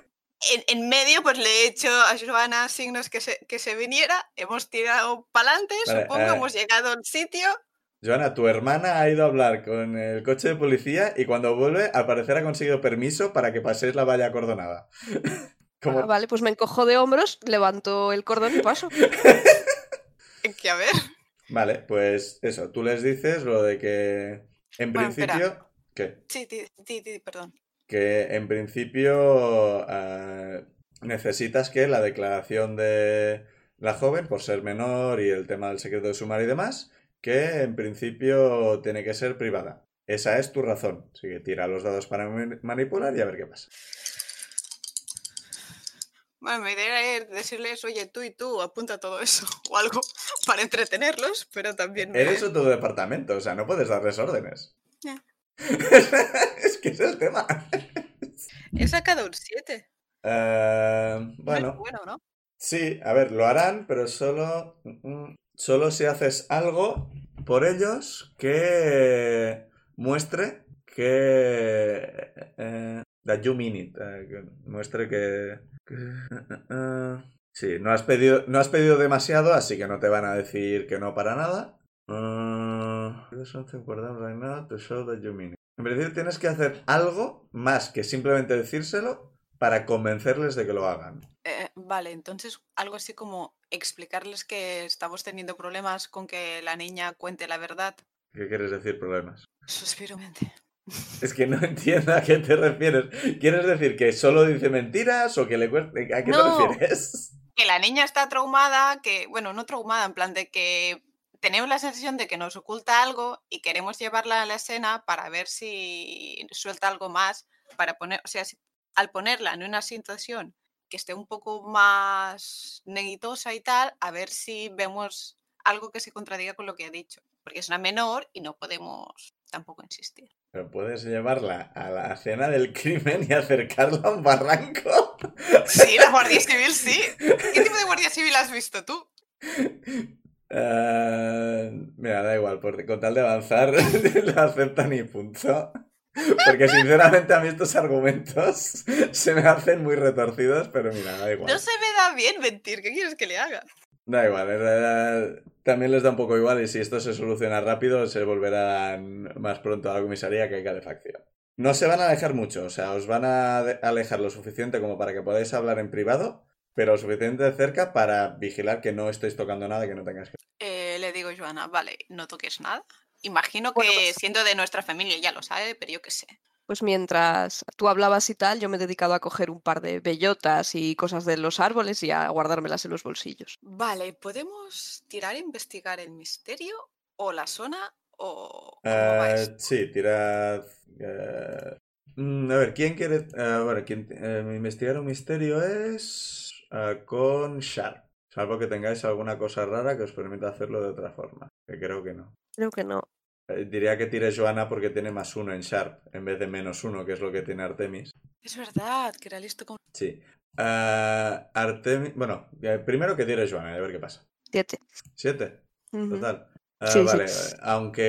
en, en medio pues le he hecho a Joana signos que se, que se viniera, hemos tirado para adelante,
Vale,
supongo,
eh.
hemos llegado al sitio.
Joana, tu hermana ha ido a hablar con el coche de policía y cuando vuelve, al parecer ha conseguido permiso para que paséis la valla acordonada. Como-
Ah, vale, pues me encojo de hombros, levanto el cordón y paso.
Que a ver,
Vale, pues eso, tú les dices lo de que en
Bueno, espera.
principio... ¿Qué?
sí, ti- ti- ti, perdón.
Que en principio eh, necesitas que la declaración de la joven, por ser menor y el tema del secreto de sumar y demás, que en principio tiene que ser privada. Esa es tu razón. Así que tira los dados para mani- manipular y a ver qué pasa.
Bueno, mi idea era decirles, oye, tú y tú, apunta todo eso o algo para entretenerlos, pero también... me-
Eres otro departamento, o sea, no puedes darles órdenes.
Ya.
es que es el tema.
He sacado un 7.
Eh,
Bueno,
bueno,
bueno, ¿no?
sí, a ver, lo harán, pero solo, mm, solo si mm, haces algo por ellos que muestre que... eh, that you mean it, eh, que muestre que... que- eh, eh, sí, no has, pedido, no has pedido demasiado, así que no te van a decir que no para nada. Mm, do something for them right now to show that you mean it. En principio tienes que hacer algo más que simplemente decírselo para convencerles de que lo hagan.
Eh, vale, entonces algo así como explicarles que estamos teniendo problemas con que la niña cuente la verdad.
¿Qué quieres decir problemas?
Suspiro mente.
Es que no entiendo a qué te refieres. ¿Quieres decir que solo dice mentiras o que le cuesta? ¿A qué te
No.
refieres?
Que la niña está traumada, que, bueno, no traumada, en plan de que tenemos la sensación de que nos oculta algo y queremos llevarla a la escena para ver si suelta algo más, para poner, o sea, si- al ponerla en una situación que esté un poco más neguitosa y tal, a ver si vemos algo que se contradiga con lo que ha dicho. Porque es una menor y no podemos tampoco insistir.
Pero puedes llevarla a la escena del crimen y acercarla a un barranco.
Sí, la Guardia Civil sí. ¿Qué tipo de Guardia Civil has visto tú?
Eh, mira, da igual, porque con tal de avanzar, lo aceptan y punto. Porque sinceramente a mí estos argumentos se me hacen muy retorcidos, pero mira, da igual.
No se me da bien mentir. ¿Qué quieres que le haga?
Da igual, en realidad, también les da un poco igual y si esto se soluciona rápido se volverán más pronto a la comisaría que a calefacción. No se van a alejar mucho, o sea, os van a de- alejar lo suficiente como para que podáis hablar en privado, pero lo suficiente de cerca para vigilar que no estéis tocando nada que no tengáis que...
Eh, le digo, Joana, vale, no toques nada. Imagino que
Bueno, pues-
siendo de nuestra familia ya lo sabe, pero yo qué sé.
Pues mientras tú hablabas y tal, yo me he dedicado a coger un par de bellotas y cosas de los árboles y a guardármelas en los bolsillos.
Vale, ¿podemos tirar a investigar el misterio o la zona o cómo va
Eh,
esto?
sí, tirad... eh, mm, a ver, ¿quién quiere...? eh, bueno, quien, eh, investigar un misterio es... eh, con Sharp. Salvo que tengáis alguna cosa rara que os permita hacerlo de otra forma, que creo que no.
Creo que no.
Eh, Diría que tire Joana porque tiene más uno en Sharp en vez de menos uno, que es lo que tiene Artemis.
Es verdad, que era listo como...
Sí. Ah, Artemis. Bueno, eh, primero que tire Joana, a ver qué pasa.
Siete.
Siete,
Ujú.
total. Ah,
Sí, sí.
vale, eh, aunque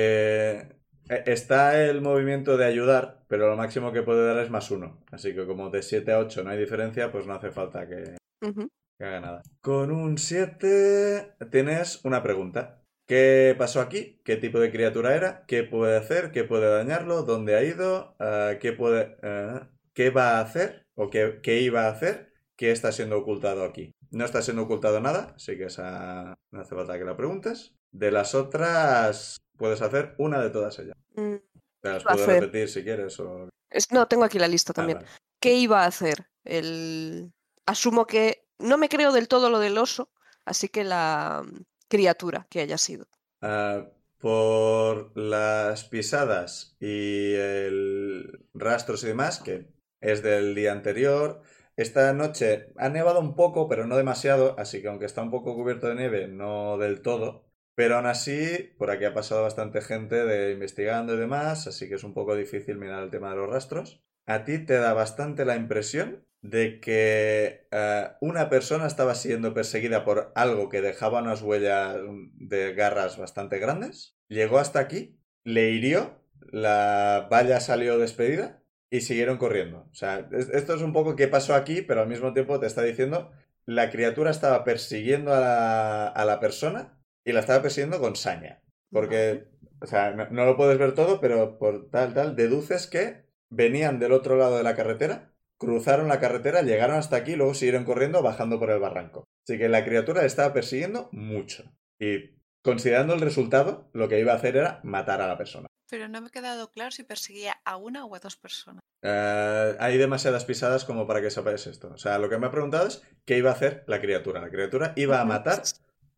eh, está el movimiento de ayudar, pero lo máximo que puede dar es más uno. Así que como de 7 a 8 no hay diferencia, pues no hace falta que,
Ujú.
que haga nada. Con un 7 tienes una pregunta. ¿Qué pasó aquí? ¿Qué tipo de criatura era? ¿Qué puede hacer? ¿Qué puede dañarlo? ¿Dónde ha ido? Ah, ¿Qué puede... ah, ¿Qué va a hacer? ¿O qué, qué iba a hacer? ¿Qué está siendo ocultado aquí? No está siendo ocultado nada, así que esa no hace falta que la preguntes. De las otras, puedes hacer una de todas ellas.
Mm,
Te las
Iba a
puedo
hacer.
repetir si quieres. O...
es- no, tengo aquí la lista
Ah,
también.
vale.
¿Qué iba a hacer? El... Asumo que no me creo del todo lo del oso, así que la mm, criatura que haya sido.
Ah, por las pisadas y el rastros y demás, que es del día anterior. Esta noche ha nevado un poco, pero no demasiado, así que aunque está un poco cubierto de nieve, no del todo. Pero aún así, por aquí ha pasado bastante gente de investigando y demás, así que es un poco difícil mirar el tema de los rastros. A ti te da bastante la impresión de que eh, una persona estaba siendo perseguida por algo que dejaba unas huellas mm, de garras bastante grandes, llegó hasta aquí, le hirió, la valla salió despedida y siguieron corriendo. O sea, es- esto es un poco qué pasó aquí, pero al mismo tiempo te está diciendo la criatura estaba persiguiendo a la, a la persona y la estaba persiguiendo con saña. Porque, o sea, no, no lo puedes ver todo, pero por tal, tal, deduces que venían del otro lado de la carretera, cruzaron la carretera, llegaron hasta aquí y luego siguieron corriendo bajando por el barranco. Así que la criatura le estaba persiguiendo mucho. Y considerando el resultado, lo que iba a hacer era matar a la persona.
Pero no me ha quedado claro si perseguía a una o a dos personas.
Eh, hay demasiadas pisadas como para que sepáis esto. O sea, lo que me ha preguntado es qué iba a hacer la criatura. La criatura iba a
Ujú.
matar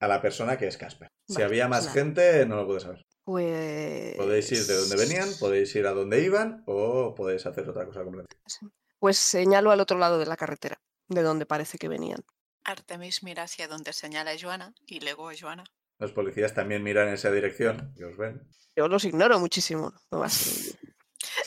a la persona que es Casper. Si
Vale,
había más
claro.
gente, no lo puedo saber.
Pues...
Podéis ir de donde venían, podéis ir a donde iban o podéis hacer otra cosa completamente.
Pues señalo al otro lado de la carretera, de donde parece que venían.
Artemis mira hacia donde señala Joana y luego Joana.
Los policías también miran en esa dirección y os ven.
Yo los ignoro muchísimo. no va a ser-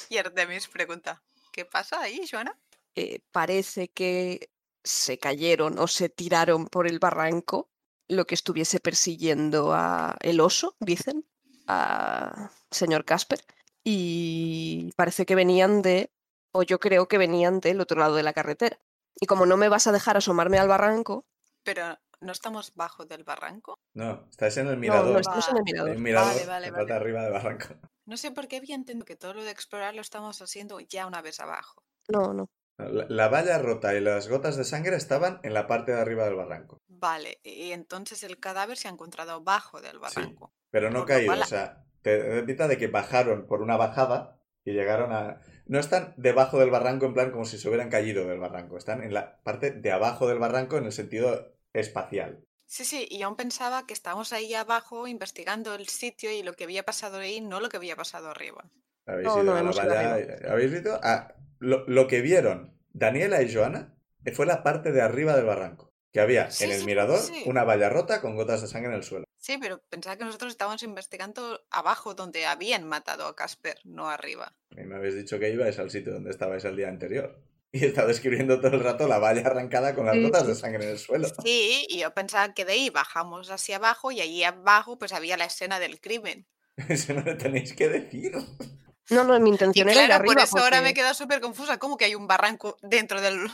Y Artemis pregunta, ¿qué pasa ahí, Joana?
eh, parece que se cayeron o se tiraron por el barranco lo que estuviese persiguiendo a el oso, dicen, a señor Casper y parece que venían de, o yo creo que venían del otro lado de la carretera. Y como no me vas a dejar asomarme al barranco,
Pero no estamos bajo del barranco.
No, estáis en el
no,
mirador.
no estamos
Ah,
en el
En
mirador.
el
em.
mirador,
Vale, vale,
la
vale.
parte de arriba del barranco.
No sé por qué había entendido que todo lo de explorar lo estamos haciendo ya una vez abajo.
No, no.
La, la valla rota y las gotas de sangre estaban en la parte de arriba del barranco.
Vale, y entonces el cadáver se ha encontrado bajo del barranco.
Pero no
Por lo
Pues
caído,
cual-
o sea, te da pinta de que bajaron por una bajada y llegaron a... No están debajo del barranco en plan como si se hubieran caído del barranco, están en la parte de abajo del barranco en el sentido espacial.
Sí, sí, y aún pensaba que estábamos ahí abajo investigando el sitio y lo que había pasado ahí, no lo que había pasado arriba.
Habéis
No,
ido
no,
a la
hemos ido
valla- habéis visto... Ah, lo, lo que vieron Daniela y Joana eh, fue la parte de arriba del barranco, que había
Sí,
en el
sí,
mirador
sí.
una valla rota con gotas de sangre en el suelo.
Sí, pero pensaba que nosotros estábamos investigando abajo donde habían matado a Casper, no arriba.
Y me habéis dicho que ibais al sitio donde estabais el día anterior. Y he estado escribiendo todo el rato la valla arrancada con las
Sí,
gotas
sí.
de sangre en el suelo.
Sí, y yo pensaba que de ahí bajamos hacia abajo y allí abajo pues había la escena del crimen.
Eso no le tenéis que decir.
No, no, mi
Y
intención era ir
claro,
arriba
por eso ahora me
porque-
quedo súper confusa. ¿Cómo que hay un barranco dentro del...?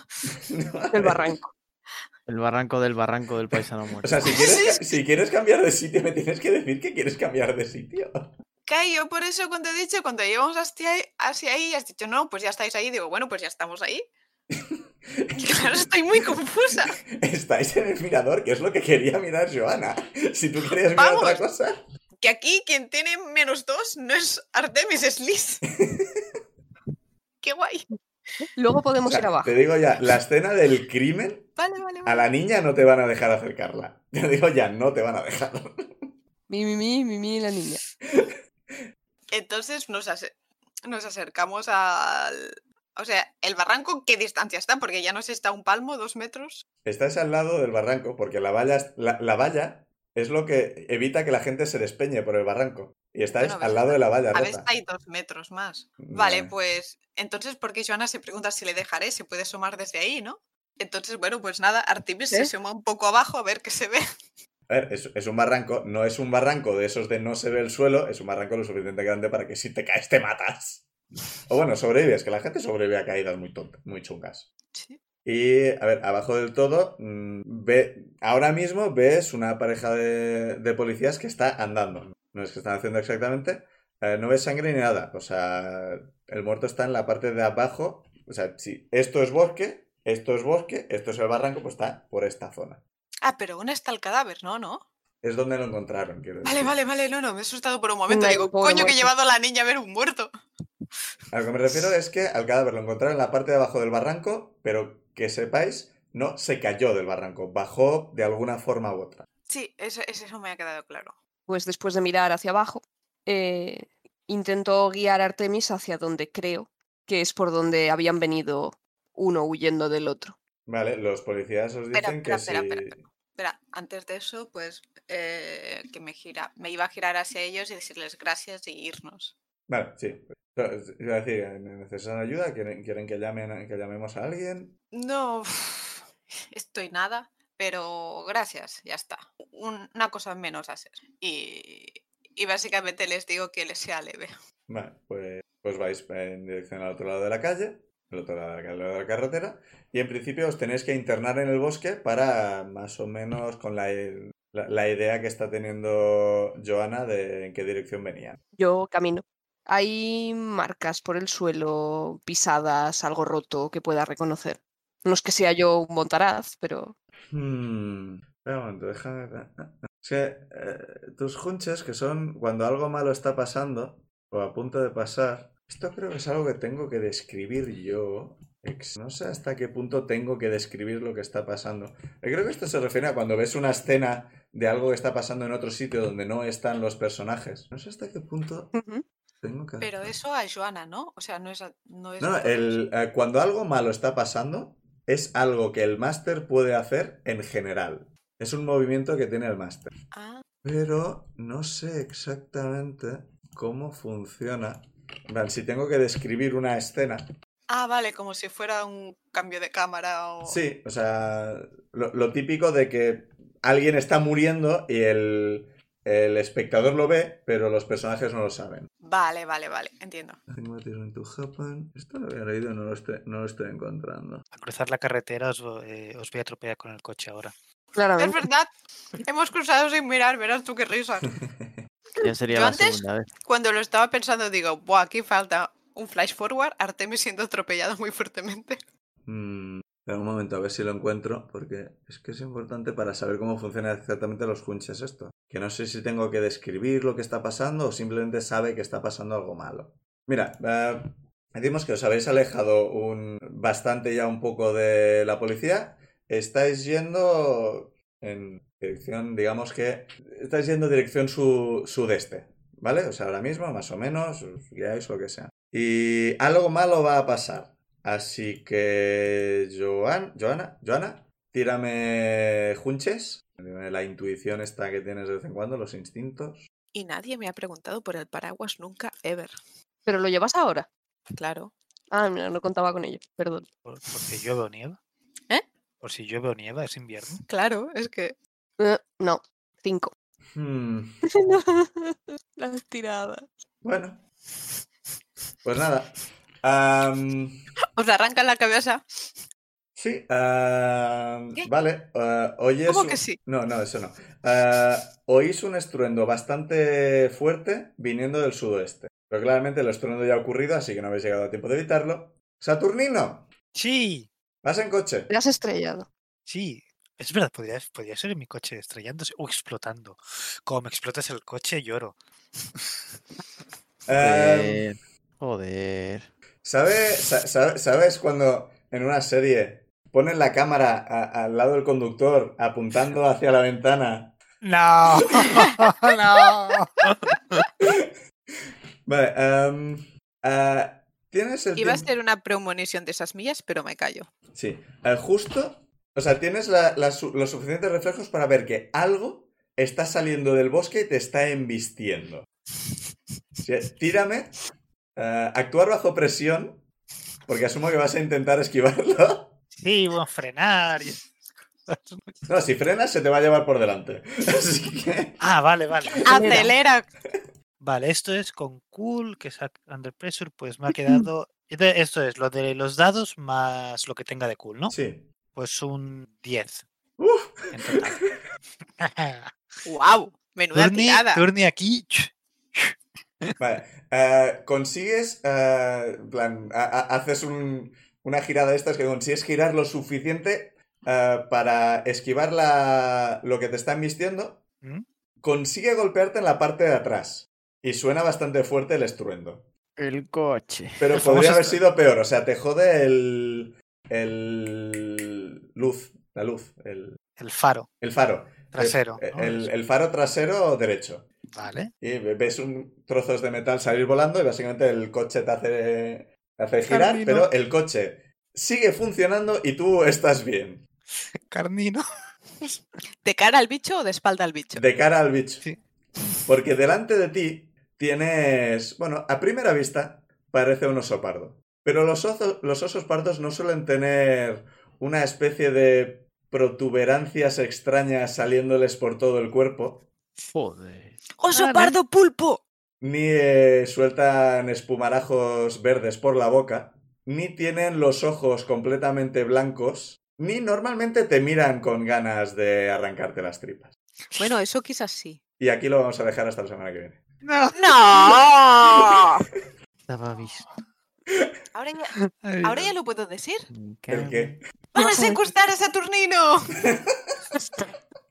del barranco.
El barranco del barranco del paisano
O
muerto.
sea, si quieres, si quieres cambiar de sitio, me tienes que decir que quieres cambiar de sitio.
Que yo por eso cuando he dicho, cuando llevamos hacia, ahí- hacia ahí, has dicho, no, pues ya estáis ahí. Digo, bueno, pues ya estamos ahí. Y claro, estoy muy confusa.
Estáis en el mirador, que es lo que quería mirar Joana. Si tú querías mirar
Vamos.
otra cosa.
Que aquí quien tiene menos dos no es Artemis, es Liz. Qué guay.
Luego
o
podemos
sea,
ir abajo.
te digo ya, la escena del crimen,
Vale, vale,
a
vale.
la niña no te van a dejar acercarla. Te digo ya, no te van a dejar.
Mi, mi, mi, mi, mi, la niña.
Entonces nos, ace- nos acercamos al... O sea, el barranco, ¿qué distancia está? Porque ya no sé, está un palmo, dos metros.
Estás al lado del barranco, porque la valla, es- la, la valla es lo que evita que la gente se despeñe por el barranco. Y estáis
Bueno,
al
ves-
lado de la valla
A ver,
rota.
hay dos metros más. Vale,
Vale.
pues entonces, ¿por qué Joana se pregunta si le dejaré? Se puede sumar desde ahí, ¿no? Entonces, bueno, pues nada, Artemis
¿Eh?
se suma un poco abajo a ver qué se ve.
A ver, es, es un barranco, no es un barranco de esos de no se ve el suelo, es un barranco lo suficiente grande para que si te caes te matas. O bueno, sobrevives, que la gente sobrevive a caídas muy tontas, muy chungas.
Sí.
Y, a ver, abajo del todo, mm, ve, ahora mismo ves una pareja de, de policías que está andando. No es que están haciendo exactamente. eh, no ves sangre ni nada. O sea, el muerto está en la parte de abajo. O sea, si esto es bosque, esto es bosque, esto es el barranco, pues está por esta zona.
Ah, pero aún está el cadáver, ¿no? ¿No?
Es donde lo encontraron, quiero decir.
Vale, vale, vale, no, no, me he asustado por un momento.
Vale,
Digo,
pobre
coño, que he
muerto.
llevado a la niña a ver un muerto.
A lo que me refiero es que al cadáver lo encontraron en la parte de abajo del barranco, pero que sepáis, no se cayó del barranco, bajó de alguna forma u otra.
Sí, eso, eso eso me ha quedado claro.
Pues después de mirar hacia abajo, eh, intentó guiar a Artemis hacia donde creo que es por donde habían venido uno huyendo del otro.
Vale, los policías os
Espera,
dicen
espera,
que
espera,
si...
espera, espera. Espera, antes de eso, pues eh, que me gira, me iba a girar hacia ellos y decirles gracias y irnos.
Vale, sí. Pero, es- Iba a decir, eh, ¿necesitan ayuda? ¿Quieren, quieren que, llamen, a- que llamemos a alguien?
No, estoy nada, pero gracias, ya está. Un- una cosa menos a hacer. Y, y básicamente les digo que les sea leve.
Vale, pues, pues vais en dirección al otro lado de la calle, al otro lado de la, calle, al lado de la carretera, y en principio os tenéis que internar en el bosque para más o menos con la, la- la idea que está teniendo Joana de en qué dirección venían.
Yo camino. Hay marcas por el suelo, pisadas, algo roto que pueda reconocer. No es que sea yo un montaraz, pero
Hmm. Espera un momento, déjame. ver. Ah, Es que eh, tus hunches, que son cuando algo malo está pasando o a punto de pasar, esto creo que es algo que tengo que describir yo. Ex- No sé hasta qué punto tengo que describir lo que está pasando. Eh, Creo que esto se refiere a cuando ves una escena de algo que está pasando en otro sitio donde no están los personajes. No sé hasta qué punto
ujú,
tengo que.
Pero eso a Joana, ¿no? O sea, no es... a- No, es a
No, no,
todos.
el, eh, cuando algo malo está pasando, es algo que el máster puede hacer en general. Es un movimiento que tiene el máster.
Ah,
Pero no sé exactamente cómo funciona. En plan, si tengo que describir una escena.
ah, vale, como si fuera un cambio de cámara o...
Sí, o sea, lo, lo típico de que alguien está muriendo y el, El espectador lo ve, pero los personajes no lo saben.
Vale, vale, vale, entiendo.
Nothing matters when to happen. Esto lo había leído, no lo estoy, no lo estoy encontrando.
Al cruzar la carretera os, vo- eh, os voy a atropellar con el coche ahora.
Es
Claramente.
verdad, hemos cruzado sin mirar, verás tú qué risas.
Ya sería
Yo
la
antes-
segunda vez.
Cuando lo estaba pensando, digo, Buah, aquí falta un flash forward, Artemis siendo atropellado muy fuertemente.
Mm, espera un momento a ver si lo encuentro, porque es que es importante para saber cómo funcionan exactamente los junches esto. Que no sé si tengo que describir lo que está pasando o simplemente sabe que está pasando algo malo. Mira, eh, decimos que os habéis alejado un, bastante ya un poco de la policía. Estáis yendo en dirección, digamos que... Estáis yendo dirección su- sudeste, ¿vale? O sea, ahora mismo, más o menos, os guiáis lo que sea. Y algo malo va a pasar. Así que, Joan, Joana, Joana, tírame junches. Tírame La intuición esta que tienes de vez en cuando, los instintos.
Y nadie me ha preguntado por el paraguas nunca, ever.
Pero lo llevas ahora.
Claro.
Ah, mira, no contaba con ello, perdón.
Por, por si llueve o nieva.
¿Eh?
Por si llueve o nieva, es invierno.
Claro, es que
Eh, no, cinco.
Hmm,
las tiradas.
bueno. Pues nada. Am,
Os arranca la cabeza.
sí. am,
¿Qué?
vale. ah, oyes
¿Cómo
un-
que sí?
No, no, eso no. Ah, oís un estruendo bastante fuerte viniendo del sudoeste. Pero claramente el estruendo ya ha ocurrido, así que no habéis llegado a tiempo de evitarlo. Saturnino,
Sí,
vas en coche.
Te has estrellado.
sí. Es verdad, podría, podría ser en mi coche estrellándose o explotando. Como me explotas el coche, lloro.
Am,
Joder. Joder.
¿Sabe- sa- sa- ¿Sabes cuando en una serie ponen la cámara a- al lado del conductor apuntando hacia la ventana?
No, no.
Vale, em, ah, tienes el
Iba a
tiemp-
ser una premonición de esas millas, pero me callo.
Sí, eh, justo, o sea, tienes la- la su- los suficientes reflejos para ver que algo está saliendo del bosque y te está embistiendo. Sí, tírame, eh, actuar bajo presión, porque asumo que vas a intentar esquivarlo.
Sí, voy a frenar. y-
No, si frenas se te va a llevar por delante. Así que...
Ah, vale, vale.
¡Acelera!
Vale, esto es con cool, que es ac- under pressure, pues me ha quedado. Entonces, Esto es lo de los dados más lo que tenga de cool, ¿no?
Sí.
Pues un 10
Uf.
en total.
¡Wow! Menuda
Turni,
tirada.
Turni aquí. ch-
Vale. eh, consigues, eh, en plan, ha- ha- haces un- una girada de estas que consigues girar lo suficiente eh, para esquivar la, lo que te están vistiendo.
¿Mm?
Consigue golpearte en la parte de atrás. Y suena bastante fuerte el estruendo.
El coche.
Pero
El famoso
podría haber
estru-
sido peor. O sea, te jode el. El. Luz. La luz. El,
El faro
el faro.
trasero.
El-
¿no?
el- el faro trasero derecho.
Vale.
Y ve- ves un trozos de metal salir volando y básicamente el coche te hace, te hace girar,
Carmino.
pero el coche sigue funcionando y tú estás bien.
Carnino.
¿De cara al bicho o de espalda al bicho?
De cara al bicho.
Sí.
Porque delante de ti tienes, bueno, a primera vista parece un oso pardo. Pero los, ozo- los osos pardos no suelen tener una especie de protuberancias extrañas saliéndoles por todo el cuerpo.
Joder.
¡Oso
Vale.
pardo pulpo!
ni eh, sueltan espumarajos verdes por la boca, ni tienen los ojos completamente blancos, ni normalmente te miran con ganas de arrancarte las tripas.
Bueno, eso quizás sí.
Y aquí lo vamos a dejar hasta la semana que viene.
No.
¡No!
Estaba visto.
Ahora ya, ahora ya lo puedo decir.
Me
¿El
cago
qué?
en-
¡Van a secuestrar a Saturnino!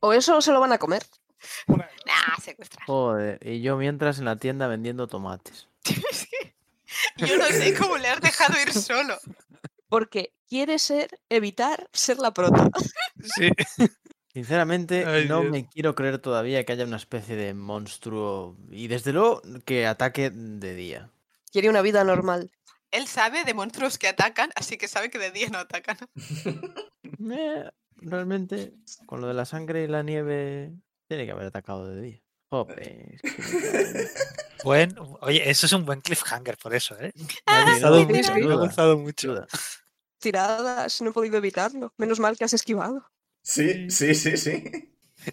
O eso o se lo van a comer.
¡Nah, secuestrar!
Joder. Y yo mientras en la tienda vendiendo tomates.
Yo no sé cómo le has dejado ir solo.
Porque quiere ser, evitar ser la prota.
Sí.
Sinceramente,
Ay,
no
Dios.
me quiero creer todavía que haya una especie de monstruo. Y desde luego que ataque de día.
Quiere una vida normal.
Él sabe de monstruos que atacan, así que sabe que de día no atacan.
Eh, realmente, con lo de la sangre y la nieve, tiene que haber atacado de día. Jope, es que me cago en-
Buen, oye, eso es un buen cliffhanger, por eso, ¿eh? Me
me ha
ha
ayudado
gustado mucho.
sí, sí.
Me ha
ayuda,
gustado mucho.
ayuda.
Tiradas, no he podido evitarlo. Menos mal que has esquivado.
Sí, sí, sí, sí.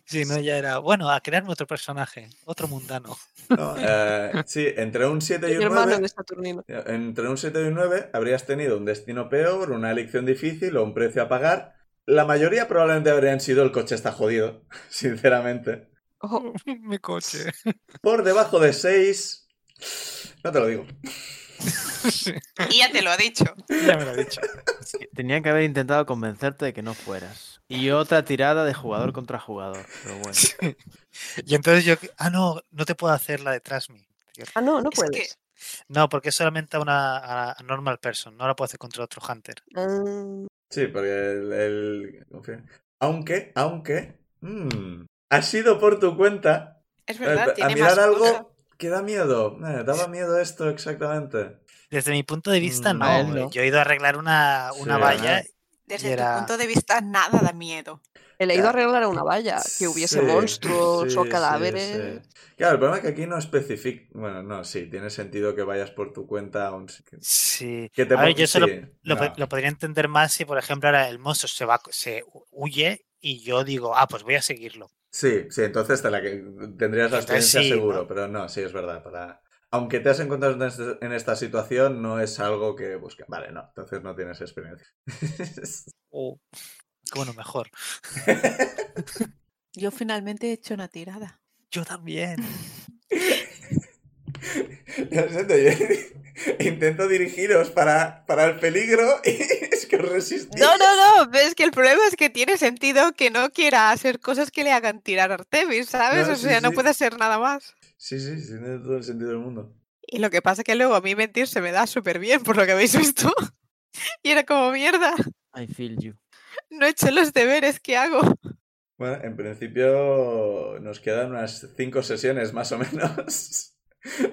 Si no, ya era, bueno, a crearme otro personaje, otro mundano.
No, eh, sí, entre un 7 y
El
un
hermano
9.
de Saturnino.
Entre un 7 y un 9 habrías tenido un destino peor, una elección difícil o un precio a pagar. La mayoría probablemente habrían sido el coche está jodido, sinceramente.
Ojo,
Mi coche.
Por debajo de 6. No te lo digo.
Sí,
Y ya te lo he dicho.
ya me lo he dicho.
Tenía que haber intentado convencerte de que no fueras. Y otra tirada de jugador contra jugador. Pero bueno.
Y entonces yo, ah, no, no te puedo hacer la de Trasmi.
ah, no, no
Es que-
puedes.
No, porque es solamente a una a- a normal person, no la puedo hacer contra otro hunter.
Ah,
Sí, porque el... el- en fin. Aunque, aunque... mm, has sido por tu cuenta
Es
eh,
verdad,
a
tiene más
mirar
cosa.
algo que da miedo. Eh, daba miedo esto exactamente.
Desde mi punto de vista,
Mm,
no.
a él
eh,
no.
Yo he ido a arreglar una, una
Sí,
valla.
¿no?
Desde
era-
tu punto de vista, nada da miedo.
He leído arreglar una valla, que hubiese monstruos
sí,
o
sí,
cadáveres.
sí. Claro, el problema es que aquí no especifica... Bueno, no, sí, tiene sentido que vayas por tu cuenta a un... Que
Sí.
que te
A ver,
pon-
yo solo
sí,
Lo, po-
no.
lo podría entender más si, por ejemplo, ahora el monstruo se va, se hu- huye y yo digo, ah, pues voy a seguirlo.
Sí, sí, entonces te la que tendrías la
Entonces
experiencia
sí,
seguro,
¿no?
pero no, sí, es verdad. Para... Aunque te has encontrado en, este- en esta situación, no es algo que busca. Vale, no, entonces no tienes experiencia.
O, bueno, Oh, mejor.
Yo finalmente he hecho una tirada.
Yo también.
Lo siento, yo intento dirigiros para, para el peligro y es que os resistís.
No, no, no, es que el problema es que tiene sentido que no quiera hacer cosas que le hagan tirar a Artemis, ¿sabes?
No,
o
sí,
sea, no
sí.
puede hacer nada más.
Sí, sí, sí, tiene todo el sentido del mundo.
Y lo que pasa es que luego a mí mentir se me da súper bien, por lo que habéis visto. Y era como, mierda,
I feel you.
no he hecho los deberes que hago.
Bueno, en principio nos quedan unas cinco sesiones más o menos.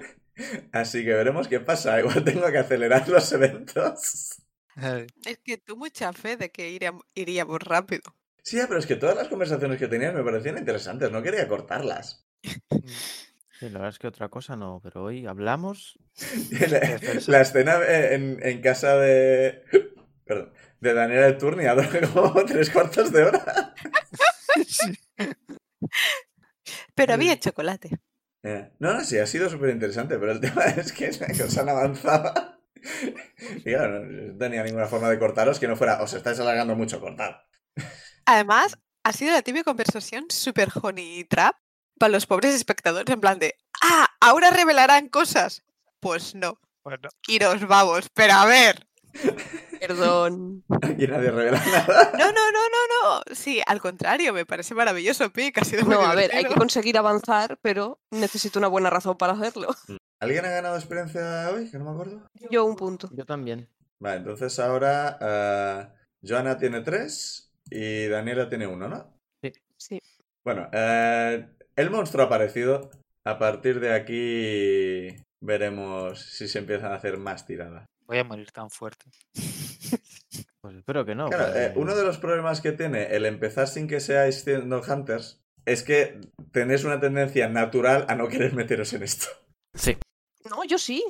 Así que veremos qué pasa. Igual tengo que acelerar los eventos.
Eh,
Es que tú mucha fe de que iría- iríamos rápido.
Sí, ya, pero es que todas las conversaciones que tenías me parecían interesantes, no quería cortarlas.
Sí, la verdad es que otra cosa no, pero hoy hablamos.
La, la escena eh, en, en casa de. Perdón, de Daniela el Turni ha durado como tres cuartos de hora.
sí.
Pero
había
había chocolate.
Eh, No, no, sí, ha sido súper interesante, pero el tema es que la cosa no avanzaba. Y claro, no tenía ninguna forma de cortaros que no fuera, os estáis alargando mucho, cortar.
Además, ha sido la típica conversación super honey trap para los pobres espectadores, en plan de, ah, ahora revelarán cosas. Pues no,
Bueno,
y nos vamos, pero a ver.
Perdón.
Aquí nadie revela nada.
No, no, no, no, no. Sí, al contrario, me parece maravilloso, Pic. Ha sido muy
No, a ver, hay que
divertido.
conseguir avanzar, pero necesito una buena razón para hacerlo.
¿Alguien ha ganado experiencia hoy? Que no me acuerdo.
Yo un punto.
Yo también.
Vale, entonces ahora ah, Joana tiene tres y Daniela tiene uno, ¿no?
Sí.
Bueno, eh, el monstruo ha aparecido. A partir de aquí veremos si se empiezan a hacer más tiradas.
voy a morir tan fuerte.
Pues espero que no.
Claro, eh,
porque-
uno de los problemas que tiene el empezar sin que seáis siendo hunters es que tenéis una tendencia natural a no querer meteros en esto.
Sí.
No, yo sí.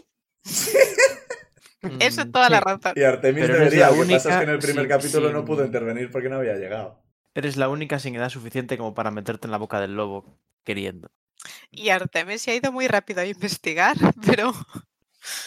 Eso
Mm,
toda la
sí.
razón.
Y Artemis
Pero no es
debería,
la
lo que pasa es
única
que en el primer
sin-
capítulo no
sin-
pudo intervenir porque no había llegado.
Eres la única sin edad suficiente como para meterte en la boca del lobo queriendo.
Y Artemis se ha ido muy rápido a investigar, pero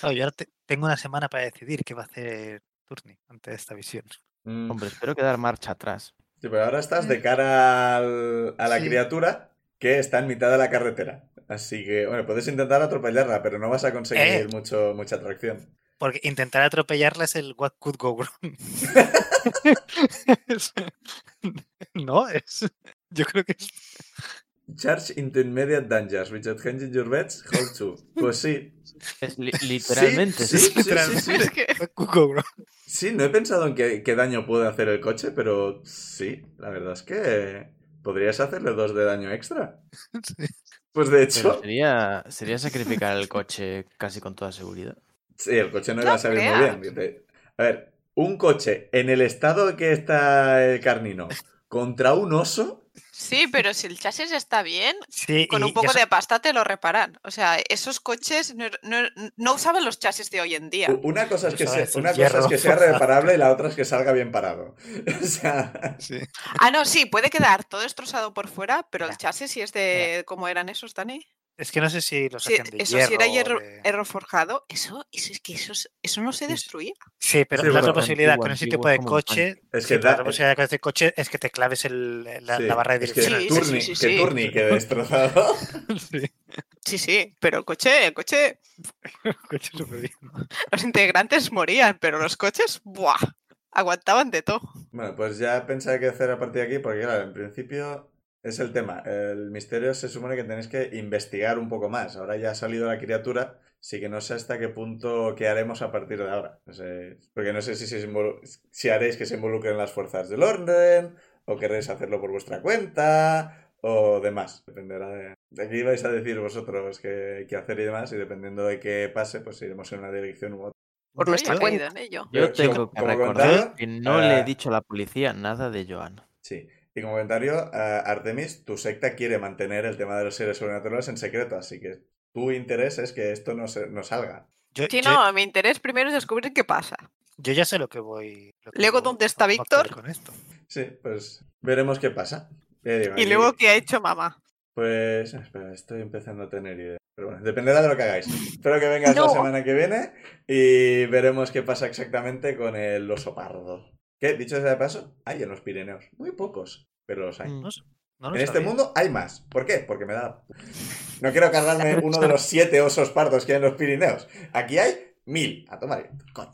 Claro, yo ahora te- tengo una semana para decidir qué va a hacer Turni ante esta visión.
Mm,
Hombre, espero que dar marcha atrás.
Sí, pero ahora estás de cara al- a la
Mm. Sí.
criatura que está en mitad de la carretera. Así que, bueno, puedes intentar atropellarla, pero no vas a conseguir
Eh.
mucho, mucha atracción.
Porque intentar atropellarla es el what could go wrong. Es- no, es. Yo creo que es.
Charge into immediate dangers, which changing your bets, hold to. Pues sí.
Es li- literalmente,
sí,
sí.
sí, sí, sí,
Literalmente.
sí.
es que
what could go wrong.
Sí, no he pensado en qué, qué daño puede hacer el coche, pero sí, la verdad es que podrías hacerle dos de daño extra.
Sí.
Pues de
Pero
hecho,
sería, sería sacrificar el coche casi con toda seguridad.
sí, el coche no
No
iba a salir muy bien.
creas.
que te- A ver, un coche en el estado que está el carnino contra un oso,
Sí, pero si el chasis está bien,
Sí,
con
y
un poco
ya so-
de pasta te lo reparan. O sea, esos coches no, no- no usaban los chasis de hoy en día.
U- Una cosa es que,
Eso
sea,
es un
una cosa es
hierro.
que sea reparable y la otra es que salga bien parado. O sea,
sí.
Ah, no, sí, puede quedar todo destrozado por fuera, pero el
Ya.
chasis sí es de cómo eran esos, Dani.
Es que no sé si los
Sí,
hacían de
eso sí era
hierro,
hierro,
eh, de-
hierro forjado. Eso, eso es que eso, es- eso no
Sí,
se
sí.
destruía.
Sí, pero
Sí,
la
bueno,
otra posibilidad
antiguo,
con ese
antiguo
tipo
es
de
como un
coche,
es
sí,
que
la
da-
otra posibilidad con este coche es que te claves el- la,
sí,
la barra de
es que
dirección.
Turni,
Sí, sí, sí,
que
sí.
Turni quede destrozado.
Sí, sí, pero el coche, el coche, los integrantes morían, pero los coches, ¡buah! Aguantaban de todo.
Bueno, pues ya pensaba qué hacer a partir de aquí, porque claro, en principio es el tema. El misterio se supone que tenéis que investigar un poco más. Ahora ya ha salido la criatura, sí que no sé hasta qué punto qué haremos a partir de ahora. No sé, porque no sé si, se involu- si haréis que se involucren las fuerzas del orden, o querréis hacerlo por vuestra cuenta, o demás. Dependerá de... De aquí vais a decir vosotros qué, qué hacer y demás, y dependiendo de qué pase, pues iremos en una dirección u otra.
Por nuestra
Yo-
He
cuenta.
ido en ello.
Pero
Yo
sí,
tengo que
como
recordar
contaba,
que no le
eh,
he dicho a la policía nada de Joana.
Sí. Y como comentario, a Artemis, tu secta quiere mantener el tema de los seres sobrenaturales en secreto, así que tu interés es que esto no, se- no salga.
Yo,
Sí,
yo-
no, mi interés primero es descubrir qué pasa.
yo ya sé lo que voy. lo que
Luego,
voy
¿dónde está
a
Víctor?
hacer Con esto.
Sí, pues veremos qué pasa. Ya digo,
Y
aquí,
luego, ¿qué ha hecho mamá?
Pues, espera, estoy empezando a tener idea. Pero bueno, dependerá de lo que hagáis. Espero que vengas la
No.
semana que viene y veremos qué pasa exactamente con el oso pardo. ¿Qué? Dicho sea de paso, hay en los Pirineos. Muy pocos, pero los hay.
Mm.
Ah, No lo
En este
sabía.
mundo hay más. ¿Por qué? Porque me da. No quiero cargarme uno de los siete osos pardos que hay en los Pirineos. Aquí hay mil. A tomar viento, coño.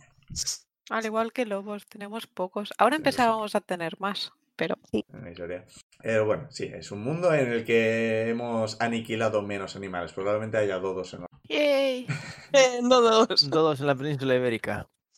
Al igual que lobos, tenemos pocos. Ahora
Tenemos pocos.
empezábamos a tener más, pero
En la historia. Eh, bueno, sí, es un mundo en el que hemos aniquilado menos animales. Probablemente haya dodos en
¡Yay!
Eh, no dos.
Todos en la península ibérica.